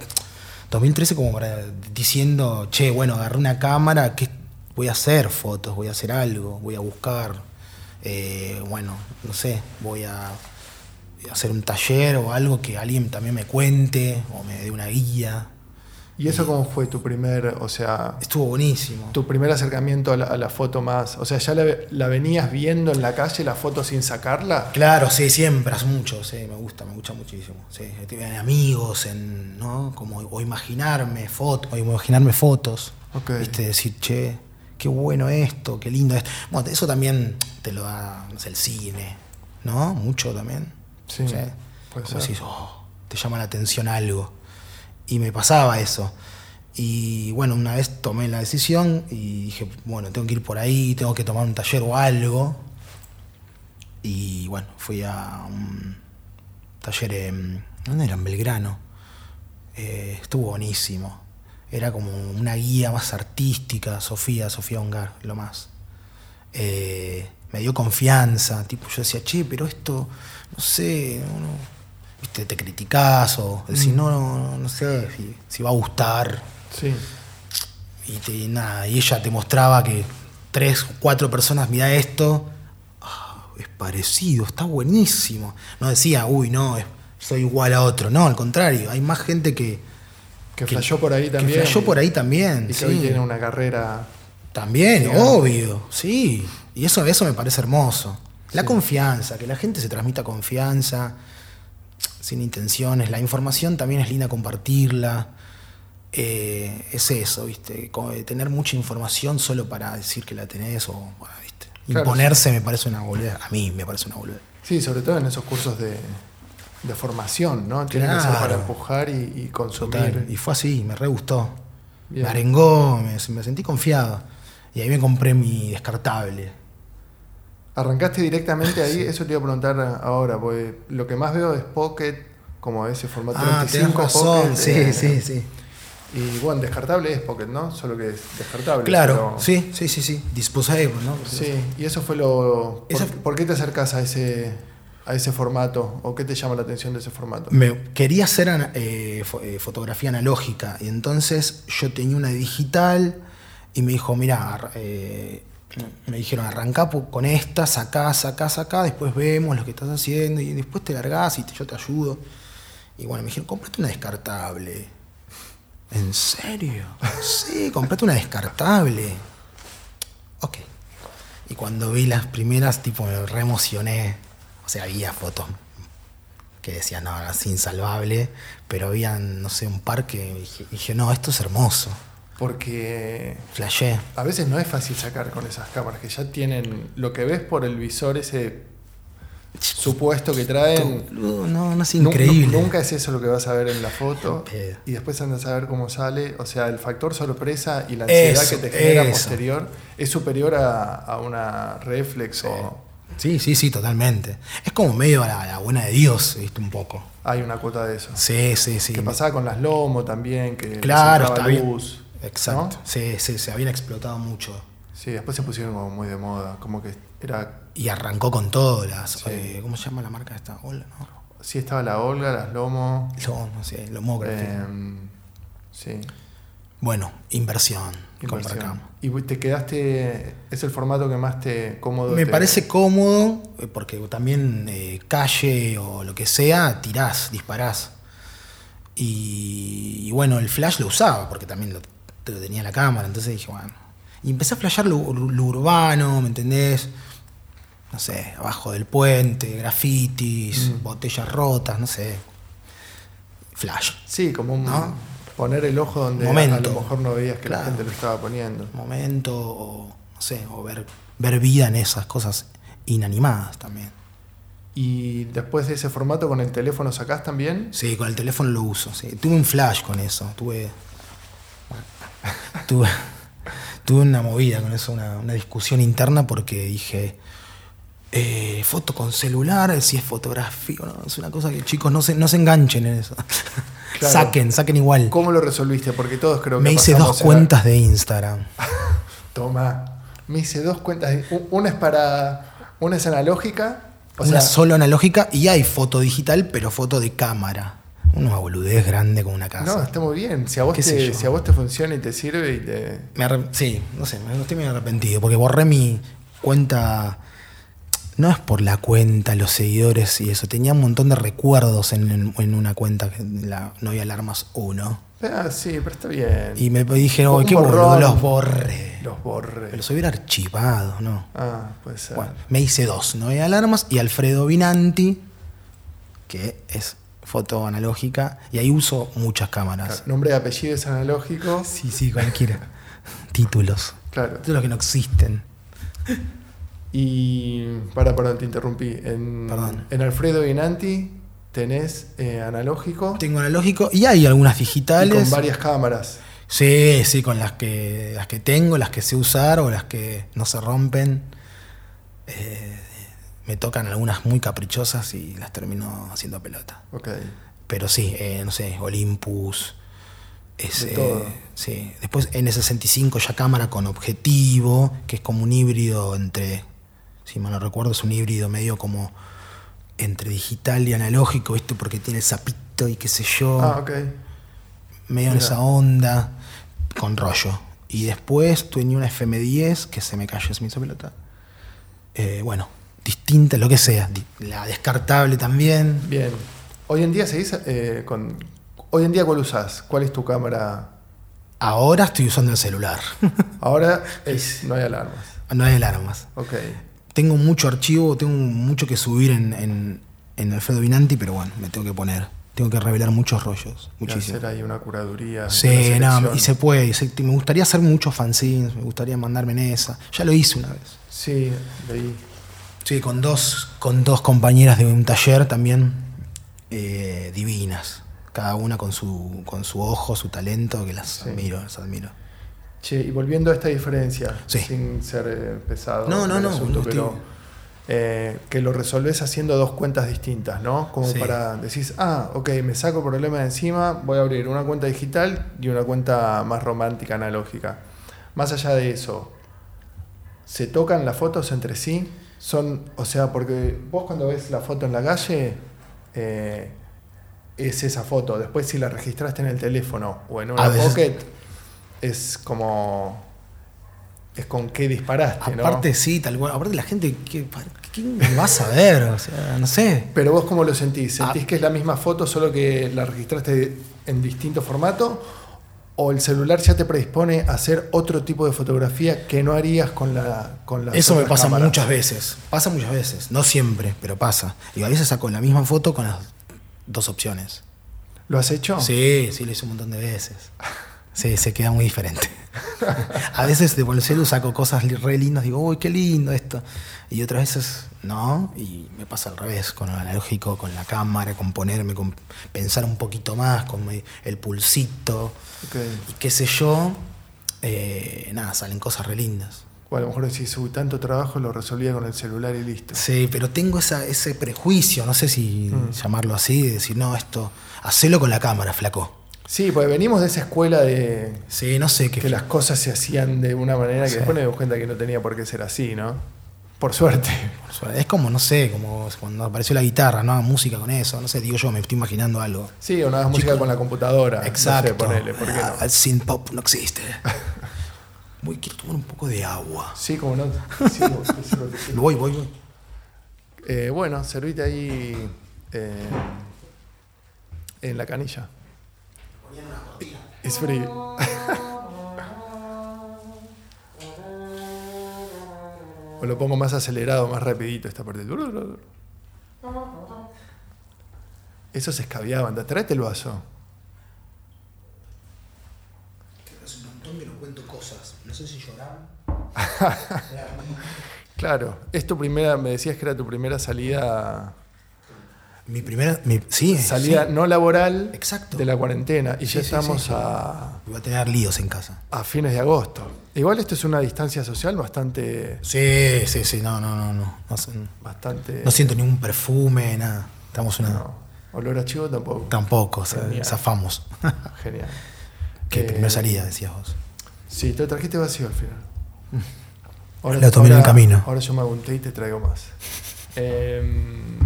[SPEAKER 2] 2013 como para diciendo, che, bueno, agarré una cámara, ¿qué voy a hacer? Fotos, voy a hacer algo, voy a buscar, eh, bueno, no sé, voy a hacer un taller o algo que alguien también me cuente o me dé una guía.
[SPEAKER 1] ¿y eso cómo fue tu primer, o sea,
[SPEAKER 2] Estuvo buenísimo.
[SPEAKER 1] tu primer acercamiento a la, a la foto más? O sea, ¿ya la, la venías viendo en la calle la foto sin sacarla?
[SPEAKER 2] Claro, sí, siempre, hace mucho, sí, me gusta, me gusta muchísimo. Sí, en amigos, en, ¿no? Como, o imaginarme fotos, o imaginarme fotos.
[SPEAKER 1] Ok.
[SPEAKER 2] Viste, decir, che, qué bueno esto, qué lindo esto. Bueno, eso también te lo da no sé, el cine, ¿no? Mucho también.
[SPEAKER 1] Sí, puede
[SPEAKER 2] Como
[SPEAKER 1] ser.
[SPEAKER 2] decís, "Oh, te llama la atención algo. Y me pasaba eso. Y bueno, una vez tomé la decisión y dije, bueno, tengo que ir por ahí, tengo que tomar un taller o algo. Y bueno, fui a un taller en. ¿Dónde era? En Belgrano. Eh, estuvo buenísimo. Era como una guía más artística, Sofía, Sofía Ongar, lo más. Eh, me dio confianza, tipo, yo decía, che, pero esto, no sé, no, no". Viste, te criticás o decís, no, no, no sé si, si va a gustar.
[SPEAKER 1] Sí.
[SPEAKER 2] Y, te- y nada, y ella te mostraba que tres, cuatro personas, mira esto, "Ah, es parecido, está buenísimo. No decía, uy, no, es- soy igual a otro. No, al contrario, hay más gente que,
[SPEAKER 1] Que,
[SPEAKER 2] Que-
[SPEAKER 1] flasheó por ahí
[SPEAKER 2] que
[SPEAKER 1] también.
[SPEAKER 2] flasheó por ahí
[SPEAKER 1] Y
[SPEAKER 2] también.
[SPEAKER 1] que
[SPEAKER 2] sí.
[SPEAKER 1] hoy tiene una carrera.
[SPEAKER 2] También,
[SPEAKER 1] Gigante.
[SPEAKER 2] obvio, sí. Y eso, eso me parece hermoso. La
[SPEAKER 1] Sí.
[SPEAKER 2] confianza, que la gente se transmita confianza, sin intenciones. La información también es linda compartirla. Eh, es eso, ¿viste? Co- eh, Tener mucha información solo para decir que la tenés o, bueno, ¿viste?
[SPEAKER 1] Claro,
[SPEAKER 2] Imponerse me parece una boludez. A mí me parece una boludez.
[SPEAKER 1] Sí, sobre todo en esos cursos de, de formación, ¿no? Tiene que ser
[SPEAKER 2] Claro.
[SPEAKER 1] para empujar y, y consumir.
[SPEAKER 2] Total. Y fue así, me re gustó.
[SPEAKER 1] Bien.
[SPEAKER 2] Me arengó, me, me sentí confiado. Y ahí me compré mi descartable.
[SPEAKER 1] Arrancaste directamente ahí, eso te iba a preguntar ahora, porque lo que más veo es Pocket, como ese formato
[SPEAKER 2] Ah, tenés
[SPEAKER 1] 35
[SPEAKER 2] razón,
[SPEAKER 1] Pocket,
[SPEAKER 2] sí,
[SPEAKER 1] eh,
[SPEAKER 2] sí, sí.
[SPEAKER 1] Y bueno, descartable es Pocket, ¿no? Solo que es descartable.
[SPEAKER 2] Claro,
[SPEAKER 1] pero-
[SPEAKER 2] sí, sí, sí, sí. Disposable, ¿no?
[SPEAKER 1] Sí, y eso fue lo... ¿por,
[SPEAKER 2] Esa-
[SPEAKER 1] por qué te acercas a ese, a ese formato? ¿O qué te llama la atención de ese formato?
[SPEAKER 2] Me quería hacer ana- eh, fo- eh, fotografía analógica y entonces yo tenía una digital y me dijo, mira, me dijeron, arrancá po- con esta, sacá, sacá, sacá, después vemos lo que estás haciendo y después te largás y te- yo te ayudo. Y bueno, me dijeron, comprate una descartable. ¿En serio? Sí, comprate una descartable. Ok. Y cuando vi las primeras, tipo, me re emocioné. O sea, había fotos que decían, no, no, es insalvable, pero habían, no sé, un parque, y dije, dije, no, esto es hermoso.
[SPEAKER 1] Porque
[SPEAKER 2] Flashé.
[SPEAKER 1] a veces no es fácil sacar con esas cámaras, que ya tienen lo que ves por el visor, ese supuesto que traen...
[SPEAKER 2] Boludo, No, no es
[SPEAKER 1] Nu- nu-
[SPEAKER 2] increíble.
[SPEAKER 1] Nunca es eso lo que vas a ver en la foto.
[SPEAKER 2] Ni en pedo.
[SPEAKER 1] Y después andas a ver cómo sale. O sea, el factor sorpresa y la ansiedad
[SPEAKER 2] Eso,
[SPEAKER 1] que te genera
[SPEAKER 2] eso.
[SPEAKER 1] posterior es superior a, a una reflex o
[SPEAKER 2] Sí, sí, sí, totalmente. Es como medio a la, la buena de Dios, viste, un poco.
[SPEAKER 1] hay una cuota de eso.
[SPEAKER 2] Sí, sí, sí.
[SPEAKER 1] Que pasaba con las lomo también, que le
[SPEAKER 2] Claro,
[SPEAKER 1] sacaba
[SPEAKER 2] está bien.
[SPEAKER 1] luz.
[SPEAKER 2] Exacto.
[SPEAKER 1] ¿no?
[SPEAKER 2] Sí, sí, se habían explotado mucho.
[SPEAKER 1] Sí, después se pusieron como muy de moda. Como que era.
[SPEAKER 2] Y arrancó con todas las.
[SPEAKER 1] Sí.
[SPEAKER 2] eh, ¿Cómo se llama la marca esta? Hola, ¿no?
[SPEAKER 1] Sí, estaba la Olga, las lomo.
[SPEAKER 2] Lo, no sé, Lomography.
[SPEAKER 1] em, sí.
[SPEAKER 2] bueno, inversión. compra
[SPEAKER 1] inversión.
[SPEAKER 2] cama.
[SPEAKER 1] Y te quedaste. Es el formato que más te cómodo.
[SPEAKER 2] Me
[SPEAKER 1] te-
[SPEAKER 2] parece cómodo, eh, porque también eh, calle o lo que sea, tirás, disparás. Y, y bueno, el flash lo usaba, porque también lo, te lo tenía la cámara, entonces dije, bueno. Y empecé a flashear lo, ur- lo urbano, ¿me entendés? No sé, abajo del puente, grafitis, botellas rotas, no sé. Flash.
[SPEAKER 1] Sí, como un-
[SPEAKER 2] ¿No?
[SPEAKER 1] poner el ojo donde
[SPEAKER 2] Momento.
[SPEAKER 1] a lo mejor no veías que la
[SPEAKER 2] Claro.
[SPEAKER 1] gente lo estaba poniendo.
[SPEAKER 2] Momento, o no sé, o ver, ver vida en esas cosas inanimadas también.
[SPEAKER 1] Y después de ese formato con el teléfono sacás también.
[SPEAKER 2] Sí, con el teléfono lo uso. sí. Tuve un flash con eso. Tuve. Tuve, tuve una movida con eso, una, una discusión interna porque dije. eh, foto con celular, si es fotografía, o no, es una cosa que chicos no se, no se enganchen en eso.
[SPEAKER 1] Claro.
[SPEAKER 2] Saquen, saquen igual.
[SPEAKER 1] ¿Cómo lo resolviste? Porque todos creo que
[SPEAKER 2] Me hice dos
[SPEAKER 1] pasamos Ah, edad.
[SPEAKER 2] cuentas de Instagram.
[SPEAKER 1] Toma. Me hice dos cuentas. de- u- Una es para. Una es analógica. O
[SPEAKER 2] una
[SPEAKER 1] sea,
[SPEAKER 2] solo analógica y hay foto digital, pero foto de cámara. Una boludez grande con una casa.
[SPEAKER 1] no, está muy bien. Si a, vos
[SPEAKER 2] ¿Qué sé
[SPEAKER 1] te,
[SPEAKER 2] yo?
[SPEAKER 1] si a vos te funciona y te sirve y te.
[SPEAKER 2] Me arrep- sí, no sé, me estoy medio arrepentido porque borré mi cuenta. No es por la cuenta, los seguidores y eso. Tenía un montón de recuerdos en, en- en una cuenta, que- en la Novia Alarmas 1.
[SPEAKER 1] Ah, sí, pero está bien.
[SPEAKER 2] Y me dije,
[SPEAKER 1] Un
[SPEAKER 2] oh, qué boludo,
[SPEAKER 1] borrón.
[SPEAKER 2] los borré.
[SPEAKER 1] Los
[SPEAKER 2] Me
[SPEAKER 1] borré.
[SPEAKER 2] los hubiera archivado, ¿no?
[SPEAKER 1] Ah, puede ser.
[SPEAKER 2] Bueno, me hice dos, Novia Alarmas y Alfredo Vinanti, que es foto analógica, y ahí uso muchas cámaras.
[SPEAKER 1] Nombre de apellido es analógico.
[SPEAKER 2] Sí, sí, cualquiera. Títulos.
[SPEAKER 1] Claro.
[SPEAKER 2] Títulos que no existen.
[SPEAKER 1] Y para, perdón, te interrumpí. En,
[SPEAKER 2] Perdón.
[SPEAKER 1] en Alfredo y Nanti tenés eh, analógico
[SPEAKER 2] Tengo analógico y hay algunas
[SPEAKER 1] y
[SPEAKER 2] digitales.
[SPEAKER 1] con varias cámaras.
[SPEAKER 2] Sí, sí, con las que las que tengo, las que sé usar o las que no se rompen. Eh, me tocan algunas muy caprichosas y las termino haciendo pelota.
[SPEAKER 1] Ok.
[SPEAKER 2] Pero sí, eh, no sé, Olympus. ese-
[SPEAKER 1] De todo.
[SPEAKER 2] sí. Después N65 ya cámara con objetivo, que es como un híbrido entre, si mal no recuerdo, es un híbrido medio como entre digital y analógico, ¿viste? Porque tiene el sapito y qué sé yo
[SPEAKER 1] Ah, ok.
[SPEAKER 2] medio
[SPEAKER 1] Mira.
[SPEAKER 2] en esa onda, con rollo. Y después tenía una FM10 que se me cayó, se me hizo pelota. Eh, bueno, distinta, lo que sea. Di- La descartable también.
[SPEAKER 1] Bien. Hoy en día seguís eh, con. Hoy en día, ¿cuál usás? ¿Cuál es tu cámara?
[SPEAKER 2] Ahora estoy usando el celular.
[SPEAKER 1] Ahora es. No hay alarmas.
[SPEAKER 2] no hay alarmas.
[SPEAKER 1] Ok.
[SPEAKER 2] Tengo mucho archivo, tengo mucho que subir en, en, en Alfredo Vinanti, pero bueno, me tengo que poner. Tengo que revelar muchos rollos.
[SPEAKER 1] Y
[SPEAKER 2] Muchísimo.
[SPEAKER 1] Hacer ahí una curaduría.
[SPEAKER 2] Sí,
[SPEAKER 1] una
[SPEAKER 2] no, y se
[SPEAKER 1] selección.
[SPEAKER 2] puede. y se- me gustaría hacer muchos fanzines, me gustaría mandarme en esa. Ya lo hice una vez.
[SPEAKER 1] Sí, leí.
[SPEAKER 2] Sí, con dos, con dos compañeras de un taller también. eh, divinas. Cada una con su, con su ojo, su talento, que las admiro, las admiro.
[SPEAKER 1] Che, y volviendo a esta diferencia,
[SPEAKER 2] Sí.
[SPEAKER 1] sin ser eh, pesado,
[SPEAKER 2] No, no,
[SPEAKER 1] el
[SPEAKER 2] no,
[SPEAKER 1] asunto,
[SPEAKER 2] no
[SPEAKER 1] pero
[SPEAKER 2] estoy-
[SPEAKER 1] eh, que lo resolvés haciendo dos cuentas distintas, ¿no? Como
[SPEAKER 2] Sí.
[SPEAKER 1] para decís, ah, ok, me saco problema de encima, voy a abrir una cuenta digital y una cuenta más romántica, analógica. Más allá de eso, ¿se tocan las fotos entre sí? Son, o sea, porque vos cuando ves la foto en la calle, eh, es esa foto. Después si la registraste en el teléfono o en una
[SPEAKER 2] A veces-
[SPEAKER 1] pocket, es como... Es con qué disparaste, ¿no?
[SPEAKER 2] Aparte, sí, tal cual. Aparte, la gente, ¿qué- para- ¿quién va a saber? O sea, no sé.
[SPEAKER 1] Pero vos cómo lo sentís?
[SPEAKER 2] Ah.
[SPEAKER 1] ¿Sentís que es la misma foto solo que la registraste en distinto formato? ¿O el celular ya te predispone a hacer otro tipo de fotografía que no harías con la con las
[SPEAKER 2] Eso me
[SPEAKER 1] otras
[SPEAKER 2] pasa
[SPEAKER 1] cámaras?
[SPEAKER 2] muchas veces. Pasa muchas veces. No siempre, pero pasa. Y a veces saco la misma foto con las dos opciones.
[SPEAKER 1] ¿Lo has
[SPEAKER 2] Oh.
[SPEAKER 1] hecho?
[SPEAKER 2] Sí, sí, lo hice un montón de veces. Sí, se queda muy diferente. a veces de por el celu saco cosas li- re lindas, digo, uy, qué lindo esto. Y otras veces no, y me pasa al revés, con lo analógico, con la cámara, con ponerme, con pensar un poquito más, con mi- el pulsito,
[SPEAKER 1] Ok.
[SPEAKER 2] y qué sé yo. Eh, nada, salen cosas re lindas.
[SPEAKER 1] O a lo mejor decís, uy, tanto trabajo lo resolvía con el celular y listo.
[SPEAKER 2] Sí, Mm. pero tengo esa- ese prejuicio, no sé si llamarlo así, de decir, no, esto, hacelo con la cámara, flaco.
[SPEAKER 1] Sí, porque venimos de esa escuela de
[SPEAKER 2] Sí, no sé qué.
[SPEAKER 1] que las cosas se hacían de una manera que
[SPEAKER 2] Sí.
[SPEAKER 1] después nos dimos cuenta que no tenía por qué ser así, ¿no? Por suerte.
[SPEAKER 2] O sea, Es como, no sé, como cuando apareció la guitarra, ¿no? Música con eso, no sé, digo yo, me estoy imaginando algo.
[SPEAKER 1] Sí, o no hagas música con la computadora. Ah, no sé,
[SPEAKER 2] Exacto. Ah,
[SPEAKER 1] ponele, ¿por qué no?
[SPEAKER 2] El synth pop no existe. Voy, quiero tomar un poco de agua.
[SPEAKER 1] Sí, como no. Sí, como- sí, como- sí.
[SPEAKER 2] Voy, voy, voy.
[SPEAKER 1] Eh, bueno, servite ahí eh, en la canilla. Es frío. o lo pongo más acelerado, más rapidito esta parte. Eso se escabiaba, anda, tráete el vaso.
[SPEAKER 2] Hace un montón que no cuento cosas. No sé si llorar.
[SPEAKER 1] Claro, es tu primera, me decías que era tu primera salida,
[SPEAKER 2] Mi primera. Mi, sí,
[SPEAKER 1] salida
[SPEAKER 2] Eh, sí.
[SPEAKER 1] no laboral
[SPEAKER 2] Exacto.
[SPEAKER 1] de la cuarentena y ya
[SPEAKER 2] sí, sí,
[SPEAKER 1] estamos
[SPEAKER 2] sí.
[SPEAKER 1] a...
[SPEAKER 2] Voy a tener líos en casa.
[SPEAKER 1] a fines de agosto. Igual esto es una distancia social bastante.
[SPEAKER 2] Sí, sí, sí, no, no, no, no. No, sé, no.
[SPEAKER 1] bastante
[SPEAKER 2] No siento ningún perfume, nada. Estamos una.
[SPEAKER 1] no. Olor a chivo tampoco.
[SPEAKER 2] Tampoco, o sea,
[SPEAKER 1] Genial.
[SPEAKER 2] zafamos.
[SPEAKER 1] Genial.
[SPEAKER 2] que
[SPEAKER 1] Eh,
[SPEAKER 2] primera salida, decías vos.
[SPEAKER 1] Sí, te lo trajiste vacío al final. Ahora,
[SPEAKER 2] Lo tomé en el
[SPEAKER 1] ahora-
[SPEAKER 2] camino.
[SPEAKER 1] Ahora yo me hago un té y te traigo más. Em,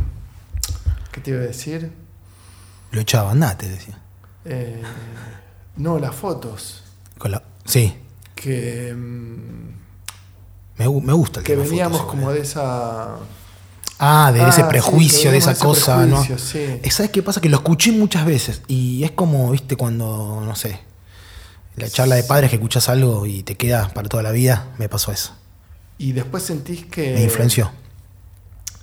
[SPEAKER 1] ¿Qué te iba a decir?
[SPEAKER 2] Lo echaba, andate, decía.
[SPEAKER 1] Eh, no, las fotos.
[SPEAKER 2] Con la- sí,
[SPEAKER 1] Que, em,
[SPEAKER 2] me, gu- me gusta el
[SPEAKER 1] que
[SPEAKER 2] tema
[SPEAKER 1] veníamos
[SPEAKER 2] fotos,
[SPEAKER 1] como
[SPEAKER 2] igual.
[SPEAKER 1] de esa.
[SPEAKER 2] Ah, de
[SPEAKER 1] Ah,
[SPEAKER 2] ese
[SPEAKER 1] sí,
[SPEAKER 2] prejuicio,
[SPEAKER 1] que
[SPEAKER 2] de
[SPEAKER 1] veníamos
[SPEAKER 2] esa
[SPEAKER 1] de ese
[SPEAKER 2] cosa, ¿no?
[SPEAKER 1] prejuicio, sí.
[SPEAKER 2] Eh, ¿Sabes qué pasa? Que lo escuché muchas veces y es como, viste, cuando, no sé, la charla de padres que escuchas algo y te quedas para toda la vida, me pasó eso.
[SPEAKER 1] Y después sentís que.
[SPEAKER 2] Me influenció.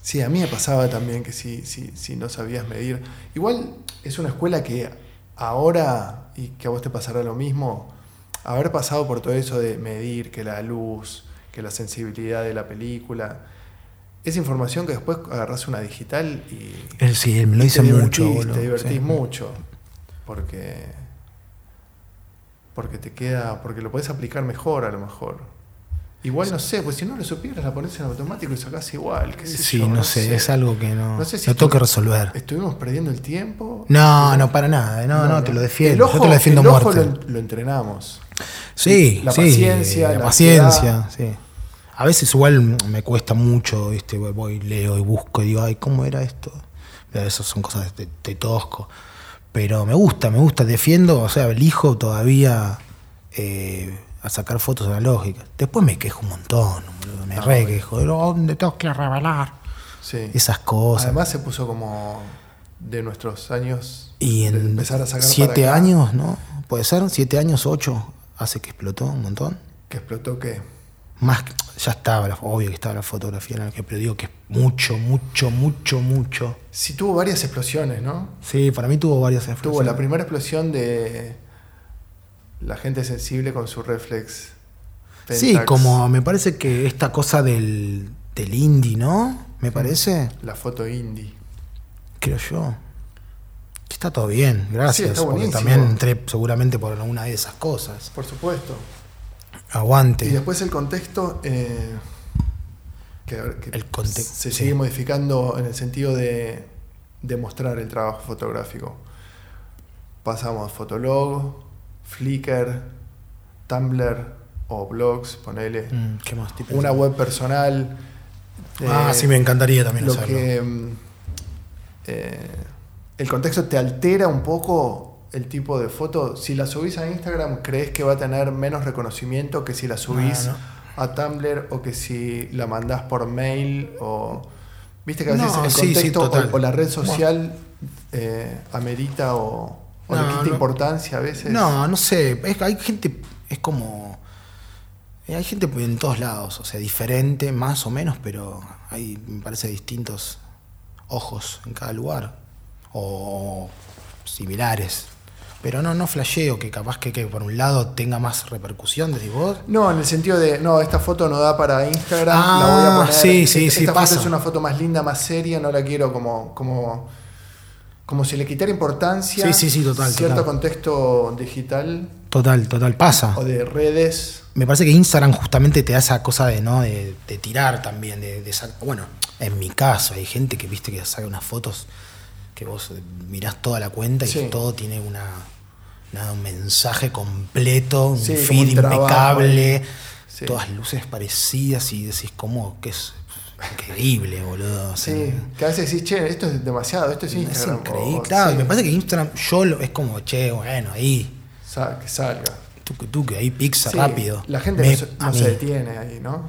[SPEAKER 1] Sí, a mí me pasaba también que si, si, si no sabías medir. Igual es una escuela que ahora, y que a vos te pasará lo mismo, haber pasado por todo eso de medir, que la luz, que la sensibilidad de la película, es información que después agarrás una digital y
[SPEAKER 2] Eh, Sí, me lo
[SPEAKER 1] te
[SPEAKER 2] hice mucho,
[SPEAKER 1] divertís,
[SPEAKER 2] boludo,
[SPEAKER 1] te divertís
[SPEAKER 2] sí.
[SPEAKER 1] mucho. Porque, porque te queda, porque lo podés aplicar mejor a lo mejor. Igual no sé, pues si no lo supieras la pones en automático y sacás igual. qué sé
[SPEAKER 2] Sí,
[SPEAKER 1] yo,
[SPEAKER 2] no, sé, es algo que no,
[SPEAKER 1] No sé si
[SPEAKER 2] lo tengo
[SPEAKER 1] esto-
[SPEAKER 2] que resolver.
[SPEAKER 1] Estuvimos perdiendo el tiempo.
[SPEAKER 2] No, no, para nada, no, no, te lo
[SPEAKER 1] El
[SPEAKER 2] defiendo,
[SPEAKER 1] ojo-
[SPEAKER 2] yo te lo defiendo
[SPEAKER 1] el
[SPEAKER 2] a
[SPEAKER 1] ojo
[SPEAKER 2] muerte.
[SPEAKER 1] lo, lo entrenamos.
[SPEAKER 2] Sí,
[SPEAKER 1] La
[SPEAKER 2] sí,
[SPEAKER 1] paciencia,
[SPEAKER 2] la,
[SPEAKER 1] la
[SPEAKER 2] paciencia, sí. A veces igual me cuesta mucho, ¿viste? voy- voy, leo y busco y digo, ay, ¿cómo era esto? Pero eso son cosas de, de tosco. Pero me gusta, me gusta, defiendo, o sea, elijo todavía eh, a sacar fotos analógicas. Después me quejo un montón, boludo,
[SPEAKER 1] Ah,
[SPEAKER 2] me re quejo, digo, ¿dónde tengo que revelar?
[SPEAKER 1] Sí.
[SPEAKER 2] Esas cosas.
[SPEAKER 1] Además se puso como de nuestros años
[SPEAKER 2] y
[SPEAKER 1] de
[SPEAKER 2] en
[SPEAKER 1] empezar a sacar para
[SPEAKER 2] siete
[SPEAKER 1] acá,
[SPEAKER 2] años, ¿no? Puede ser, siete años, ocho, hace que explotó un montón.
[SPEAKER 1] que explotó que
[SPEAKER 2] más que- ya estaba la- obvio que estaba la fotografía en el que pero digo que es mucho mucho mucho mucho
[SPEAKER 1] sí tuvo varias explosiones, ¿no?
[SPEAKER 2] sí para mí tuvo varias
[SPEAKER 1] Tuvo
[SPEAKER 2] influencias
[SPEAKER 1] la primera explosión de la gente sensible con su reflex.
[SPEAKER 2] sí
[SPEAKER 1] Pentax,
[SPEAKER 2] como me parece que esta cosa del
[SPEAKER 1] Mm.
[SPEAKER 2] del indie no me parece
[SPEAKER 1] La foto indie.
[SPEAKER 2] creo yo Está todo bien, gracias.
[SPEAKER 1] Sí, está
[SPEAKER 2] porque
[SPEAKER 1] buenísimo.
[SPEAKER 2] también entré seguramente por alguna de esas cosas.
[SPEAKER 1] Por supuesto.
[SPEAKER 2] Aguante.
[SPEAKER 1] Y después el contexto. eh, que, que
[SPEAKER 2] El conte-
[SPEAKER 1] se
[SPEAKER 2] sí.
[SPEAKER 1] sigue modificando en el sentido de, de mostrar el trabajo fotográfico. Pasamos a Fotolog, Flickr, Tumblr o blogs, ponele.
[SPEAKER 2] Mm, ¿Qué más? Estoy
[SPEAKER 1] Una
[SPEAKER 2] pensando.
[SPEAKER 1] web personal.
[SPEAKER 2] Ah,
[SPEAKER 1] eh,
[SPEAKER 2] sí, me encantaría también
[SPEAKER 1] lo
[SPEAKER 2] hacerlo.
[SPEAKER 1] que mm, eh, el contexto te altera un poco el tipo de foto. Si la subís a Instagram, crees que va a tener menos reconocimiento que si la subís
[SPEAKER 2] No, Ah, no.
[SPEAKER 1] a Tumblr o que si la mandás por mail o viste que a
[SPEAKER 2] No,
[SPEAKER 1] veces el
[SPEAKER 2] sí, sí,
[SPEAKER 1] contexto
[SPEAKER 2] total.
[SPEAKER 1] o, o la red social eh, amerita o, o le
[SPEAKER 2] No,
[SPEAKER 1] quita
[SPEAKER 2] no.
[SPEAKER 1] importancia a veces.
[SPEAKER 2] No, no sé. Es- hay gente, es como. eh, Hay gente en todos lados, o sea, diferente, más o menos, pero hay, me parece, distintos ojos en cada lugar. O similares. Pero no, no flasheo que capaz que, que por un lado tenga más repercusión, decís vos.
[SPEAKER 1] No, en el sentido de, no, esta foto no da para Instagram, la
[SPEAKER 2] Ah,
[SPEAKER 1] voy a poner.
[SPEAKER 2] sí, sí,
[SPEAKER 1] esta
[SPEAKER 2] sí,
[SPEAKER 1] esta
[SPEAKER 2] pasa.
[SPEAKER 1] foto es una foto más linda, más seria, no la quiero como, como, como si le quitara importancia
[SPEAKER 2] Sí, sí, sí, total,
[SPEAKER 1] cierto
[SPEAKER 2] total.
[SPEAKER 1] contexto digital
[SPEAKER 2] Total, total, pasa.
[SPEAKER 1] o de redes.
[SPEAKER 2] Me parece que Instagram justamente te da esa cosa de, ¿no? de, de tirar también, de, de sa- Bueno, en mi caso, hay gente que viste que saca unas fotos que vos mirás toda la cuenta y
[SPEAKER 1] Sí.
[SPEAKER 2] todo tiene una, una- un mensaje completo, un
[SPEAKER 1] Sí, como
[SPEAKER 2] feed
[SPEAKER 1] un trabajo.
[SPEAKER 2] impecable,
[SPEAKER 1] Sí.
[SPEAKER 2] todas luces parecidas y decís cómo que es increíble, boludo. o sea,
[SPEAKER 1] Sí, que a veces decís, che, esto es demasiado, esto es
[SPEAKER 2] Es
[SPEAKER 1] Instagram.
[SPEAKER 2] increíble.
[SPEAKER 1] o-
[SPEAKER 2] claro,
[SPEAKER 1] sí,
[SPEAKER 2] me parece que Instagram, yo lo- es como, che, bueno, ahí,
[SPEAKER 1] sa- que salga.
[SPEAKER 2] tuque, tuque, ahí pixa
[SPEAKER 1] Sí,
[SPEAKER 2] rápido.
[SPEAKER 1] La gente
[SPEAKER 2] Me-
[SPEAKER 1] no, se-
[SPEAKER 2] a
[SPEAKER 1] no se
[SPEAKER 2] mí.
[SPEAKER 1] detiene ahí, ¿no?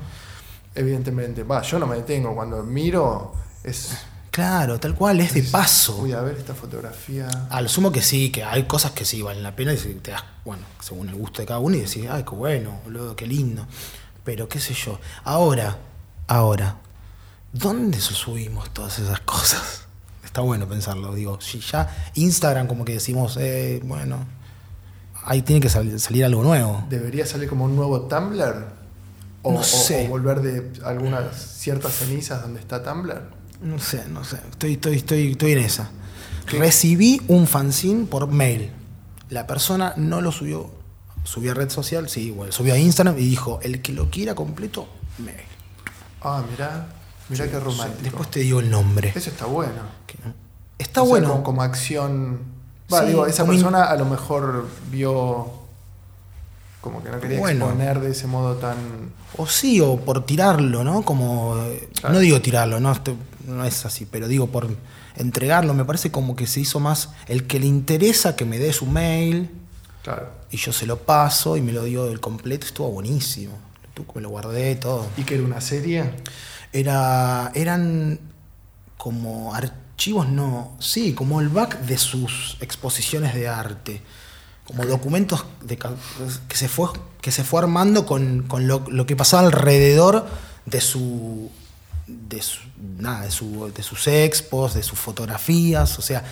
[SPEAKER 1] Evidentemente. Va, yo no me detengo. Cuando miro, es.
[SPEAKER 2] Claro, tal cual, es de paso.
[SPEAKER 1] Voy a ver esta fotografía.
[SPEAKER 2] A lo sumo que sí, que hay cosas que sí valen la pena y si te das, bueno, según el gusto de cada uno y decís, ay, qué bueno, boludo, qué lindo. Pero qué sé yo. Ahora, ahora, ¿dónde se subimos todas esas cosas? Está bueno pensarlo, digo. Si ya Instagram, como que decimos, eh, bueno, ahí tiene que sal- salir algo nuevo.
[SPEAKER 1] ¿Debería salir como un nuevo Tumblr? O,
[SPEAKER 2] No
[SPEAKER 1] o-
[SPEAKER 2] sé.
[SPEAKER 1] o volver de algunas ciertas cenizas donde está Tumblr.
[SPEAKER 2] No sé, no sé. Estoy, estoy, estoy, estoy en esa. Recibí un fanzine por mail. La persona no lo subió. Subió a red social, sí, igual. Subió a Instagram y dijo, el que lo quiera completo, mail.
[SPEAKER 1] Ah, mirá, mirá qué romántico.
[SPEAKER 2] Después te digo el nombre.
[SPEAKER 1] Eso está bueno.
[SPEAKER 2] Que no- Está
[SPEAKER 1] O sea,
[SPEAKER 2] bueno.
[SPEAKER 1] Como, como acción. Va,
[SPEAKER 2] Sí,
[SPEAKER 1] digo, esa
[SPEAKER 2] como in-
[SPEAKER 1] persona a lo mejor vio como que no quería
[SPEAKER 2] Bueno.
[SPEAKER 1] exponer de ese modo tan.
[SPEAKER 2] O sí, o por tirarlo, ¿no? Como. eh, No digo tirarlo, no, esto- no es así, pero digo por entregarlo. Me parece como que se hizo más el que le interesa que me dé su mail.
[SPEAKER 1] Claro.
[SPEAKER 2] Y yo se lo paso y me lo dio el completo, estuvo buenísimo. Lo tuve, Me lo guardé todo.
[SPEAKER 1] ¿Y que era una serie?
[SPEAKER 2] Era, eran como archivos, no, sí, como el back de sus exposiciones de arte. Como documentos de, ca- que, se fue, que se fue armando con, con lo, lo que pasaba alrededor de su. De su, nada, de, su- de sus expos, de sus fotografías, o sea,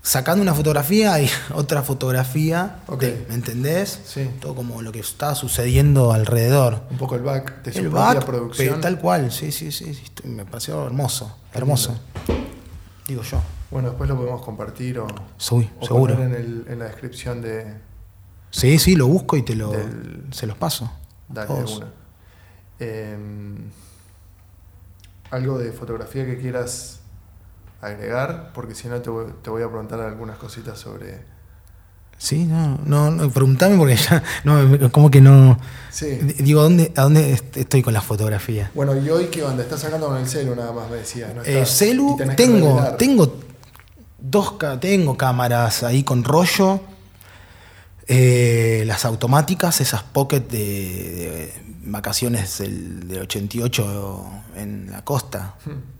[SPEAKER 2] sacando una fotografía y otra fotografía,
[SPEAKER 1] Ok.
[SPEAKER 2] de- ¿me entendés?
[SPEAKER 1] Sí.
[SPEAKER 2] Todo como lo que estaba sucediendo alrededor
[SPEAKER 1] Un poco el back de su
[SPEAKER 2] el
[SPEAKER 1] propia
[SPEAKER 2] back,
[SPEAKER 1] producción.
[SPEAKER 2] pero tal cual, sí, sí, sí, sí, estoy- me pareció hermoso, hermoso. Digo yo,
[SPEAKER 1] Bueno, después lo podemos compartir o,
[SPEAKER 2] soy,
[SPEAKER 1] o
[SPEAKER 2] seguro.
[SPEAKER 1] poner en, el- en la descripción de,
[SPEAKER 2] Sí, sí, lo busco y te lo,
[SPEAKER 1] del-
[SPEAKER 2] se los paso.
[SPEAKER 1] Dale,
[SPEAKER 2] Todos.
[SPEAKER 1] de una. Em, algo de fotografía que quieras agregar, porque si no te voy, te voy a preguntar algunas cositas sobre...
[SPEAKER 2] Sí, no, no, no, preguntame porque ya, no, me- como que no,
[SPEAKER 1] Sí.
[SPEAKER 2] D- digo, ¿a dónde, a dónde est- estoy con la fotografía?
[SPEAKER 1] Bueno, ¿y hoy qué onda? Estás sacando con el celu nada más, me decías. ¿no?
[SPEAKER 2] Eh,
[SPEAKER 1] Estás- y
[SPEAKER 2] celu,
[SPEAKER 1] tenés que
[SPEAKER 2] tengo,
[SPEAKER 1] revelar.
[SPEAKER 2] tengo dos, ca- tengo cámaras ahí con rollo, eh, las automáticas, esas pocket de, de vacaciones del, del 88 en la costa.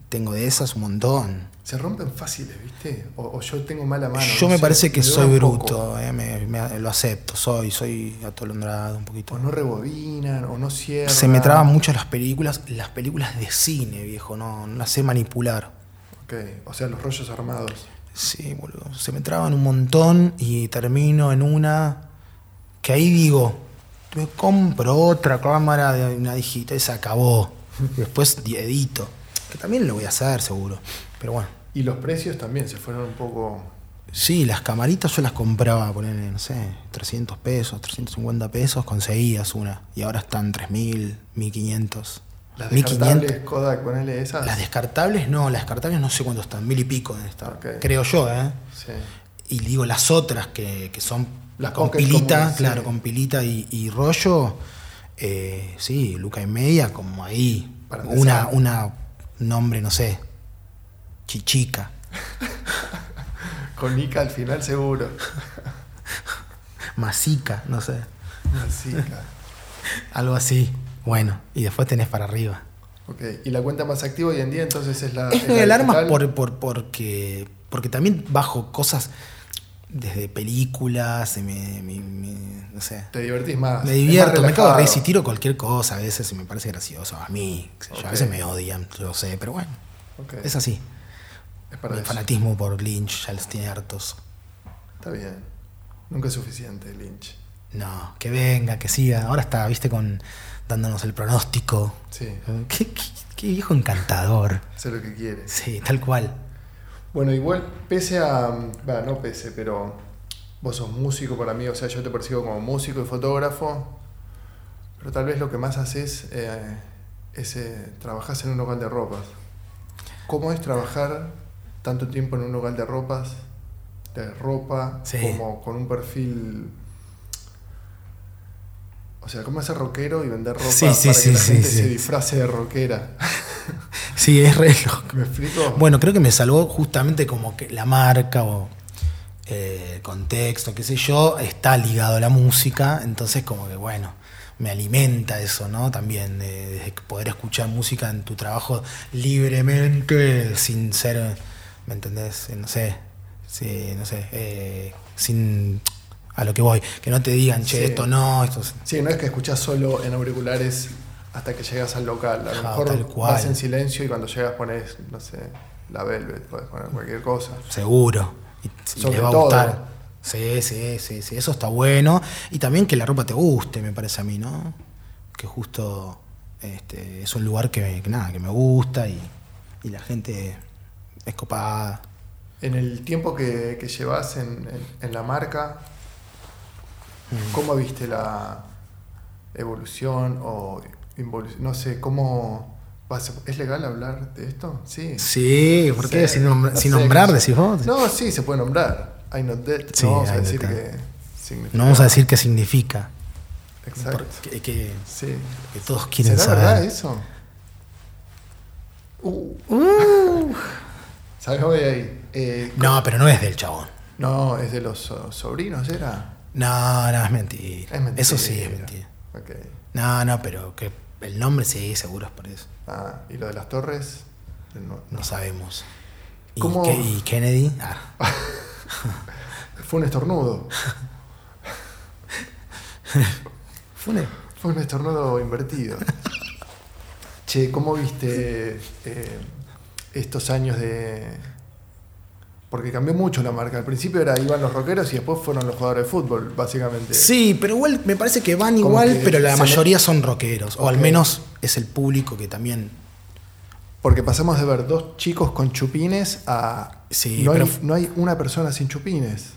[SPEAKER 2] Tengo de esas un montón.
[SPEAKER 1] Hmm. Se rompen fáciles, ¿viste? O, o yo tengo mala mano.
[SPEAKER 2] Yo
[SPEAKER 1] no
[SPEAKER 2] me
[SPEAKER 1] sé,
[SPEAKER 2] parece que
[SPEAKER 1] me
[SPEAKER 2] soy
[SPEAKER 1] duran poco.
[SPEAKER 2] bruto, eh, me- me- lo acepto, soy, soy atolondrado un poquito.
[SPEAKER 1] O Pues no rebobinan, o no cierran.
[SPEAKER 2] Se me traban mucho las películas, las películas de cine, viejo, no, no las sé manipular.
[SPEAKER 1] Ok, o sea, los rollos armados.
[SPEAKER 2] Sí, boludo. Se me traban un montón y termino en una que ahí digo, me compro otra cámara de una digital y se acabó. Después di- edito. Que también lo voy a hacer seguro. Pero bueno,
[SPEAKER 1] Y los precios también se fueron un poco...
[SPEAKER 2] Sí, las camaritas yo las compraba, ponerle, no sé, 300 pesos, 350 pesos, conseguías una. Y ahora están 3.000, 1.500.
[SPEAKER 1] Las
[SPEAKER 2] 1500.
[SPEAKER 1] descartables Kodak, ponele esas.
[SPEAKER 2] Las descartables, no, las descartables no sé cuánto están, mil y pico deben estar.
[SPEAKER 1] Ok.
[SPEAKER 2] Creo yo, ¿eh?
[SPEAKER 1] Sí.
[SPEAKER 2] Y digo, las otras que, que son
[SPEAKER 1] Las
[SPEAKER 2] con
[SPEAKER 1] pocket
[SPEAKER 2] pilita,
[SPEAKER 1] comunes, sí.
[SPEAKER 2] claro, con pilita y, y rollo, eh, sí, Luca y media, como ahí.
[SPEAKER 1] Para
[SPEAKER 2] una,
[SPEAKER 1] empezar.
[SPEAKER 2] una, nombre, no sé, chichica.
[SPEAKER 1] Con Nika al final seguro.
[SPEAKER 2] Masica, no sé.
[SPEAKER 1] Así, claro.
[SPEAKER 2] Algo así. Bueno, y después tenés para arriba.
[SPEAKER 1] Ok, y la cuenta más activa hoy en día entonces Ah, es la.
[SPEAKER 2] Es
[SPEAKER 1] la
[SPEAKER 2] lo del armas
[SPEAKER 1] digital?
[SPEAKER 2] por, por- porque, porque también bajo cosas desde películas, y me- me- me- no sé.
[SPEAKER 1] Te divertís más.
[SPEAKER 2] Me
[SPEAKER 1] es más
[SPEAKER 2] divierto, me cago de reír.
[SPEAKER 1] relajado.
[SPEAKER 2] Si tiro cualquier cosa a veces y me parece gracioso a mí. qué sé yo,
[SPEAKER 1] Ok.
[SPEAKER 2] a veces me odian, yo sé, pero bueno,
[SPEAKER 1] Ok,
[SPEAKER 2] es así.
[SPEAKER 1] es para
[SPEAKER 2] El
[SPEAKER 1] eso.
[SPEAKER 2] fanatismo por Lynch ya los tiene hartos.
[SPEAKER 1] Está bien. Nunca es suficiente, Lynch.
[SPEAKER 2] No, que venga, que siga. Ahora está, viste, con dándonos el pronóstico.
[SPEAKER 1] Sí,
[SPEAKER 2] Qué, qué- qué viejo encantador.
[SPEAKER 1] hace lo que quiere.
[SPEAKER 2] Sí, tal cual.
[SPEAKER 1] Bueno, igual, pese a. Bueno, no pese, pero. Vos sos músico para mí, o sea, yo te percibo como músico y fotógrafo. Pero tal vez lo que más haces eh, es. eh, trabajás en un local de ropas. ¿Cómo es trabajar tanto tiempo en un local de ropas? De ropa,
[SPEAKER 2] Sí.
[SPEAKER 1] como con un perfil. O sea, ¿cómo hacer rockero y vender ropa
[SPEAKER 2] Sí,
[SPEAKER 1] para
[SPEAKER 2] sí,
[SPEAKER 1] que
[SPEAKER 2] sí,
[SPEAKER 1] la
[SPEAKER 2] sí,
[SPEAKER 1] gente
[SPEAKER 2] sí.
[SPEAKER 1] se disfrace de rockera?
[SPEAKER 2] Sí, es re loco.
[SPEAKER 1] ¿Me explico?
[SPEAKER 2] Bueno, creo que me salvó justamente como que la marca o eh, el contexto, qué sé yo, está ligado a la música, entonces como que bueno, me alimenta eso, ¿no? También eh, desde que poder escuchar música en tu trabajo libremente, sin ser, ¿me entendés? Eh, No sé, sí, no sé, eh, sin a lo que voy, que no te digan, che,
[SPEAKER 1] Sí.
[SPEAKER 2] esto no, esto es-
[SPEAKER 1] Sí, no es que escuchás solo en auriculares hasta que llegas al local. A lo
[SPEAKER 2] Ah, tal
[SPEAKER 1] mejor
[SPEAKER 2] cual.
[SPEAKER 1] vas en silencio y cuando llegas pones, no sé, la Velvet, podés poner cualquier cosa.
[SPEAKER 2] Seguro. Y, y
[SPEAKER 1] Sobre
[SPEAKER 2] les va a
[SPEAKER 1] todo.
[SPEAKER 2] gustar. Sí, sí, sí, sí. Eso está bueno. Y también que la ropa te guste, me parece a mí, ¿no? Que justo este, es un lugar que, me- que nada, que me gusta y, y la gente es copada.
[SPEAKER 1] En el tiempo que, que llevas en, en- en la marca,
[SPEAKER 2] Mm.
[SPEAKER 1] ¿cómo viste la evolución o involución? No sé, ¿cómo vas a- ¿Es legal hablar de esto? Sí.
[SPEAKER 2] Sí, ¿por qué?
[SPEAKER 1] Sí.
[SPEAKER 2] Sin, nombra-
[SPEAKER 1] No
[SPEAKER 2] sin
[SPEAKER 1] sé,
[SPEAKER 2] nombrar,
[SPEAKER 1] qué sé
[SPEAKER 2] decís vos. No,
[SPEAKER 1] No, sí, se puede nombrar. I not dead.
[SPEAKER 2] Sí,
[SPEAKER 1] no vamos a
[SPEAKER 2] I Not
[SPEAKER 1] decir
[SPEAKER 2] Dead.
[SPEAKER 1] que significa.
[SPEAKER 2] vamos a decir qué significa.
[SPEAKER 1] Exacto.
[SPEAKER 2] Porque- que,
[SPEAKER 1] Sí.
[SPEAKER 2] que todos quieren
[SPEAKER 1] ¿Será
[SPEAKER 2] saber.
[SPEAKER 1] verdad eso? Uh. ¿Sabes voy ahí? Eh,
[SPEAKER 2] No, pero no es del chabón.
[SPEAKER 1] no, es de los so- sobrinos, ¿era?
[SPEAKER 2] No, no, es mentira.
[SPEAKER 1] Es mentira.
[SPEAKER 2] Eso sí es mentira.
[SPEAKER 1] Ok.
[SPEAKER 2] No, no, pero que el nombre sí, seguro es por eso.
[SPEAKER 1] Ah, ¿y lo de las torres? No.
[SPEAKER 2] No sabemos. ¿Y,
[SPEAKER 1] ¿Cómo?
[SPEAKER 2] Ke- y Kennedy? Ah.
[SPEAKER 1] Fue un estornudo.
[SPEAKER 2] Fue una-
[SPEAKER 1] Fue un estornudo invertido. che, ¿cómo viste eh, estos años de...? Porque cambió mucho la marca. Al principio era, iban los rockeros y después fueron los jugadores de fútbol, básicamente.
[SPEAKER 2] Sí, pero igual me parece que van
[SPEAKER 1] Como
[SPEAKER 2] igual,
[SPEAKER 1] que
[SPEAKER 2] pero la
[SPEAKER 1] se
[SPEAKER 2] mayoría son rockeros. O al
[SPEAKER 1] Ok.
[SPEAKER 2] menos es el público que también.
[SPEAKER 1] Porque pasamos de ver dos chicos con chupines a.
[SPEAKER 2] Sí,
[SPEAKER 1] no,
[SPEAKER 2] pero-
[SPEAKER 1] hay, no hay una persona sin chupines.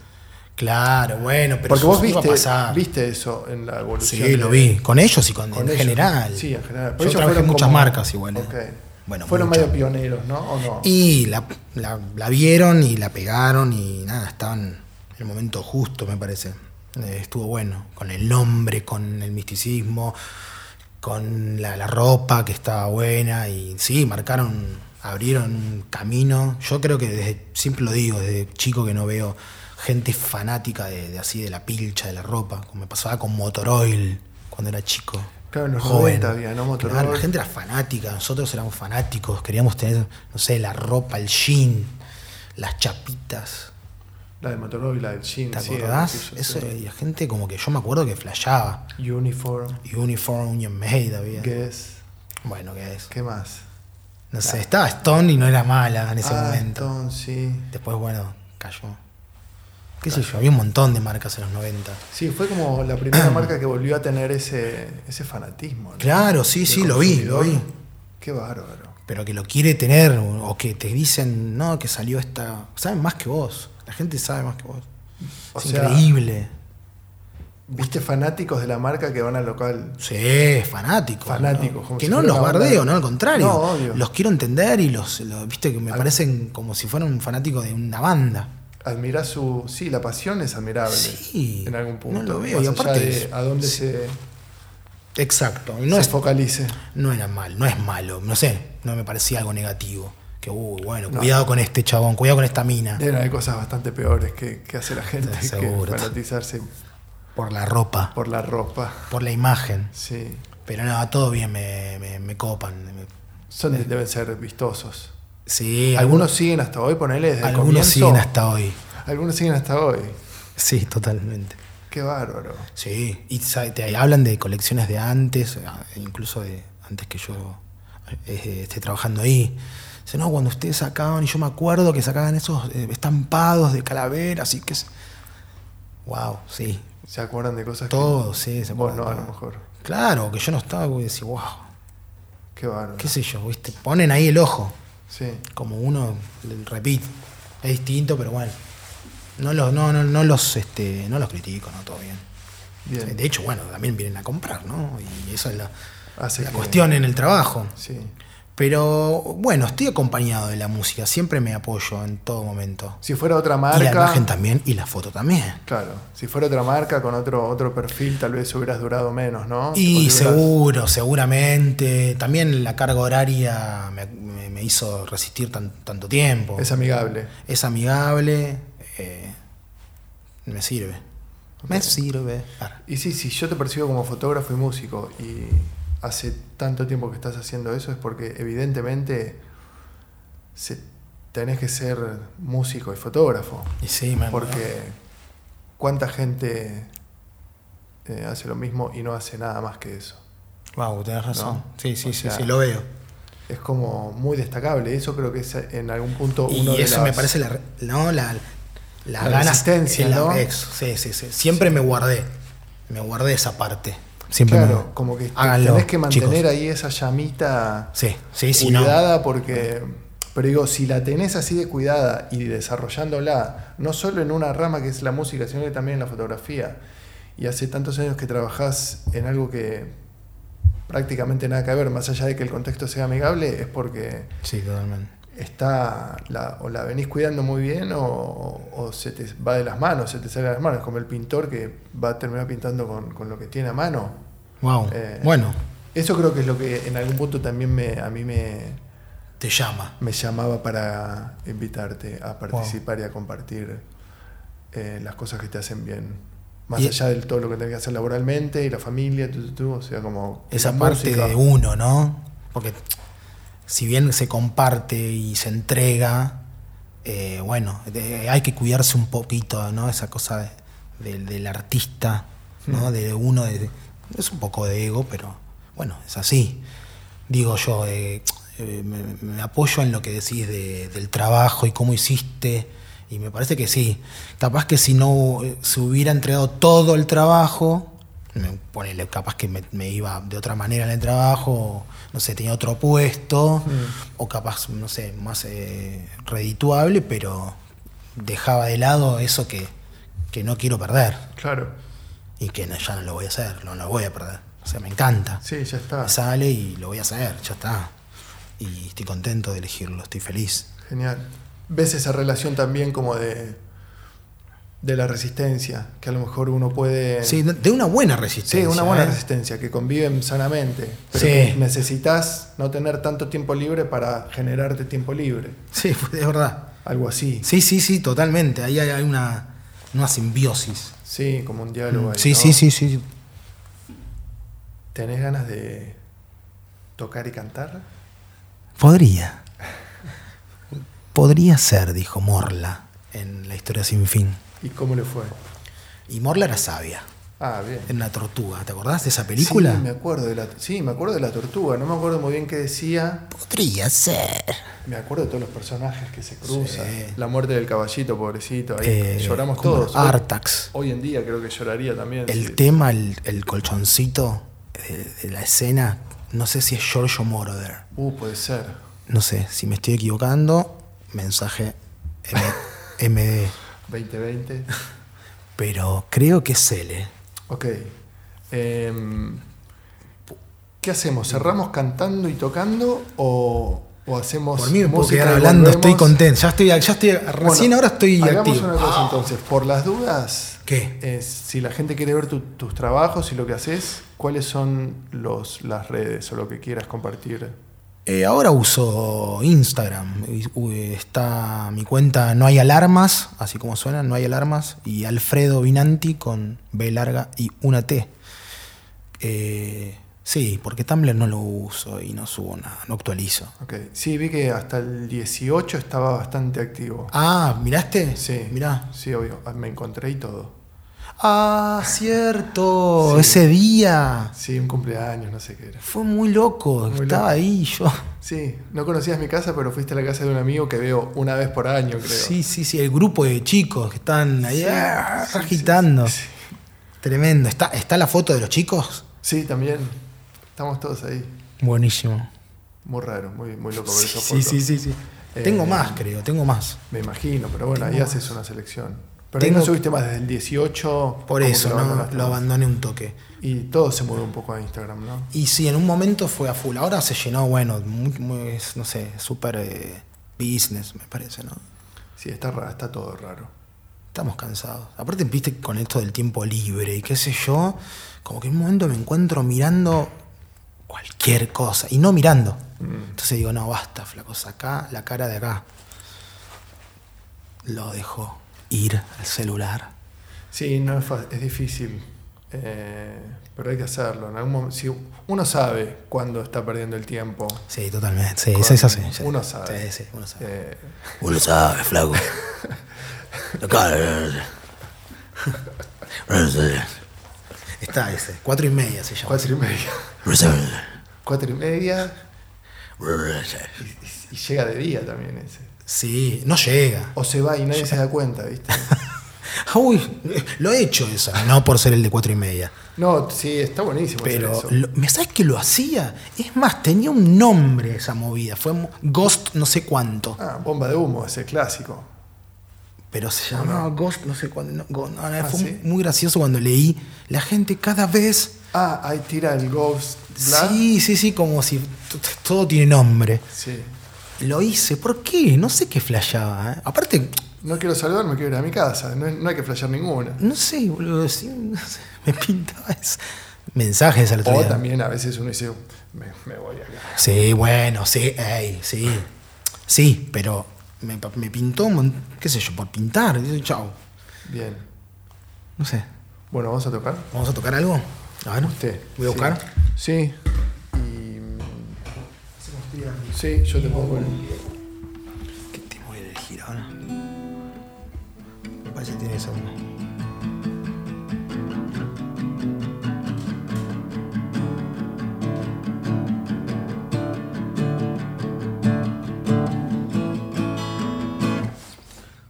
[SPEAKER 2] Claro, bueno, pero
[SPEAKER 1] Porque
[SPEAKER 2] eso
[SPEAKER 1] vos
[SPEAKER 2] iba a
[SPEAKER 1] viste,
[SPEAKER 2] pasar.
[SPEAKER 1] viste eso en la evolución.
[SPEAKER 2] Sí, lo vi. Con ellos y con, en
[SPEAKER 1] ellos.
[SPEAKER 2] general.
[SPEAKER 1] Sí, en general. Por
[SPEAKER 2] Yo
[SPEAKER 1] eso
[SPEAKER 2] trabajé en
[SPEAKER 1] fueron
[SPEAKER 2] muchas
[SPEAKER 1] como-
[SPEAKER 2] marcas igual. ¿eh?
[SPEAKER 1] Ok.
[SPEAKER 2] Bueno,
[SPEAKER 1] fueron
[SPEAKER 2] muchas.
[SPEAKER 1] medio pioneros, ¿no? ¿O no?
[SPEAKER 2] Y la, la- la vieron y la pegaron y nada, estaban en el momento justo, me parece. Eh, estuvo bueno, con el nombre, con el misticismo, con la, la ropa que estaba buena y sí, marcaron, abrieron un camino. Yo creo que desde, siempre lo digo, desde chico que no veo gente fanática de, de así, de la pilcha, de la ropa, como me pasaba con Motoroil cuando era chico.
[SPEAKER 1] Claro, en los 90 había, ¿no? Motorola.
[SPEAKER 2] Claro, la gente era fanática, nosotros éramos fanáticos, queríamos tener, no sé, la ropa, el jean, las chapitas.
[SPEAKER 1] La de Motorola y la del Jean.
[SPEAKER 2] ¿Te
[SPEAKER 1] sí,
[SPEAKER 2] acordás?
[SPEAKER 1] era lo que hizo,
[SPEAKER 2] Eso,
[SPEAKER 1] sí.
[SPEAKER 2] y la gente como que yo me acuerdo que flasheaba.
[SPEAKER 1] Uniform,
[SPEAKER 2] Uniform Union Made había.
[SPEAKER 1] Guess.
[SPEAKER 2] Bueno, ¿qué es?
[SPEAKER 1] ¿Qué más?
[SPEAKER 2] No sé, estaba Stone y no era mala en ese
[SPEAKER 1] ah,
[SPEAKER 2] momento.
[SPEAKER 1] Stone, sí.
[SPEAKER 2] Después, bueno, cayó. ¿Qué sé yo? Había un montón de marcas en los 90.
[SPEAKER 1] Sí, fue como la primera marca que volvió a tener ese, ese fanatismo. ¿no?
[SPEAKER 2] Claro, sí,
[SPEAKER 1] Del
[SPEAKER 2] sí, lo vi, lo vi.
[SPEAKER 1] consumidor. Qué bárbaro.
[SPEAKER 2] Pero que lo quiere tener o o que te dicen, no, que salió esta. Saben más que vos. La gente sabe más que vos.
[SPEAKER 1] O
[SPEAKER 2] es
[SPEAKER 1] sea-
[SPEAKER 2] increíble.
[SPEAKER 1] ¿Viste fanáticos de la marca que van al local?
[SPEAKER 2] Sí, fanáticos.
[SPEAKER 1] Fanáticos,
[SPEAKER 2] ¿no?
[SPEAKER 1] como
[SPEAKER 2] Que
[SPEAKER 1] si
[SPEAKER 2] no
[SPEAKER 1] fuera
[SPEAKER 2] los
[SPEAKER 1] una banda.
[SPEAKER 2] bardeo, no, al contrario.
[SPEAKER 1] No, obvio.
[SPEAKER 2] Los quiero entender y los, los- Viste que me parecen como si fueran un fanático de una banda.
[SPEAKER 1] Admirás su. Sí, la pasión es admirable.
[SPEAKER 2] Sí,
[SPEAKER 1] En algún punto.
[SPEAKER 2] no lo veo,
[SPEAKER 1] Más
[SPEAKER 2] y
[SPEAKER 1] allá
[SPEAKER 2] aparte
[SPEAKER 1] de
[SPEAKER 2] es-
[SPEAKER 1] a dónde se,
[SPEAKER 2] Exacto. y No,
[SPEAKER 1] se
[SPEAKER 2] es,
[SPEAKER 1] focalice.
[SPEAKER 2] no era mal, no es malo. No sé, no me parecía algo negativo. Que, uy, bueno,
[SPEAKER 1] No. Eh,
[SPEAKER 2] cuidado con este chabón, cuidado con esta mina.
[SPEAKER 1] Deben haber cosas bastante peores que, que hace la gente que
[SPEAKER 2] Seguro.
[SPEAKER 1] fanatizarse
[SPEAKER 2] Por la ropa,
[SPEAKER 1] por la ropa.
[SPEAKER 2] por la imagen.
[SPEAKER 1] Sí.
[SPEAKER 2] Pero nada, todo bien, me, me- me copan. me-
[SPEAKER 1] Son, deben ser vistosos.
[SPEAKER 2] sí, algunos,
[SPEAKER 1] Algunos siguen hasta hoy, ponele desde el
[SPEAKER 2] algunos
[SPEAKER 1] comienzo.
[SPEAKER 2] siguen hasta hoy.
[SPEAKER 1] Algunos siguen hasta hoy.
[SPEAKER 2] Sí, totalmente.
[SPEAKER 1] Qué bárbaro.
[SPEAKER 2] Sí, y sa- te hablan de colecciones de antes, ah, incluso de antes que yo eh, esté trabajando ahí. Dice, no, cuando ustedes sacaban, y yo me acuerdo que sacaban esos eh, estampados de calaveras, así que... es- Wow, sí.
[SPEAKER 1] ¿Se acuerdan de cosas
[SPEAKER 2] Todo, sí.
[SPEAKER 1] que
[SPEAKER 2] se
[SPEAKER 1] vos
[SPEAKER 2] acuerdan
[SPEAKER 1] no, a lo
[SPEAKER 2] todo.
[SPEAKER 1] mejor?
[SPEAKER 2] Claro, que yo no estaba, voy a decir, wow,
[SPEAKER 1] Qué bárbaro.
[SPEAKER 2] qué sé yo, ¿viste? Ponen ahí el ojo,
[SPEAKER 1] Sí.
[SPEAKER 2] como uno, le- repite, es distinto, pero bueno. No los, no, no, no los, este, no los critico, no, todo bien.
[SPEAKER 1] Bien.
[SPEAKER 2] De hecho, bueno, también vienen a comprar, ¿no? Y esa es la,
[SPEAKER 1] Hace
[SPEAKER 2] la
[SPEAKER 1] que-
[SPEAKER 2] cuestión en el trabajo.
[SPEAKER 1] Sí.
[SPEAKER 2] Pero bueno, estoy acompañado de la música, siempre me apoyo en todo momento.
[SPEAKER 1] Si fuera otra
[SPEAKER 2] Y la
[SPEAKER 1] marca.
[SPEAKER 2] imagen también y la foto también.
[SPEAKER 1] Claro, si fuera otra marca con otro, otro perfil, tal vez hubieras durado menos, ¿no?
[SPEAKER 2] Y
[SPEAKER 1] Porque hubieras-
[SPEAKER 2] seguro, seguramente. También la carga horaria me, me- me hizo resistir tan- tanto tiempo.
[SPEAKER 1] Es amigable.
[SPEAKER 2] Es amigable. eh, me sirve. Me sirve. Ah,
[SPEAKER 1] Y sí, si yo te percibo como fotógrafo y músico y hace tanto tiempo que estás haciendo eso, es porque evidentemente se, tenés que ser músico y fotógrafo.
[SPEAKER 2] Y sí, me
[SPEAKER 1] Porque cuánta gente eh, hace lo mismo y no hace nada más que eso.
[SPEAKER 2] Wow, tenés razón.
[SPEAKER 1] No,
[SPEAKER 2] sí, sí,
[SPEAKER 1] o
[SPEAKER 2] sí,
[SPEAKER 1] sea,
[SPEAKER 2] sí, lo veo.
[SPEAKER 1] Es como muy destacable. Eso creo que es eh, en algún punto uno
[SPEAKER 2] Y
[SPEAKER 1] de
[SPEAKER 2] eso
[SPEAKER 1] las-
[SPEAKER 2] me parece la, re- no, la, las
[SPEAKER 1] La
[SPEAKER 2] ganas.
[SPEAKER 1] resistencia,
[SPEAKER 2] eh, la-
[SPEAKER 1] ¿no?
[SPEAKER 2] ex- sí, sí, sí. Siempre me guardé. Me guardé esa parte. Siempre
[SPEAKER 1] Claro,
[SPEAKER 2] me-
[SPEAKER 1] como que te-
[SPEAKER 2] Háganlo,
[SPEAKER 1] tenés que mantener
[SPEAKER 2] chicos.
[SPEAKER 1] ahí esa llamita
[SPEAKER 2] Sí, sí, sí. No.
[SPEAKER 1] cuidada porque. Pero digo, si la tenés así de cuidada y desarrollándola, no solo en una rama que es la música, sino que también en la fotografía, y hace tantos años que trabajás en algo que prácticamente nada que ver, más allá de que el contexto sea amigable, es porque
[SPEAKER 2] Sí, totalmente.
[SPEAKER 1] está la- o la venís cuidando muy bien o, o se te va de las manos, se te sale de las manos, como el pintor que va a terminar pintando con, con lo que tiene a mano,
[SPEAKER 2] Wow.
[SPEAKER 1] Eh,
[SPEAKER 2] bueno,
[SPEAKER 1] Eso creo que es lo que en algún punto también me, a mí me,
[SPEAKER 2] te llama.
[SPEAKER 1] me llamaba para invitarte a participar y a compartir eh, las cosas que te hacen bien. Más
[SPEAKER 2] Y-
[SPEAKER 1] allá de todo lo que tenés que hacer laboralmente y la familia, tú, tú, tú, o sea, como...
[SPEAKER 2] Esa
[SPEAKER 1] la
[SPEAKER 2] parte
[SPEAKER 1] música.
[SPEAKER 2] de uno, ¿no? Porque si bien se comparte y se entrega, eh, bueno, de- hay que cuidarse un poquito, ¿no? Esa cosa de- del- del artista, ¿no?
[SPEAKER 1] Hmm.
[SPEAKER 2] De uno, de- es un poco de ego, pero bueno, es así. Digo yo, eh, eh, me, me apoyo en lo que decís de- del trabajo y cómo hiciste, y me parece que sí. Capaz que si no eh, se hubiera entregado todo el trabajo, me- ponele, capaz que me, me iba de otra manera en el trabajo, no sé, tenía otro puesto, o capaz, no sé, más eh, redituable, pero dejaba de lado eso que, que no quiero perder
[SPEAKER 1] Claro,
[SPEAKER 2] y que no- ya no lo voy a hacer, no lo voy a perder. O sea, me encanta.
[SPEAKER 1] sí, ya está.
[SPEAKER 2] Me Ah, sale y lo voy a hacer, ya está. Y estoy contento de elegirlo, estoy feliz.
[SPEAKER 1] Genial. ¿Ves esa relación también como de, de la resistencia? Que a lo mejor uno puede...
[SPEAKER 2] Sí, de una buena
[SPEAKER 1] Eh. Sí,
[SPEAKER 2] resistencia.
[SPEAKER 1] una buena
[SPEAKER 2] ¿eh?
[SPEAKER 1] resistencia, que conviven sanamente. Pero
[SPEAKER 2] Sí.
[SPEAKER 1] que necesitas no tener tanto tiempo libre para generarte tiempo libre.
[SPEAKER 2] Sí, es verdad.
[SPEAKER 1] Algo así. Sí,
[SPEAKER 2] Sí, sí, sí, totalmente. Ahí hay, hay una, una simbiosis.
[SPEAKER 1] como un diálogo ahí.
[SPEAKER 2] Mm, Sí,
[SPEAKER 1] ¿no?
[SPEAKER 2] sí, sí, sí.
[SPEAKER 1] ¿Tenés ganas de tocar y cantar?
[SPEAKER 2] Podría. Podría ser, dijo Morla en la historia sin fin.
[SPEAKER 1] ¿Y cómo le fue?
[SPEAKER 2] Y Morla era sabia,
[SPEAKER 1] Ah, bien.
[SPEAKER 2] en la tortuga. ¿Te acordás de esa película?
[SPEAKER 1] Sí, me acuerdo de la, sí, me acuerdo de la tortuga. No me acuerdo muy bien qué decía.
[SPEAKER 3] Podría ser.
[SPEAKER 1] Me acuerdo de todos los personajes que se cruzan.
[SPEAKER 2] Sí.
[SPEAKER 1] La muerte del caballito, pobrecito. Ahí
[SPEAKER 2] Eh,
[SPEAKER 1] lloramos
[SPEAKER 2] ¿cómo era?
[SPEAKER 1] todos. Hoy-
[SPEAKER 2] Artax.
[SPEAKER 1] Hoy, en día creo que lloraría también.
[SPEAKER 2] El
[SPEAKER 1] sí.
[SPEAKER 2] tema, el, el colchoncito de, de la escena, no sé si es Giorgio Moroder.
[SPEAKER 1] Uh, puede ser.
[SPEAKER 2] No sé, si me estoy equivocando, mensaje M- MD.
[SPEAKER 1] 2020.
[SPEAKER 2] Pero creo que es él, ¿eh?
[SPEAKER 1] Ok. Em, ¿Qué hacemos? ¿Cerramos cantando y tocando o, o hacemos.
[SPEAKER 2] Por mí me puedo
[SPEAKER 1] música
[SPEAKER 2] quedar
[SPEAKER 1] y
[SPEAKER 2] hablando,
[SPEAKER 1] volvemos?
[SPEAKER 2] estoy contento. Ya estoy, ya estoy,
[SPEAKER 1] Bueno,
[SPEAKER 2] recién ahora estoy
[SPEAKER 1] hagamos
[SPEAKER 2] activo.
[SPEAKER 1] una cosa entonces. Por las dudas,
[SPEAKER 2] ¿Qué?
[SPEAKER 1] eh, si la gente quiere ver tu- tus trabajos y lo que haces, ¿cuáles son los, las redes o lo que quieras compartir?
[SPEAKER 2] Eh, ahora uso Instagram. Y, u- Está mi cuenta No hay alarmas, así como suena, No hay alarmas. Y Alfredo Vinanti con B larga y una T. Eh, sí, porque Tumblr no lo uso y no subo nada, no actualizo.
[SPEAKER 1] Ok. Sí, vi que hasta el 18 estaba bastante activo.
[SPEAKER 2] Ah, ¿miraste?
[SPEAKER 1] sí.
[SPEAKER 2] Mirá.
[SPEAKER 1] Sí, obvio. Ah, Me encontré y todo.
[SPEAKER 2] Ah, cierto,
[SPEAKER 1] Sí.
[SPEAKER 2] ese día.
[SPEAKER 1] Sí, un cumpleaños, no sé qué era.
[SPEAKER 2] Fue muy loco,
[SPEAKER 1] Muy
[SPEAKER 2] estaba
[SPEAKER 1] loco.
[SPEAKER 2] ahí yo.
[SPEAKER 1] Sí, no conocías mi casa, pero fuiste a la casa de un amigo que veo una vez por año, creo.
[SPEAKER 2] Sí, sí, sí, el grupo de chicos que están ahí
[SPEAKER 1] Sí,
[SPEAKER 2] ah,
[SPEAKER 1] sí,
[SPEAKER 2] agitando.
[SPEAKER 1] Sí,
[SPEAKER 2] Tremendo. ¿Está, ¿Está la foto de los chicos?
[SPEAKER 1] Sí, también. Estamos todos ahí.
[SPEAKER 2] Buenísimo.
[SPEAKER 1] Muy raro, muy, muy loco ver
[SPEAKER 2] Sí,
[SPEAKER 1] esas
[SPEAKER 2] sí,
[SPEAKER 1] fotos.
[SPEAKER 2] sí, sí, sí.
[SPEAKER 1] Eh,
[SPEAKER 2] tengo más, creo, tengo más.
[SPEAKER 1] Me imagino, pero bueno, ahí
[SPEAKER 2] Tengo-
[SPEAKER 1] haces una selección. Pero ahí
[SPEAKER 2] Tengo-
[SPEAKER 1] no subiste más desde el 18.
[SPEAKER 2] Por
[SPEAKER 1] como
[SPEAKER 2] eso,
[SPEAKER 1] que
[SPEAKER 2] ¿no?
[SPEAKER 1] abandonaste
[SPEAKER 2] lo
[SPEAKER 1] más.
[SPEAKER 2] abandoné un toque.
[SPEAKER 1] Y todo se mudó un poco a Instagram, ¿no?
[SPEAKER 2] Y sí, en un momento fue a full. Ahora se llenó, bueno, muy, muy, es, no sé, súper eh, business, me parece, ¿no?
[SPEAKER 1] Sí, está, ra- está todo raro.
[SPEAKER 2] Estamos cansados. Aparte, viste, con esto del tiempo libre y qué sé yo, como que en un momento me encuentro mirando cualquier cosa y no mirando. Entonces digo, no, basta, flacos, acá, la cara de acá. Lo dejo ir al celular.
[SPEAKER 1] Sí, no es, fa- es difícil. eh, pero hay que hacerlo. En algún mom- si uno sabe cuándo está perdiendo el tiempo.
[SPEAKER 2] Sí, totalmente. Sí,
[SPEAKER 1] Con-
[SPEAKER 2] sí, sí, sí, sí.
[SPEAKER 1] uno sabe.
[SPEAKER 2] Sí, sí, uno sabe.
[SPEAKER 1] eh,
[SPEAKER 3] Vos lo sabes, flaco. La cara, no sé. No sé.
[SPEAKER 2] Está ese, cuatro y media se llama.
[SPEAKER 1] cuatro y media.
[SPEAKER 3] No sé.
[SPEAKER 1] Cuatro y media
[SPEAKER 3] No sé.
[SPEAKER 1] y, y- y llega de día también ese.
[SPEAKER 2] Sí, no llega.
[SPEAKER 1] O se va y nadie se da cuenta, ¿viste?
[SPEAKER 2] Uy, lo he hecho esa, no por ser el de cuatro y media.
[SPEAKER 1] No, sí, está buenísimo. hacer
[SPEAKER 2] Pero,
[SPEAKER 1] eso.
[SPEAKER 2] lo- ¿me sabes que lo hacía? Es más, tenía un nombre esa movida. Fue mo- Ghost no sé cuánto.
[SPEAKER 1] Ah, bomba de humo, ese clásico.
[SPEAKER 2] Pero se llamaba Ghost no sé cuánto. No, Go- no, no,
[SPEAKER 1] Ah,
[SPEAKER 2] fue
[SPEAKER 1] ¿sí?
[SPEAKER 2] muy gracioso cuando leí. La gente cada vez...
[SPEAKER 1] Ah, ahí tira el Ghost Black.
[SPEAKER 2] Sí, sí, sí, como si t- t- todo tiene nombre.
[SPEAKER 1] Sí.
[SPEAKER 2] Lo hice. ¿Por qué? No sé qué flasheaba. ¿eh? Aparte,
[SPEAKER 1] No quiero saludarme, quiero ir a mi casa. No, no hay que flashear ninguna.
[SPEAKER 2] no sé, boludo. sí, no sé, me pintaba eso. Mensajes al otro
[SPEAKER 1] O
[SPEAKER 2] día.
[SPEAKER 1] también a veces uno dice, me, me voy acá.
[SPEAKER 2] Sí, bueno, sí, ey, sí. Sí, pero me, pa- me pintó, un mon- qué sé yo, por pintar. Dice, Chao.
[SPEAKER 1] Bien.
[SPEAKER 2] No sé.
[SPEAKER 1] Bueno, vamos a tocar.
[SPEAKER 2] ¿Vamos a tocar algo? A ver,
[SPEAKER 1] Usted.
[SPEAKER 2] Voy a
[SPEAKER 1] Sí.
[SPEAKER 2] buscar.
[SPEAKER 1] Sí. Y. mm, Sí, yo te pongo el.
[SPEAKER 2] ¿Qué tema voy a elegir ahora? Me parece que tiene esa una.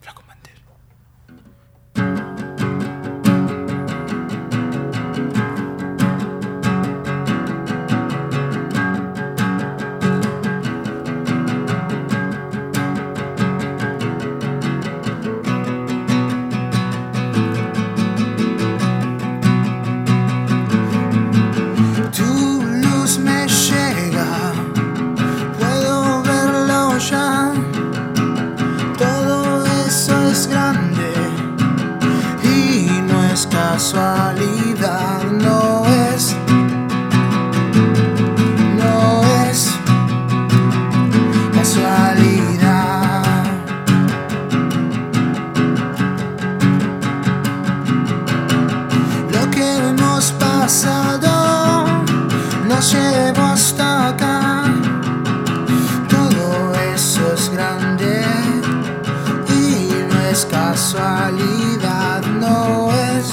[SPEAKER 2] Flaco Mantel. Tu luz me llega, puedo verlo ya. Todo eso es grande y no es casualidad, no es, no es casualidad. Lo que hemos pasado nos llevó hasta acá. Todo eso es grande y no es casualidad, no es,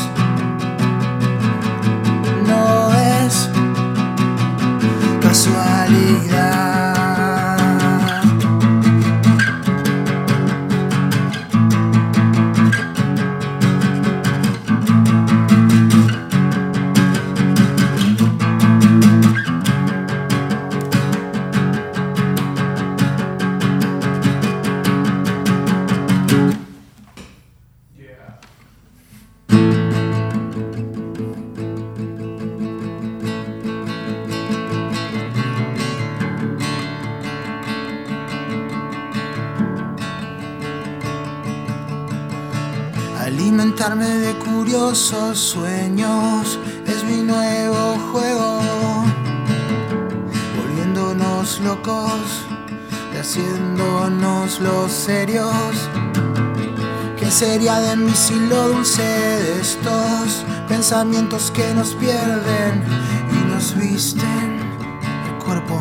[SPEAKER 2] alimentarme de curiosos sueños es mi nuevo juego. Volviéndonos locos y haciéndonos los serios. ¿Qué sería de mí si lo dulce de estos pensamientos que nos pierden y nos visten el cuerpo?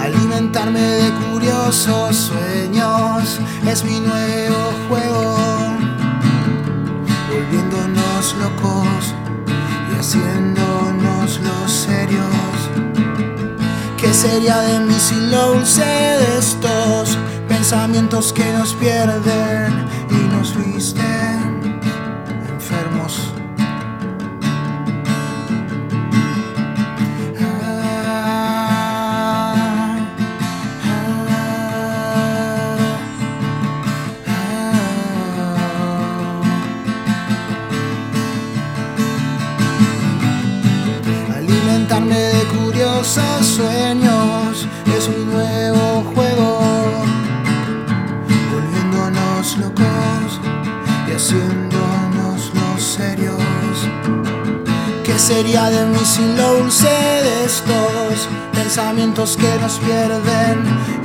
[SPEAKER 2] Alimentarme de curiosos sueños es mi nuevo juego. Volviéndonos locos y haciéndonos los serios. ¿Qué sería de mí si lo usé de estos pensamientos que nos pierden y nos visten enfermos? Ah, ah, ah. Alimentarme de curiosos sueños es un nuevo juego. Volviéndonos locos y haciéndonos los serios. ¿Qué sería de mí sin lo dulce de estos pensamientos que nos pierden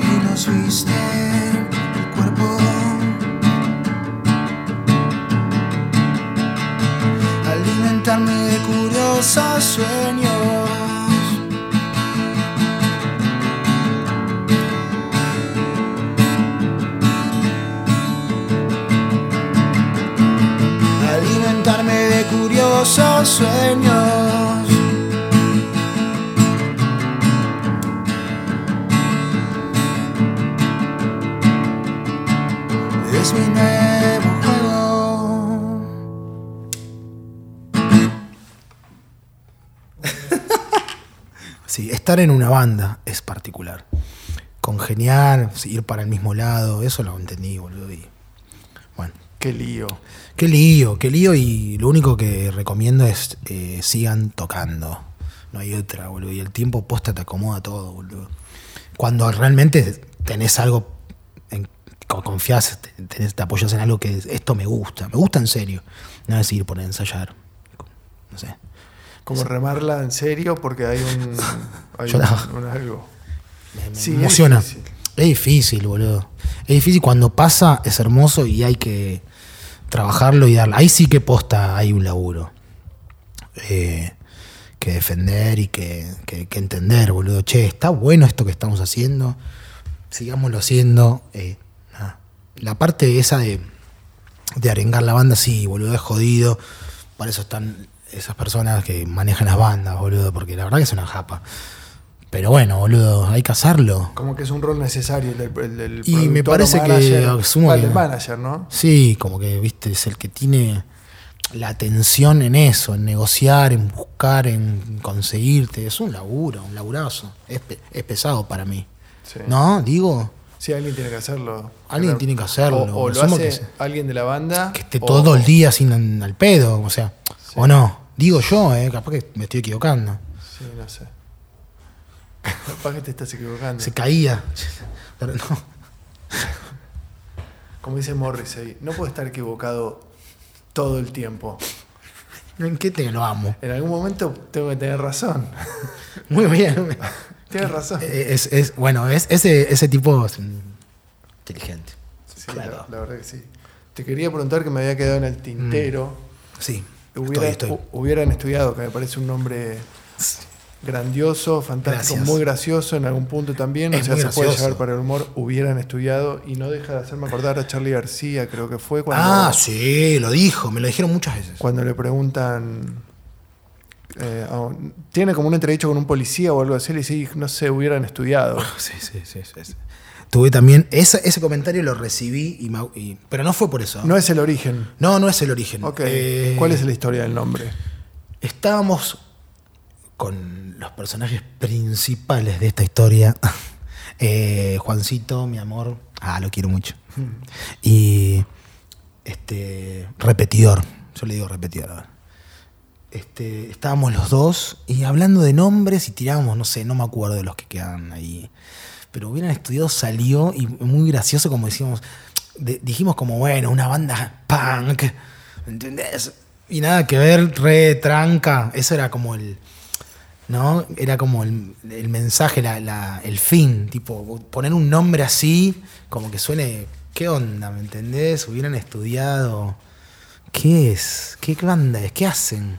[SPEAKER 2] y nos visten el cuerpo? Alimentarme de curiosos sueños. alimentarme de curiosos sueños. Es mi nuevo juego. Sí, estar en una banda es particular. Congeniar, ir para el mismo lado, eso lo entendí, boludo. Y, bueno.
[SPEAKER 1] Qué lío.
[SPEAKER 2] Qué lío, qué lío y lo único que recomiendo es eh, sigan tocando. No hay otra, boludo. Y el tiempo posta te acomoda todo, boludo. Cuando realmente tenés algo, en, co- confiás, te- tenés, te apoyas en algo que es, esto me gusta, me gusta en serio. No es ir por ensayar. No sé.
[SPEAKER 1] Como remarla en serio porque hay un, hay
[SPEAKER 2] Yo la-
[SPEAKER 1] un- un algo.
[SPEAKER 2] Me, me
[SPEAKER 1] Sí, es
[SPEAKER 2] emociona.
[SPEAKER 1] difícil.
[SPEAKER 2] Es difícil, boludo. Es difícil. Cuando pasa es hermoso y hay que trabajarlo y darle. Ahí sí que posta hay un laburo. eh, que defender y que, que- que entender, boludo. Che, está bueno esto que estamos haciendo. Sigámoslo haciendo. eh, nada. La parte esa de, de arengar la banda, sí, boludo, es jodido. Para eso están esas personas que manejan las bandas, boludo. Porque la verdad que es una japa. Pero bueno, boludo, hay que hacerlo.
[SPEAKER 1] Como que es un rol necesario el del, el del
[SPEAKER 2] Y
[SPEAKER 1] productor
[SPEAKER 2] me
[SPEAKER 1] o
[SPEAKER 2] parece que
[SPEAKER 1] manager.
[SPEAKER 2] asumo
[SPEAKER 1] Ah,
[SPEAKER 2] que-
[SPEAKER 1] el manager, ¿no?
[SPEAKER 2] Sí, como que, viste, es el que tiene la atención en eso, en negociar, en buscar, en conseguirte. Es un laburo, un laburazo. Es, pe- es pesado para mí.
[SPEAKER 1] Sí.
[SPEAKER 2] ¿No? Digo,
[SPEAKER 1] Sí, alguien tiene que hacerlo.
[SPEAKER 2] Alguien
[SPEAKER 1] Creo-
[SPEAKER 2] tiene que hacerlo,
[SPEAKER 1] O, o lo
[SPEAKER 2] asumo
[SPEAKER 1] hace
[SPEAKER 2] que sí.
[SPEAKER 1] alguien de la banda.
[SPEAKER 2] que esté
[SPEAKER 1] o-
[SPEAKER 2] todo el día sin an- al pedo, o sea, o no. Digo yo, eh, capaz que me estoy equivocando.
[SPEAKER 1] Sí, no sé. Capaz que te estás equivocando.
[SPEAKER 2] Se caía. Pero no.
[SPEAKER 1] Como dice Morrissey, no puede estar equivocado todo el tiempo.
[SPEAKER 2] ¿En qué te lo amo?
[SPEAKER 1] En algún momento tengo que tener razón.
[SPEAKER 2] Muy bien.
[SPEAKER 1] Tienes razón.
[SPEAKER 2] Es, es- bueno, es, ese, ese tipo es mm, inteligente.
[SPEAKER 1] Sí, la, la verdad que sí. Te quería preguntar que me había quedado en el tintero.
[SPEAKER 2] Sí.
[SPEAKER 1] Hubiera-
[SPEAKER 2] Mm. Estoy, estoy.
[SPEAKER 1] hu- Hubieran estudiado, que me parece un nombre grandioso, fantástico,
[SPEAKER 2] Gracias.
[SPEAKER 1] muy gracioso en algún punto también.
[SPEAKER 2] Es
[SPEAKER 1] o sea,
[SPEAKER 2] muy
[SPEAKER 1] se puede
[SPEAKER 2] gracioso.
[SPEAKER 1] llevar para el humor. Hubieran estudiado y no deja de hacerme acordar a Charlie García, creo que fue cuando,
[SPEAKER 2] Ah, sí, lo dijo, me lo dijeron muchas veces.
[SPEAKER 1] cuando le preguntan. eh, a un- tiene como un entredicho con un policía o algo así, le dice, no sé, hubieran estudiado.
[SPEAKER 2] Sí, sí, sí, sí, sí. Tuve también, ese, ese comentario lo recibí, y me- y- pero no fue por eso.
[SPEAKER 1] No es el origen.
[SPEAKER 2] no, no es el origen.
[SPEAKER 1] Ok.
[SPEAKER 2] Eh,
[SPEAKER 1] ¿Cuál es la historia del nombre?
[SPEAKER 2] Estábamos con los personajes principales de esta historia. Eh, Juancito, mi amor. Ah, lo quiero mucho.
[SPEAKER 1] Mm.
[SPEAKER 2] Y este repetidor. Yo le digo repetidor ahora. Este, estábamos los dos y hablando de nombres y tirábamos, no sé, no me acuerdo de los que quedan ahí. pero hubieran estudiado salió y muy gracioso como decíamos, de- dijimos como, bueno, una banda punk, ¿entendés? Y nada que ver, re tranca, eso era como el, ¿no? Era como el, el mensaje, la, la- el fin, tipo, poner un nombre así, como que suene, ¿qué onda? ¿Me entendés? Hubieran estudiado, ¿qué es? ¿Qué banda es? ¿Qué hacen?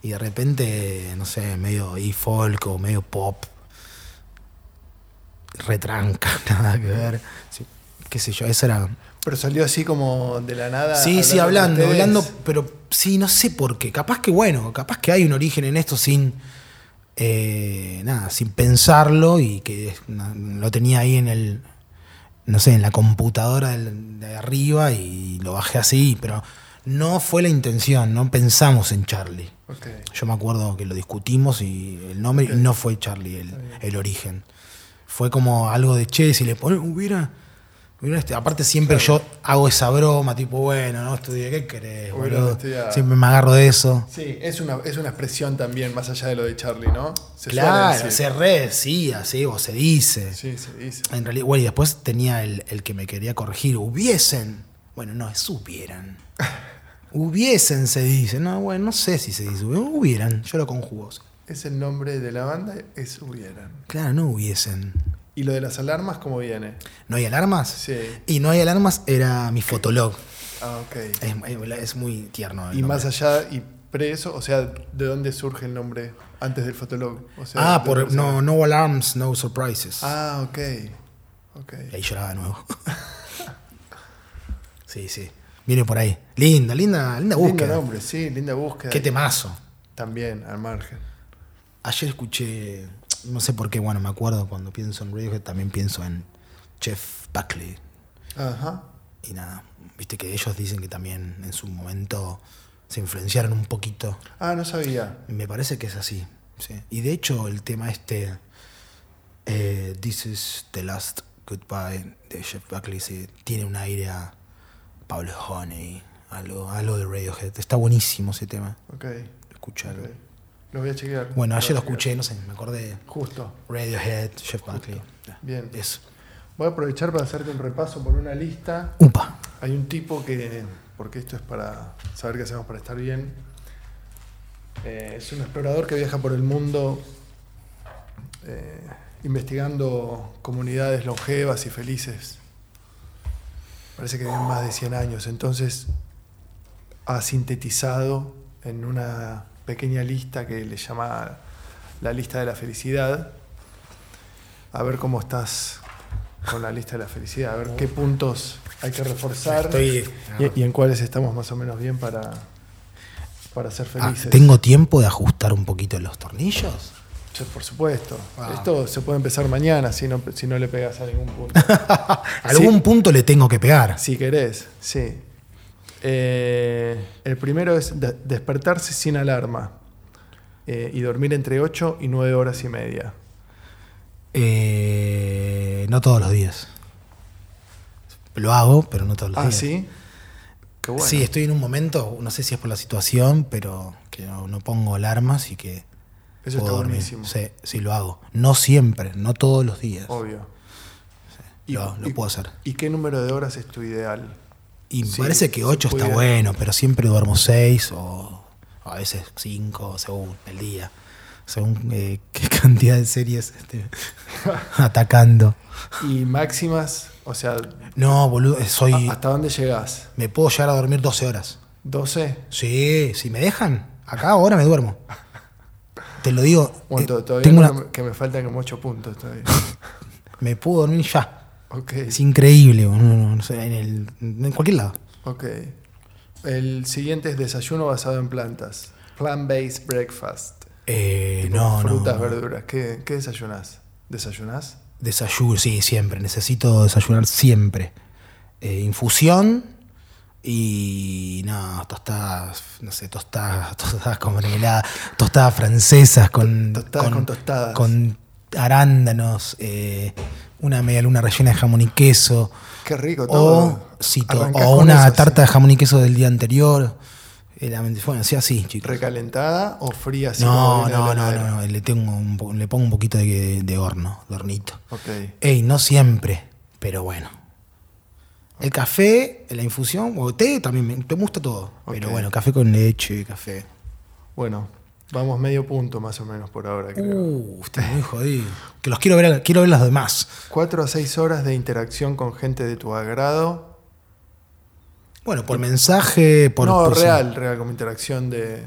[SPEAKER 2] Y de repente, no sé, medio e-folk o medio pop, retranca, nada que ver, sí, qué sé yo, eso era...
[SPEAKER 1] Pero salió así como de la nada.
[SPEAKER 2] Sí, sí, hablando,
[SPEAKER 1] con
[SPEAKER 2] hablando,
[SPEAKER 1] ustedes.
[SPEAKER 2] pero sí, no sé por qué. Capaz que bueno, capaz que hay un origen en esto sin eh, nada, sin pensarlo y que es una- lo tenía ahí en el, no sé, en la computadora del- de arriba y lo bajé así, pero no fue la intención, no pensamos en Charlie.
[SPEAKER 1] Ok.
[SPEAKER 2] Yo me acuerdo que lo discutimos y el nombre y no fue Charlie el, el origen. Fue como algo de che, si le ponen, hubiera. hubiera este- aparte, siempre yo hago esa broma, tipo, bueno, no estudié, ¿qué querés?
[SPEAKER 1] Hubiera
[SPEAKER 2] boludo?
[SPEAKER 1] estudiado.
[SPEAKER 2] Siempre me agarro de eso.
[SPEAKER 1] Sí, es una, es una expresión también, más allá de lo de Charlie, ¿no? Se suele
[SPEAKER 2] claro,
[SPEAKER 1] decir.
[SPEAKER 2] se re decía, sí, o se dice.
[SPEAKER 1] Sí, se dice.
[SPEAKER 2] En realidad, bueno, y después tenía el, el que me quería corregir, hubiesen. Bueno, no, es hubieran. hubiesen se dice. No, bueno, no sé si se dice, hubieran. Yo lo conjugo.
[SPEAKER 1] Es el nombre de la banda, es Hubieran.
[SPEAKER 2] Claro, no hubiesen.
[SPEAKER 1] ¿Y lo de las alarmas cómo viene?
[SPEAKER 2] ¿No hay alarmas?
[SPEAKER 1] Sí.
[SPEAKER 2] Y no hay alarmas era mi fotolog.
[SPEAKER 1] Ah, ok.
[SPEAKER 2] Es, es muy tierno. el
[SPEAKER 1] Y más
[SPEAKER 2] nombre.
[SPEAKER 1] allá, y preso, o sea, ¿de dónde surge el nombre antes del Fotolog? O sea,
[SPEAKER 2] Ah,
[SPEAKER 1] ¿de
[SPEAKER 2] por
[SPEAKER 1] dónde sale?
[SPEAKER 2] no, no alarms, no surprises.
[SPEAKER 1] Ah, ok. Ok.
[SPEAKER 2] Y ahí lloraba de nuevo. sí, sí. Viene por ahí. Linda, linda, linda
[SPEAKER 1] Lindo
[SPEAKER 2] búsqueda.
[SPEAKER 1] nombre, sí, linda búsqueda.
[SPEAKER 2] Qué temazo.
[SPEAKER 1] También, al margen.
[SPEAKER 2] Ayer escuché, no sé por qué, bueno, me acuerdo cuando pienso en Radiohead, también pienso en Jeff Buckley.
[SPEAKER 1] Ajá.
[SPEAKER 2] Y nada, viste que ellos dicen que también en su momento se influenciaron un poquito.
[SPEAKER 1] Ah, no sabía.
[SPEAKER 2] Me parece que es así. sí. Y de hecho, el tema este, eh, This is the Last Goodbye de Jeff Buckley, sí, tiene un aire a Pablo Honey, algo, algo de Radiohead. Está buenísimo ese tema.
[SPEAKER 1] Ok.
[SPEAKER 2] Escuchalo.
[SPEAKER 1] ok. Lo voy a chequear.
[SPEAKER 2] Bueno, ayer lo
[SPEAKER 1] voy a chequear.
[SPEAKER 2] escuché, no sé, me acordé.
[SPEAKER 1] Justo.
[SPEAKER 2] Radiohead, Jeff Buckley.
[SPEAKER 1] Bien.
[SPEAKER 2] Eso.
[SPEAKER 1] Voy a aprovechar para hacerte un repaso por una lista.
[SPEAKER 2] Upa.
[SPEAKER 1] Hay un tipo que, porque esto es para saber qué hacemos para estar bien, Eh, es un explorador que viaja por el mundo eh, investigando comunidades longevas y felices. Parece que viven más de 100 años, entonces ha sintetizado en una pequeña lista que le llama la lista de la felicidad. A ver cómo estás con la lista de la felicidad, a ver qué puntos hay que reforzar.
[SPEAKER 2] Estoy.
[SPEAKER 1] Y, y en cuáles estamos más o menos bien para, para ser
[SPEAKER 2] Ah,
[SPEAKER 1] felices.
[SPEAKER 2] ¿Tengo tiempo de ajustar un poquito los tornillos?
[SPEAKER 1] Sí, Por supuesto.
[SPEAKER 2] Ah.
[SPEAKER 1] Esto se puede empezar mañana si no, si no le pegas a ningún punto.
[SPEAKER 2] Algún punto le tengo que pegar.
[SPEAKER 1] si querés, sí. Eh, el primero es de- despertarse sin alarma eh, y dormir entre 8 y 9 horas y media.
[SPEAKER 2] Eh, no todos los días. Lo hago, pero no todos los
[SPEAKER 1] Ah,
[SPEAKER 2] días.
[SPEAKER 1] sí. Qué bueno.
[SPEAKER 2] Sí, estoy en un momento, no sé si es por la situación, pero que no, no pongo alarmas y que
[SPEAKER 1] Eso está
[SPEAKER 2] puedo dormir.
[SPEAKER 1] buenísimo.
[SPEAKER 2] Sí, sí, lo hago. No siempre, no todos los días.
[SPEAKER 1] Obvio.
[SPEAKER 2] Lo- lo puedo hacer.
[SPEAKER 1] ¿Y qué número de horas es tu ideal?
[SPEAKER 2] Y me
[SPEAKER 1] Sí,
[SPEAKER 2] parece
[SPEAKER 1] se
[SPEAKER 2] que 8 está
[SPEAKER 1] pudiera.
[SPEAKER 2] bueno, pero siempre duermo 6 o a veces 5, según el día, según eh, qué cantidad de series esté atacando.
[SPEAKER 1] Y máximas, o sea,
[SPEAKER 2] No, boludo, eh, soy...
[SPEAKER 1] ¿a- ¿hasta dónde llegás?
[SPEAKER 2] Me puedo llegar a dormir 12 horas.
[SPEAKER 1] ¿12?
[SPEAKER 2] Sí, si me dejan, acá ahora me duermo. Te lo digo. eh,
[SPEAKER 1] Bueno, to- todavía
[SPEAKER 2] tengo
[SPEAKER 1] no,
[SPEAKER 2] una-
[SPEAKER 1] que me- que me faltan como 8 puntos todavía.
[SPEAKER 2] me puedo dormir ya.
[SPEAKER 1] Ok.
[SPEAKER 2] Es increíble, boludo, no, no, no sé, en, el, en cualquier lado.
[SPEAKER 1] Ok. El siguiente es desayuno basado en plantas. Plant-based breakfast.
[SPEAKER 2] Eh,
[SPEAKER 1] Tipo
[SPEAKER 2] no, no,
[SPEAKER 1] frutas,
[SPEAKER 2] no.
[SPEAKER 1] verduras. ¿Qué, qué desayunás? ¿Desayunás?
[SPEAKER 2] Desayuno, sí, siempre. Necesito desayunar siempre. Eh, infusión y. No, tostadas, no sé, tostadas, tostadas con mermelada, tostadas francesas con.
[SPEAKER 1] Tostadas con tostadas.
[SPEAKER 2] Con arándanos, eh, una media luna rellena de jamón y queso.
[SPEAKER 1] Qué rico todo.
[SPEAKER 2] O, sí, to-
[SPEAKER 1] Arrancás
[SPEAKER 2] o
[SPEAKER 1] con
[SPEAKER 2] una
[SPEAKER 1] eso,
[SPEAKER 2] tarta de
[SPEAKER 1] sí.
[SPEAKER 2] jamón y queso del día anterior. Eh, la bueno, sea así, chicos.
[SPEAKER 1] ¿Recalentada o fría? así como
[SPEAKER 2] No,
[SPEAKER 1] viene de
[SPEAKER 2] no,
[SPEAKER 1] la
[SPEAKER 2] no,
[SPEAKER 1] heladera?
[SPEAKER 2] no, no, le, tengo un po- le pongo un poquito de, de horno, de hornito.
[SPEAKER 1] Ok.
[SPEAKER 2] Ey, no siempre, pero bueno. El café, la infusión, o té también, me, te gusta todo. Pero
[SPEAKER 1] Ok.
[SPEAKER 2] bueno, café con leche, café.
[SPEAKER 1] Bueno, vamos medio punto más o menos por ahora, creo.
[SPEAKER 2] Uh, estoy muy jodido. Que los quiero ver, quiero ver los demás.
[SPEAKER 1] Cuatro a seis horas de interacción con gente de tu agrado.
[SPEAKER 2] Bueno, por mensaje, por.
[SPEAKER 1] no,
[SPEAKER 2] por-
[SPEAKER 1] real, real, como interacción de.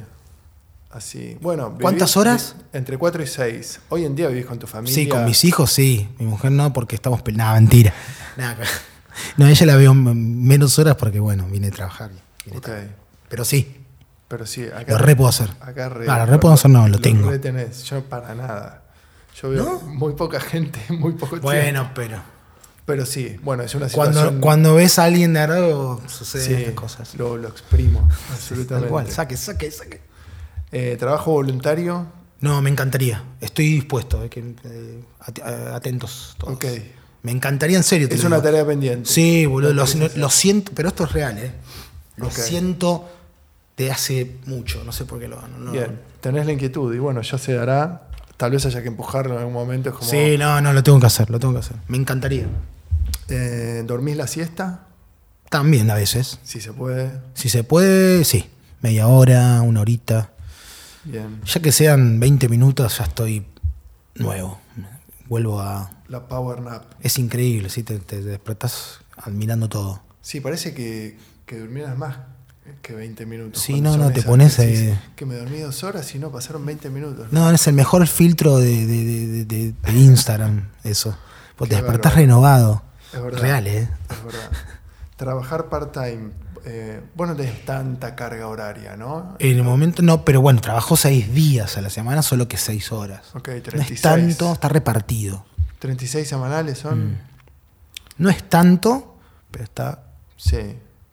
[SPEAKER 1] Así. Bueno, vivís-
[SPEAKER 2] ¿Cuántas horas?
[SPEAKER 1] Entre cuatro y seis. Hoy en día vivís con tu familia.
[SPEAKER 2] Sí, con mis hijos sí. Mi mujer no, porque estamos. pe- Nada, mentira. Nada, no, ella la veo m- menos horas porque, bueno, vine a trabajar. vine a
[SPEAKER 1] Ok.
[SPEAKER 2] tra- Pero sí,
[SPEAKER 1] Pero sí, acá.
[SPEAKER 2] lo re puedo hacer.
[SPEAKER 1] Acá re.
[SPEAKER 2] Ah, lo re puedo hacer, no, lo tengo.
[SPEAKER 1] re tenés. Yo para nada. Yo veo muy poca gente, muy poco tiempo.
[SPEAKER 2] Bueno, pero.
[SPEAKER 1] Pero sí, bueno, es una situación.
[SPEAKER 2] Cuando, cuando ves a alguien de agrado, suceden
[SPEAKER 1] sí,
[SPEAKER 2] estas cosas.
[SPEAKER 1] Lo, lo exprimo,
[SPEAKER 2] Tal
[SPEAKER 1] absolutamente.
[SPEAKER 2] cual, saque, saque, saque.
[SPEAKER 1] Eh, trabajo voluntario.
[SPEAKER 2] No, me encantaría. Estoy dispuesto. eh, que, eh, at- eh, atentos todos.
[SPEAKER 1] Ok.
[SPEAKER 2] Me encantaría en serio. te
[SPEAKER 1] Es
[SPEAKER 2] lo
[SPEAKER 1] una
[SPEAKER 2] digo.
[SPEAKER 1] tarea pendiente.
[SPEAKER 2] Sí, boludo. Lo, lo siento, pero esto es real, ¿eh? Lo
[SPEAKER 1] Ok.
[SPEAKER 2] siento de hace mucho. No sé por qué lo no- no-
[SPEAKER 1] Bien, tenés la inquietud y bueno, ya se dará. Tal vez haya que empujarlo en algún momento. Es como,
[SPEAKER 2] Sí, no, no, lo tengo que hacer, lo tengo que hacer. Me encantaría.
[SPEAKER 1] eh, ¿Dormís la siesta?
[SPEAKER 2] También a veces.
[SPEAKER 1] Si se puede.
[SPEAKER 2] Si se puede, sí. Media hora, una horita.
[SPEAKER 1] Bien.
[SPEAKER 2] Ya que sean 20 minutos, ya estoy nuevo. Vuelvo a.
[SPEAKER 1] La power nap.
[SPEAKER 2] Es increíble, sí, te, te despertás admirando todo.
[SPEAKER 1] Sí, parece que, que durmieras más que 20 minutos.
[SPEAKER 2] Sí,
[SPEAKER 1] cuando
[SPEAKER 2] no,
[SPEAKER 1] son
[SPEAKER 2] no, te
[SPEAKER 1] esas
[SPEAKER 2] pones,
[SPEAKER 1] que decís,
[SPEAKER 2] eh,
[SPEAKER 1] Que me dormí dos horas y no pasaron 20 minutos.
[SPEAKER 2] No, es el mejor filtro de, de- de- de- de- de Instagram, eso.
[SPEAKER 1] Qué
[SPEAKER 2] Porque te despertás
[SPEAKER 1] bárbaro.
[SPEAKER 2] renovado.
[SPEAKER 1] Es verdad.
[SPEAKER 2] Real, ¿eh?
[SPEAKER 1] Es verdad. Trabajar part-time. Eh, vos no tenés tanta carga horaria, ¿no?
[SPEAKER 2] En el momento no, pero bueno, trabajo seis días a la semana, solo que seis horas.
[SPEAKER 1] Ok,
[SPEAKER 2] No es
[SPEAKER 1] 36.
[SPEAKER 2] tanto, está repartido.
[SPEAKER 1] 36 semanales son.
[SPEAKER 2] No es tanto, pero está.
[SPEAKER 1] Sí.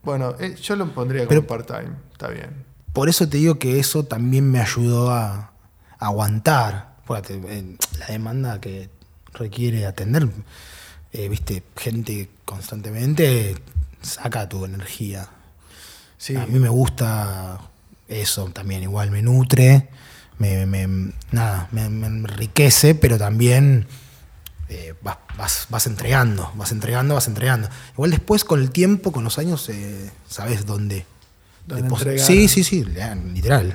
[SPEAKER 1] Bueno, eh, yo lo pondría como
[SPEAKER 2] Pero-
[SPEAKER 1] part-time. Está bien.
[SPEAKER 2] Por eso te digo que eso también me ayudó a, a aguantar. Porque te- en- la demanda que requiere atender, eh, viste, gente constantemente saca tu energía.
[SPEAKER 1] Sí.
[SPEAKER 2] A mí me gusta eso también, igual me nutre, me, me- nada, me, me enriquece, pero también eh, vas, vas- vas entregando, vas entregando, vas entregando. Igual después con el tiempo, con los años, eh, sabes dónde.
[SPEAKER 1] Dónde
[SPEAKER 2] depos-
[SPEAKER 1] entregar.
[SPEAKER 2] sí, sí, sí, literal,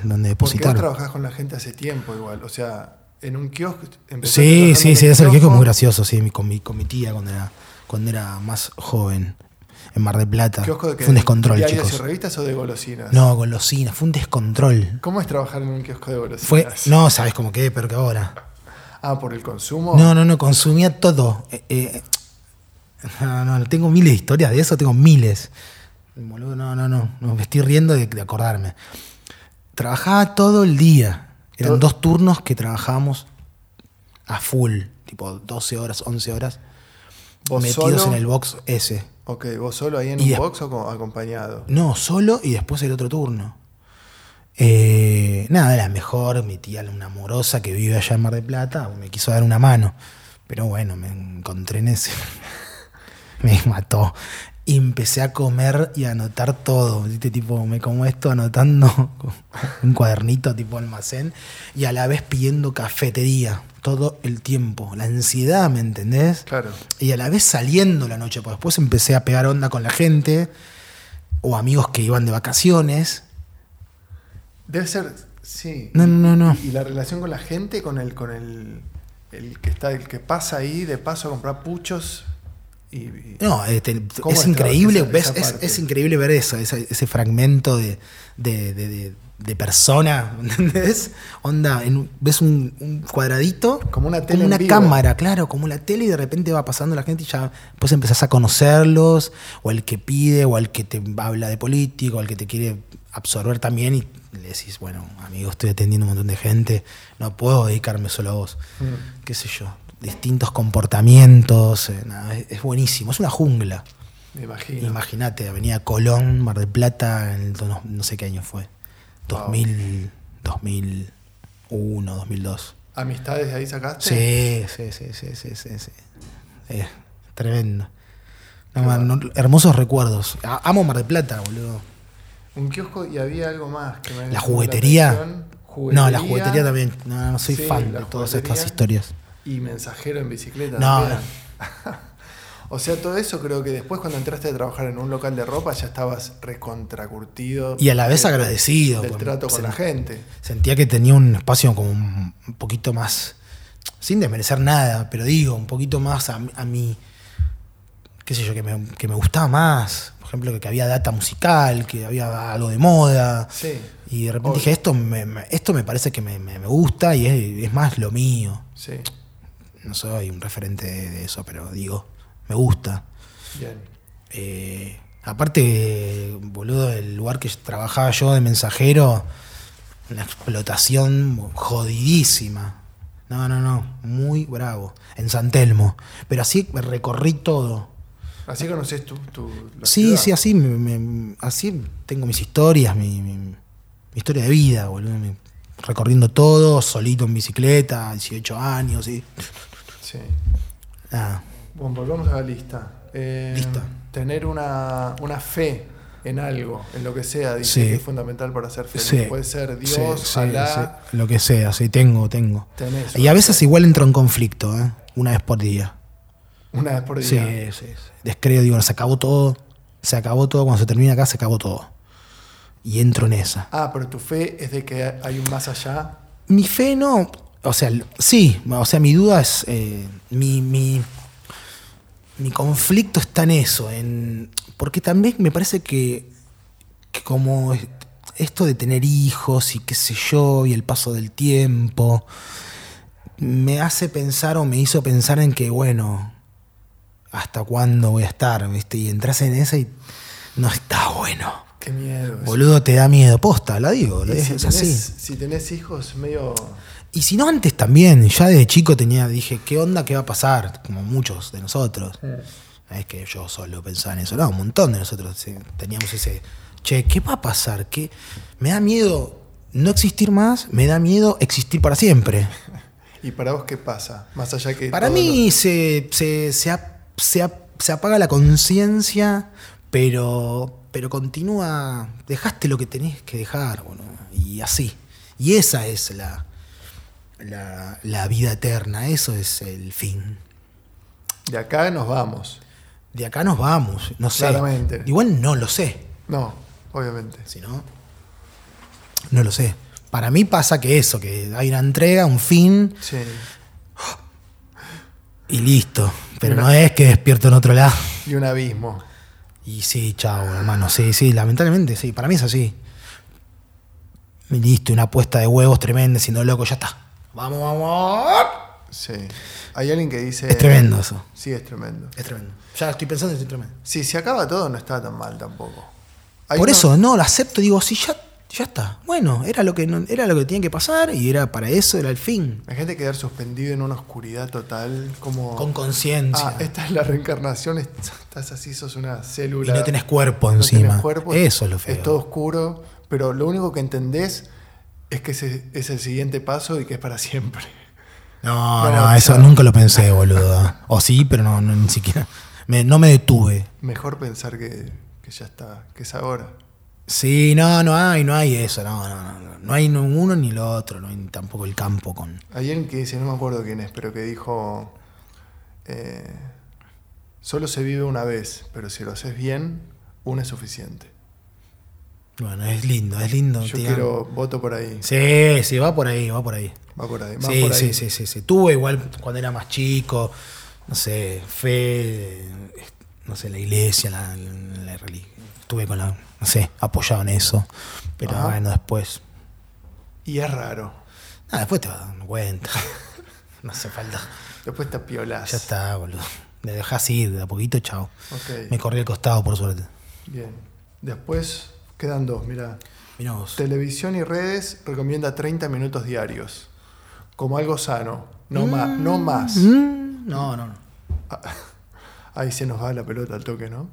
[SPEAKER 1] Porque
[SPEAKER 2] dónde
[SPEAKER 1] vos
[SPEAKER 2] depositar.
[SPEAKER 1] trabajás con la gente hace tiempo igual. O sea, en un kiosco. empezaste
[SPEAKER 2] Sí,
[SPEAKER 1] trabajando en
[SPEAKER 2] sí,
[SPEAKER 1] un
[SPEAKER 2] sí, es el kiosco
[SPEAKER 1] kiosco.
[SPEAKER 2] muy gracioso, sí, mi- con mi, con mi tía cuando era, cuando era más joven, en Mar del Plata.
[SPEAKER 1] ¿Kiosco de qué?
[SPEAKER 2] Fue un descontrol,
[SPEAKER 1] ¿Diarios y
[SPEAKER 2] chicos.
[SPEAKER 1] revistas o de golosinas?
[SPEAKER 2] No, golosinas, fue un descontrol.
[SPEAKER 1] ¿Cómo es trabajar en un kiosco de golosinas?
[SPEAKER 2] Fue, no, sabes cómo quedé, pero que ahora.
[SPEAKER 1] Ah, por el consumo.
[SPEAKER 2] No, no, no, consumía todo. Eh, eh, no, no, tengo miles de historias de eso, tengo miles. Boludo, no, no, no, no, me estoy riendo de, de acordarme. Trabajaba todo el día. Eran
[SPEAKER 1] Todo-
[SPEAKER 2] dos turnos que trabajábamos a full, tipo 12 horas, 11 horas,
[SPEAKER 1] ¿Vos
[SPEAKER 2] metidos
[SPEAKER 1] solo?
[SPEAKER 2] en el box ese.
[SPEAKER 1] Ok, ¿vos solo ahí en
[SPEAKER 2] Y
[SPEAKER 1] un
[SPEAKER 2] des-
[SPEAKER 1] box o co- acompañado?
[SPEAKER 2] No, solo y después el otro turno. Eh, nada, era mejor. Mi tía, una amorosa que vive allá en Mar del Plata, me quiso dar una mano. Pero bueno, me encontré en ese. me mató. Y empecé a comer y a anotar todo. ¿Viste? Tipo, me como esto anotando un cuadernito tipo almacén y a la vez pidiendo cafetería todo el tiempo. La ansiedad, ¿me entendés?
[SPEAKER 1] Claro.
[SPEAKER 2] y a la vez saliendo la noche, porque después empecé a pegar onda con la gente o amigos que iban de vacaciones.
[SPEAKER 1] Debe ser, sí.
[SPEAKER 2] No, no, no, no.
[SPEAKER 1] Y la relación con la gente, con el, con el, el que está, el que pasa ahí de paso a comprar puchos y, y-
[SPEAKER 2] No, este,
[SPEAKER 1] ¿Cómo
[SPEAKER 2] es
[SPEAKER 1] está
[SPEAKER 2] increíble,
[SPEAKER 1] esa-
[SPEAKER 2] ves,
[SPEAKER 1] esa
[SPEAKER 2] es,
[SPEAKER 1] parte?
[SPEAKER 2] es increíble ver eso, ese, ese fragmento de, de- de- de- de persona, ¿entendés? Onda, en un- ves un, un cuadradito,
[SPEAKER 1] Como una tele en
[SPEAKER 2] una
[SPEAKER 1] vivo.
[SPEAKER 2] cámara, claro, como la tele y de repente va pasando la gente y ya pues empezás a conocerlos, o el que pide, o el que te habla de político, o el que te quiere absorber también y le decís, bueno, amigo, estoy atendiendo un montón de gente, no puedo dedicarme solo a vos
[SPEAKER 1] Mm.
[SPEAKER 2] qué sé yo, distintos comportamientos. eh, nada, es, es buenísimo, es una jungla.
[SPEAKER 1] me imagino.
[SPEAKER 2] Imagínate, Avenida Colón, Mar del Plata, en el do- no, sé qué año fue. 2000, 2001, 2002.
[SPEAKER 1] ¿Amistades de ahí sacaste?
[SPEAKER 2] Sí, sí, sí, sí, sí, sí. sí. Eh, tremendo. No, man, no, hermosos recuerdos. A- amo Mar del Plata, boludo.
[SPEAKER 1] Un kiosco y había algo más que me
[SPEAKER 2] ¿La juguetería?
[SPEAKER 1] atención.
[SPEAKER 2] No, la juguetería también. No, no soy
[SPEAKER 1] Sí,
[SPEAKER 2] fan
[SPEAKER 1] la
[SPEAKER 2] de todas
[SPEAKER 1] juguetería.
[SPEAKER 2] estas historias.
[SPEAKER 1] Y mensajero en bicicleta.
[SPEAKER 2] No,
[SPEAKER 1] también. o sea, todo eso creo que después cuando entraste a trabajar en un local de ropa ya estabas recontracurtido.
[SPEAKER 2] Y a la vez agradecido.
[SPEAKER 1] Del
[SPEAKER 2] con-
[SPEAKER 1] trato con
[SPEAKER 2] sen-
[SPEAKER 1] la gente.
[SPEAKER 2] Sentía que tenía un espacio como un un poquito más, sin desmerecer nada, pero digo, un poquito más a, a mi, qué sé yo, que me, que me gustaba más. Por ejemplo, que, que había data musical, que había algo de moda.
[SPEAKER 1] Sí.
[SPEAKER 2] Y de repente
[SPEAKER 1] Obvio.
[SPEAKER 2] dije, esto me, me- esto me parece que me, me- me gusta y es, es más lo mío.
[SPEAKER 1] Sí.
[SPEAKER 2] No soy un referente de, de eso, pero digo, me gusta.
[SPEAKER 1] Bien.
[SPEAKER 2] Eh, aparte, boludo, el lugar que trabajaba yo de mensajero, una explotación jodidísima. No, no, no, muy bravo. En San Telmo. Pero así me recorrí todo.
[SPEAKER 1] Así conoces tú, tú la
[SPEAKER 2] sí,
[SPEAKER 1] ciudad.
[SPEAKER 2] sí, así, me- me- así tengo mis historias, mi, mi- mi historia de vida, boludo. mi- recorriendo todo, solito en bicicleta, 18 años, y.
[SPEAKER 1] Sí.
[SPEAKER 2] Nada.
[SPEAKER 1] Bueno, volvamos a la lista. Eh,
[SPEAKER 2] Lista.
[SPEAKER 1] Tener una, una fe en algo, en lo que sea, dice
[SPEAKER 2] Sí.
[SPEAKER 1] que es fundamental para ser feliz.
[SPEAKER 2] Sí.
[SPEAKER 1] Puede ser
[SPEAKER 2] Sí,
[SPEAKER 1] Dios,
[SPEAKER 2] sí,
[SPEAKER 1] Alá,
[SPEAKER 2] sí, lo que sea, sí, tengo, tengo.
[SPEAKER 1] tenés
[SPEAKER 2] Y a veces igual entro en conflicto, ¿eh? Una vez por día.
[SPEAKER 1] una vez por
[SPEAKER 2] Sí,
[SPEAKER 1] día.
[SPEAKER 2] sí, sí. Descreo, digo, se acabó todo. Se acabó todo. Cuando se termina acá, se acabó todo. Y entro en esa.
[SPEAKER 1] Ah, pero tu fe es de que hay un más allá.
[SPEAKER 2] Mi fe no. O sea, l- sí. O sea, mi duda es. eh, mi, mi, mi conflicto está en eso. En, porque también me parece que, que como es- esto de tener hijos y qué sé yo, y el paso del tiempo, me hace pensar o me hizo pensar en que, bueno, ¿hasta cuándo voy a estar? ¿Viste? Y entras en esa y no está bueno.
[SPEAKER 1] Qué miedo. eso.
[SPEAKER 2] Boludo, te da miedo. Posta, la digo.
[SPEAKER 1] Y
[SPEAKER 2] es-
[SPEAKER 1] si,
[SPEAKER 2] es
[SPEAKER 1] tenés,
[SPEAKER 2] así.
[SPEAKER 1] si tenés hijos, medio.
[SPEAKER 2] Y si no, antes también, ya desde chico tenía, dije, ¿qué onda? ¿Qué va a pasar? Como muchos de nosotros. No Es que yo solo pensaba en eso, no, un montón de nosotros sí, teníamos ese, che, ¿qué va a pasar? ¿Qué? Me da miedo no existir más, me da miedo existir para siempre.
[SPEAKER 1] ¿Y para vos qué pasa? Más allá que.
[SPEAKER 2] Para
[SPEAKER 1] todo
[SPEAKER 2] mí se, se, se ap- se ap- se apaga la conciencia, pero, pero continúa. Dejaste lo que tenés que dejar, boludo, y así. Y esa es la, la, la vida eterna, eso es el fin.
[SPEAKER 1] lo- de acá nos vamos.
[SPEAKER 2] De acá nos vamos, no sé.
[SPEAKER 1] Claramente.
[SPEAKER 2] Igual no lo sé,
[SPEAKER 1] No, obviamente.
[SPEAKER 2] si no. No lo sé. Para mí pasa que eso, que hay una entrega, un fin
[SPEAKER 1] Sí.
[SPEAKER 2] y listo. Pero no es que despierto en otro lado.
[SPEAKER 1] Y un abismo.
[SPEAKER 2] Y sí, chao, hermano. Sí, sí, lamentablemente, sí. Para mí es así. Y Listo, una apuesta de huevos tremenda, siendo loco, ya está. Vamos, vamos.
[SPEAKER 1] Sí. Hay alguien que dice.
[SPEAKER 2] Es tremendo eso.
[SPEAKER 1] Sí, Eh, es tremendo.
[SPEAKER 2] Es tremendo. Ya estoy pensando, estoy tremendo.
[SPEAKER 1] Si se acaba todo, no está tan mal tampoco. Hay
[SPEAKER 2] Por
[SPEAKER 1] uno-
[SPEAKER 2] eso, ¿eh? no, lo acepto, digo, sí, ya, ya está. Bueno, era lo que no- era lo que tenía que pasar y era para eso, era el fin.
[SPEAKER 1] Hay gente que quedar suspendido en una oscuridad total, como.
[SPEAKER 2] Con conciencia.
[SPEAKER 1] ah, esta es la reencarnación, estás así, sos una
[SPEAKER 2] y
[SPEAKER 1] célula.
[SPEAKER 2] no tenés cuerpo
[SPEAKER 1] no
[SPEAKER 2] encima.
[SPEAKER 1] tenés cuerpo,
[SPEAKER 2] Eso es lo feo.
[SPEAKER 1] Es todo oscuro, pero lo único que entendés es que ese es el siguiente paso y que es para siempre.
[SPEAKER 2] No,
[SPEAKER 1] No,
[SPEAKER 2] no, eso
[SPEAKER 1] ya.
[SPEAKER 2] nunca lo pensé, boludo. O sí, pero no, no, ni siquiera. me- no me detuve.
[SPEAKER 1] Mejor pensar que, que ya está, que es ahora.
[SPEAKER 2] Sí, no, no hay, no hay eso, no, no, no, no hay ni uno ni lo otro, no hay tampoco el campo con.
[SPEAKER 1] Hay alguien que dice, no me acuerdo quién es, pero que dijo, eh, solo se vive una vez, pero si lo haces bien, una es suficiente.
[SPEAKER 2] Bueno, es lindo, es lindo.
[SPEAKER 1] Yo
[SPEAKER 2] tío.
[SPEAKER 1] quiero voto por ahí.
[SPEAKER 2] Sí, sí, va por ahí, va por ahí.
[SPEAKER 1] Va por ahí. va
[SPEAKER 2] Sí,
[SPEAKER 1] por ahí.
[SPEAKER 2] sí, sí, sí, sí. Tuve igual cuando era más chico, no sé, fe, eh, no sé, la iglesia, la, la religión. Estuve con la, no sé, apoyado en eso. Pero
[SPEAKER 1] Ajá.
[SPEAKER 2] bueno, después.
[SPEAKER 1] Y es raro.
[SPEAKER 2] Nada, después te vas dando cuenta. no hace falta.
[SPEAKER 1] Después te piolás.
[SPEAKER 2] Ya está, boludo. Me dejás ir de a poquito, chao.
[SPEAKER 1] Ok,
[SPEAKER 2] Me corrí al costado, por suerte.
[SPEAKER 1] bien. Después quedan dos, mira.
[SPEAKER 2] Mirá vos.
[SPEAKER 1] Televisión y redes recomienda 30 minutos diarios. Como algo sano. No, ma- no más. Ah,
[SPEAKER 2] Mm, No, no, no.
[SPEAKER 1] Ahí se nos va la pelota al toque, ¿no?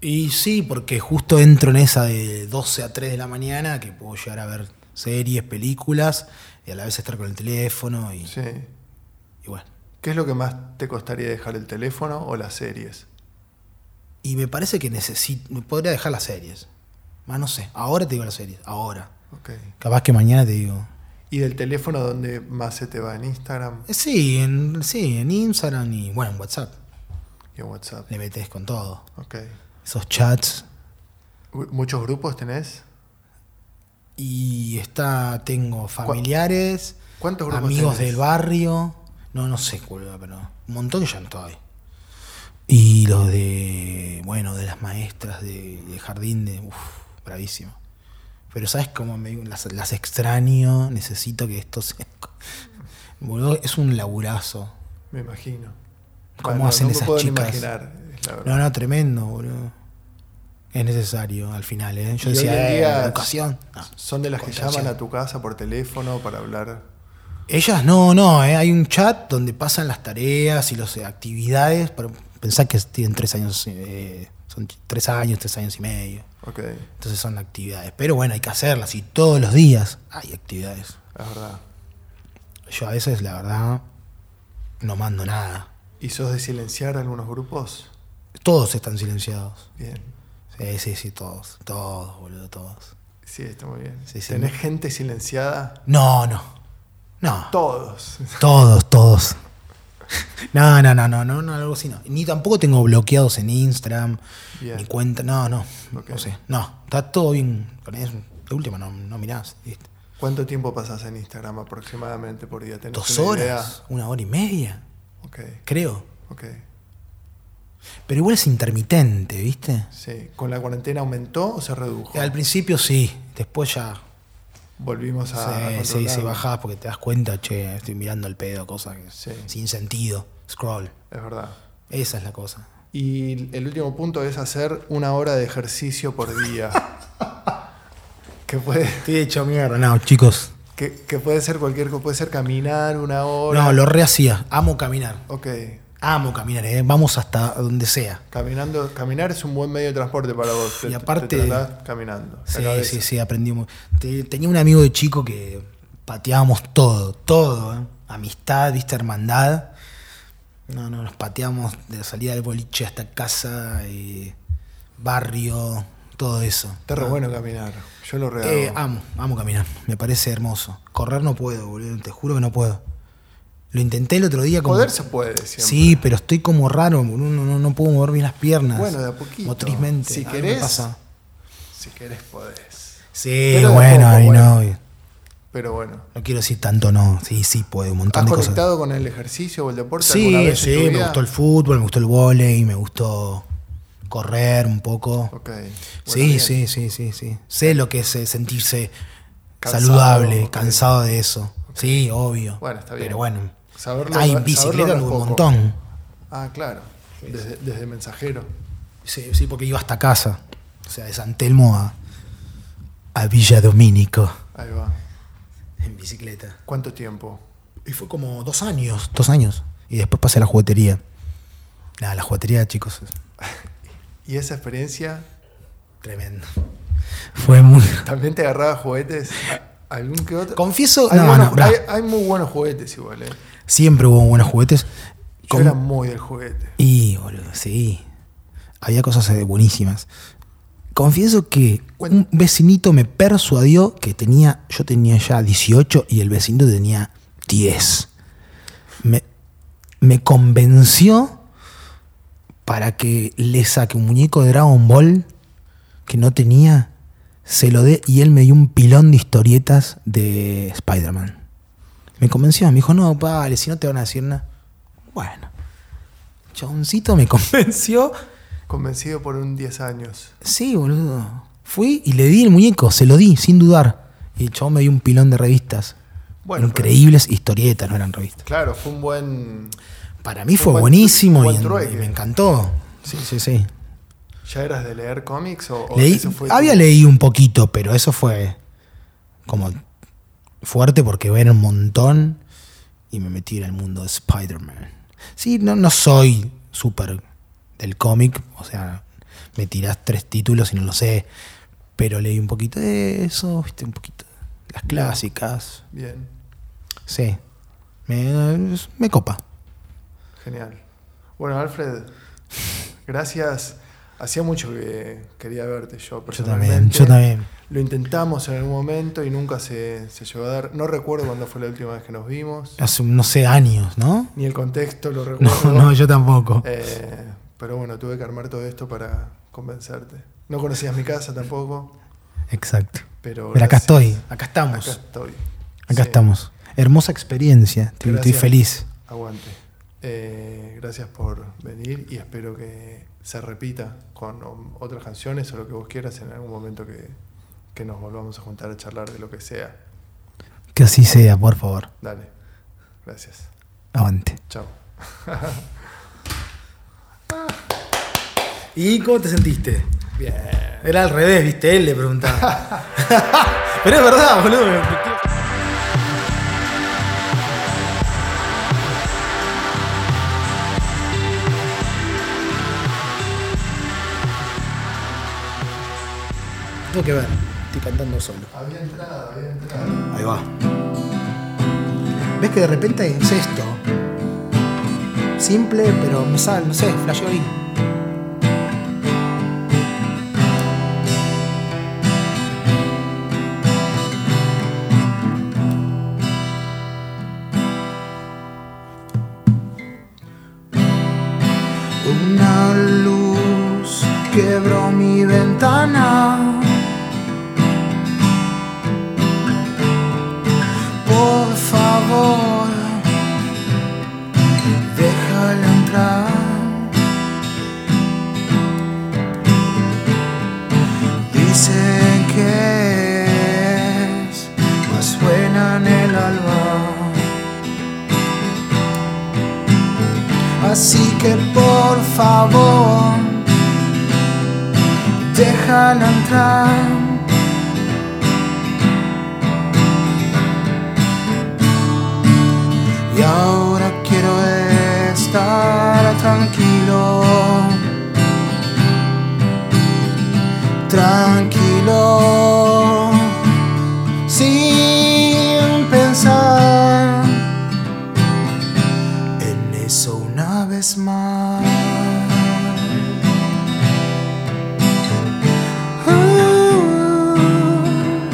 [SPEAKER 2] Y sí, porque justo entro en esa de 12 a 3 de la mañana, que puedo llegar a ver series, películas, y a la vez estar con el teléfono y,
[SPEAKER 1] Sí.
[SPEAKER 2] y bueno.
[SPEAKER 1] ¿Qué es lo que más te costaría dejar el teléfono o las series?
[SPEAKER 2] Y me parece que necesito, podría dejar las series. Más no sé. Ahora te digo las series. Ahora.
[SPEAKER 1] Ok.
[SPEAKER 2] Capaz que mañana te digo.
[SPEAKER 1] ¿Y del teléfono donde más se te va? ¿En Instagram
[SPEAKER 2] Eh, sí, en, sí, en Instagram y bueno, en WhatsApp.
[SPEAKER 1] y en WhatsApp?
[SPEAKER 2] Le metes con todo.
[SPEAKER 1] Ok.
[SPEAKER 2] Esos chats.
[SPEAKER 1] Gu- ¿Muchos grupos tenés?
[SPEAKER 2] Y está, tengo familiares,
[SPEAKER 1] ¿Cuántos grupos
[SPEAKER 2] amigos
[SPEAKER 1] tenés?
[SPEAKER 2] del barrio. No, no sé, boludo, pero un montón ya no estoy. Y los de, bueno, de las maestras de, de jardín, de, uff, bravísimo. Pero sabes cómo me, las, las extraño, necesito que esto se... Boludo, es un laburazo.
[SPEAKER 1] Me imagino.
[SPEAKER 2] ¿Cómo
[SPEAKER 1] Bueno,
[SPEAKER 2] hacen
[SPEAKER 1] no me
[SPEAKER 2] esas
[SPEAKER 1] puedo ni
[SPEAKER 2] chicas?
[SPEAKER 1] imaginar, es la verdad.
[SPEAKER 2] No, no, tremendo, boludo. Es necesario al final, ¿eh? Yo
[SPEAKER 1] Y hoy en
[SPEAKER 2] decía, eh,
[SPEAKER 1] día-
[SPEAKER 2] educación. Ah.
[SPEAKER 1] Son de las que
[SPEAKER 2] Contención.
[SPEAKER 1] llaman a tu casa por teléfono para hablar.
[SPEAKER 2] Ellas no, no, ¿eh? hay un chat donde pasan las tareas y las eh, actividades. Pero pensá que tienen tres años, eh, son ch- tres años, tres años y medio.
[SPEAKER 1] Ok, es
[SPEAKER 2] Entonces son actividades. Pero bueno, hay que hacerlas y todos los días hay actividades.
[SPEAKER 1] verdad.
[SPEAKER 2] Yo a veces, la verdad, no mando nada.
[SPEAKER 1] ¿Y sos de silenciar algunos grupos?
[SPEAKER 2] Todos están silenciados.
[SPEAKER 1] Bien.
[SPEAKER 2] Sí, sí, sí, todos. Todos, boludo, todos.
[SPEAKER 1] Sí, está muy bien.
[SPEAKER 2] Sí, sí.
[SPEAKER 1] ¿Tenés gente silenciada?
[SPEAKER 2] No, no. No.
[SPEAKER 1] Todos.
[SPEAKER 2] Todos, todos. No, no, no, no, no, no, algo así no. Ni tampoco tengo bloqueados en Instagram,
[SPEAKER 1] Bien.
[SPEAKER 2] ni cuenta, no, no,
[SPEAKER 1] Ok.
[SPEAKER 2] no sé, no, está todo bien. Con eso, de última, no, no mirás. listo.
[SPEAKER 1] ¿Cuánto tiempo pasás en Instagram aproximadamente por día? ¿Tenés
[SPEAKER 2] Dos
[SPEAKER 1] una
[SPEAKER 2] horas, una hora y media,
[SPEAKER 1] idea? Ok,
[SPEAKER 2] creo.
[SPEAKER 1] ok.
[SPEAKER 2] Pero igual es intermitente, ¿viste?
[SPEAKER 1] Sí. ¿Con la cuarentena aumentó o se redujo?
[SPEAKER 2] Al principio sí, después ya
[SPEAKER 1] Volvimos a. a
[SPEAKER 2] se, se,
[SPEAKER 1] controlar.
[SPEAKER 2] se bajás porque te das cuenta, che, estoy mirando al pedo, cosas que-
[SPEAKER 1] Sí.
[SPEAKER 2] sin sentido, scroll.
[SPEAKER 1] Es verdad.
[SPEAKER 2] Esa es la cosa.
[SPEAKER 1] Y el último punto es hacer una hora de ejercicio por día. que, puede,
[SPEAKER 2] Estoy hecho mierda, no, chicos.
[SPEAKER 1] que, que puede ser cualquier cosa. Puede ser caminar una hora.
[SPEAKER 2] No, lo rehacía, amo caminar.
[SPEAKER 1] Ok.
[SPEAKER 2] Amo caminar, ¿eh? vamos hasta donde sea.
[SPEAKER 1] Caminando, caminar es un buen medio de transporte para vos. Te-
[SPEAKER 2] Y
[SPEAKER 1] te
[SPEAKER 2] aparte-
[SPEAKER 1] trasladás caminando. la
[SPEAKER 2] Sí,
[SPEAKER 1] cabeza.
[SPEAKER 2] sí, sí, aprendí muy. Te- tenía un amigo de chico que pateábamos todo, todo, ¿eh? amistad, viste, hermandad. No, no, nos pateamos de la salida del boliche hasta casa, eh, barrio, todo eso.
[SPEAKER 1] Está re bueno caminar. Yo lo rehago.
[SPEAKER 2] Eh, amo, amo caminar, me parece hermoso. Correr no puedo, boludo, te juro que no puedo. Lo intenté el otro día como.
[SPEAKER 1] Poder se puede siempre.
[SPEAKER 2] Sí, pero estoy como raro, boludo, no, no, no puedo mover bien las piernas.
[SPEAKER 1] Bueno, de a poquito.
[SPEAKER 2] Motrizmente.
[SPEAKER 1] Si
[SPEAKER 2] algo me
[SPEAKER 1] querés,
[SPEAKER 2] pasa.
[SPEAKER 1] Si querés, podés.
[SPEAKER 2] Sí,
[SPEAKER 1] Pero de a
[SPEAKER 2] bueno,
[SPEAKER 1] poco,
[SPEAKER 2] ahí
[SPEAKER 1] bueno.
[SPEAKER 2] no.
[SPEAKER 1] Pero bueno.
[SPEAKER 2] No quiero decir tanto, no. Sí, sí, puede, un montón
[SPEAKER 1] ¿Has
[SPEAKER 2] de cosas.
[SPEAKER 1] conectado con el ejercicio o el deporte alguna
[SPEAKER 2] Sí,
[SPEAKER 1] vez? en
[SPEAKER 2] sí,
[SPEAKER 1] tu
[SPEAKER 2] me
[SPEAKER 1] vida?
[SPEAKER 2] gustó el fútbol, me gustó el vóley, me gustó correr un poco.
[SPEAKER 1] Ok. Bueno,
[SPEAKER 2] sí,
[SPEAKER 1] bien.
[SPEAKER 2] sí, sí, sí, sí. Sé lo que es eh, sentirse
[SPEAKER 1] Cansado,
[SPEAKER 2] saludable,
[SPEAKER 1] ok.
[SPEAKER 2] cansado de eso. Sí, obvio.
[SPEAKER 1] Bueno, está bien.
[SPEAKER 2] Pero bueno.
[SPEAKER 1] Saberlo-
[SPEAKER 2] ah, en
[SPEAKER 1] saberlo no
[SPEAKER 2] bicicleta
[SPEAKER 1] es
[SPEAKER 2] anduve un
[SPEAKER 1] poco.
[SPEAKER 2] montón.
[SPEAKER 1] Ah, claro. Desde, desde mensajero.
[SPEAKER 2] Sí, sí, porque iba hasta casa. O sea, de San Telmo a, a Villa Domínico.
[SPEAKER 1] Ahí va.
[SPEAKER 2] En bicicleta.
[SPEAKER 1] ¿Cuánto tiempo?
[SPEAKER 2] Y fue como dos años. Dos años. Y después pasé a la juguetería. Nada, la juguetería, chicos, es
[SPEAKER 1] ¿Y esa experiencia?
[SPEAKER 2] tremendo. Fue muy.
[SPEAKER 1] ¿También te agarraba juguetes? ¿A- ¿Algún que otro?
[SPEAKER 2] Confieso.
[SPEAKER 1] Hay,
[SPEAKER 2] no,
[SPEAKER 1] buenos-
[SPEAKER 2] no, bra,
[SPEAKER 1] hay- hay muy buenos juguetes igual, ¿eh?
[SPEAKER 2] Siempre hubo buenos juguetes.
[SPEAKER 1] Yo
[SPEAKER 2] Con-
[SPEAKER 1] era muy del juguete.
[SPEAKER 2] Y, boludo, sí. Había cosas eh, buenísimas. Confieso que un vecinito me persuadió que tenía. Yo tenía ya 18 y el vecino tenía 10. Me, me convenció para que le saque un muñeco de Dragon Ball que no tenía. Se lo dé y él me dio un pilón de historietas de Spider-Man. Me convenció, me dijo, no, vale, si no te van a decir nada. Bueno. Chaboncito me convenció.
[SPEAKER 1] Convencido por un 10 años.
[SPEAKER 2] Sí, boludo. Fui y le di el muñeco, se lo di, sin dudar. Y el chabón me dio un pilón de revistas.
[SPEAKER 1] Bueno,
[SPEAKER 2] Increíbles historietas, no eran revistas.
[SPEAKER 1] Claro, fue un buen...
[SPEAKER 2] Para mí fue
[SPEAKER 1] buen-
[SPEAKER 2] buenísimo
[SPEAKER 1] buen
[SPEAKER 2] y, en-
[SPEAKER 1] trueque.
[SPEAKER 2] y me encantó. Sí, sí, sí.
[SPEAKER 1] ¿Ya eras de leer cómics o, o
[SPEAKER 2] Leí-
[SPEAKER 1] eso fue
[SPEAKER 2] había
[SPEAKER 1] tu-
[SPEAKER 2] leído un poquito, pero eso fue como fuerte porque era un montón y me metí en el mundo de Spider-Man. Sí, no, no soy súper del cómic, o sea, me tirás tres títulos y no lo sé, pero leí un poquito de eso, viste, un poquito de las clásicas.
[SPEAKER 1] Bien,
[SPEAKER 2] Sí, me, me copa.
[SPEAKER 1] genial. Bueno, Alfred, gracias Hacía mucho que quería verte yo
[SPEAKER 2] Yo
[SPEAKER 1] personalmente.
[SPEAKER 2] también, yo también.
[SPEAKER 1] Lo intentamos en algún momento y nunca se, se llegó a dar. No recuerdo cuándo fue la última vez que nos vimos,
[SPEAKER 2] Hace, no sé, años, ¿no?
[SPEAKER 1] ni el contexto lo
[SPEAKER 2] Ah. No,
[SPEAKER 1] recuerdo.
[SPEAKER 2] no, yo tampoco.
[SPEAKER 1] Eh, pero bueno, tuve que armar todo esto para convencerte. No conocías mi casa tampoco,
[SPEAKER 2] Exacto.
[SPEAKER 1] pero...
[SPEAKER 2] Pero acá
[SPEAKER 1] gracias.
[SPEAKER 2] estoy, acá estamos,
[SPEAKER 1] Acá
[SPEAKER 2] acá,
[SPEAKER 1] estoy. Sí,
[SPEAKER 2] estamos. Hermosa experiencia, estoy, estoy
[SPEAKER 1] Gracias.
[SPEAKER 2] feliz.
[SPEAKER 1] Aguante. Eh, gracias por venir y espero que se repita con o- otras canciones o lo que vos quieras en algún momento que, que nos volvamos a juntar a charlar de lo que sea.
[SPEAKER 2] Que así sea, por favor.
[SPEAKER 1] Dale. Gracias.
[SPEAKER 2] Avante.
[SPEAKER 1] Chao.
[SPEAKER 2] ¿Y cómo te sentiste?
[SPEAKER 1] Bien.
[SPEAKER 2] Era al revés, viste, él le preguntaba. Pero es verdad, boludo. Tengo que ver, estoy cantando solo.
[SPEAKER 1] Había entrado, había entrado.
[SPEAKER 2] Ahí va. ¿Ves que de repente es esto? Simple, pero me sale, no sé, flasheo ahí. Una luz quebró mi ventana. Por favor, déjala entrar. Dicen que es más buena en el alma. Así que por favor, déjala entrar. Y ahora quiero estar tranquilo. Tranquilo. Sin pensar en eso una vez más. Ah.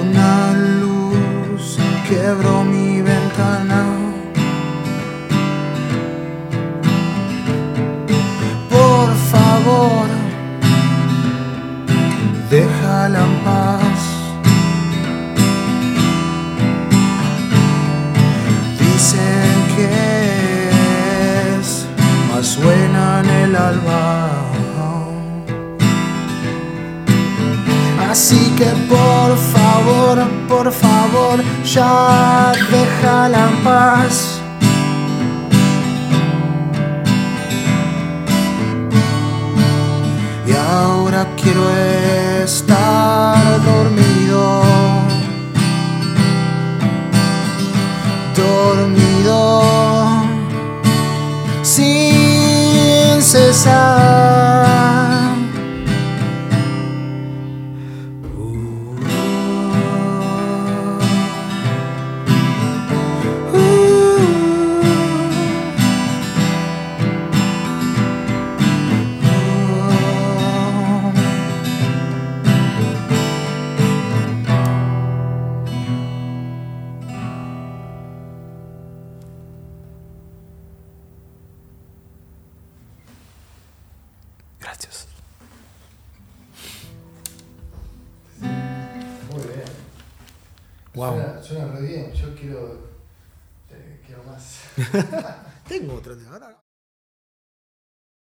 [SPEAKER 2] Una luz quebró mi ventana. Por favor, déjala en paz. Dicen que es más buena en el alma. Así que por favor, por favor, ya déjala en paz. Y ahora quiero estar dormido. dormido sin cesar. Uh, uh, uh. Gracias.
[SPEAKER 1] Muy bien.
[SPEAKER 2] Wow.
[SPEAKER 1] Suena, suena re bien. Yo quiero. eh, quiero más.
[SPEAKER 2] Tengo otro tema. ahora-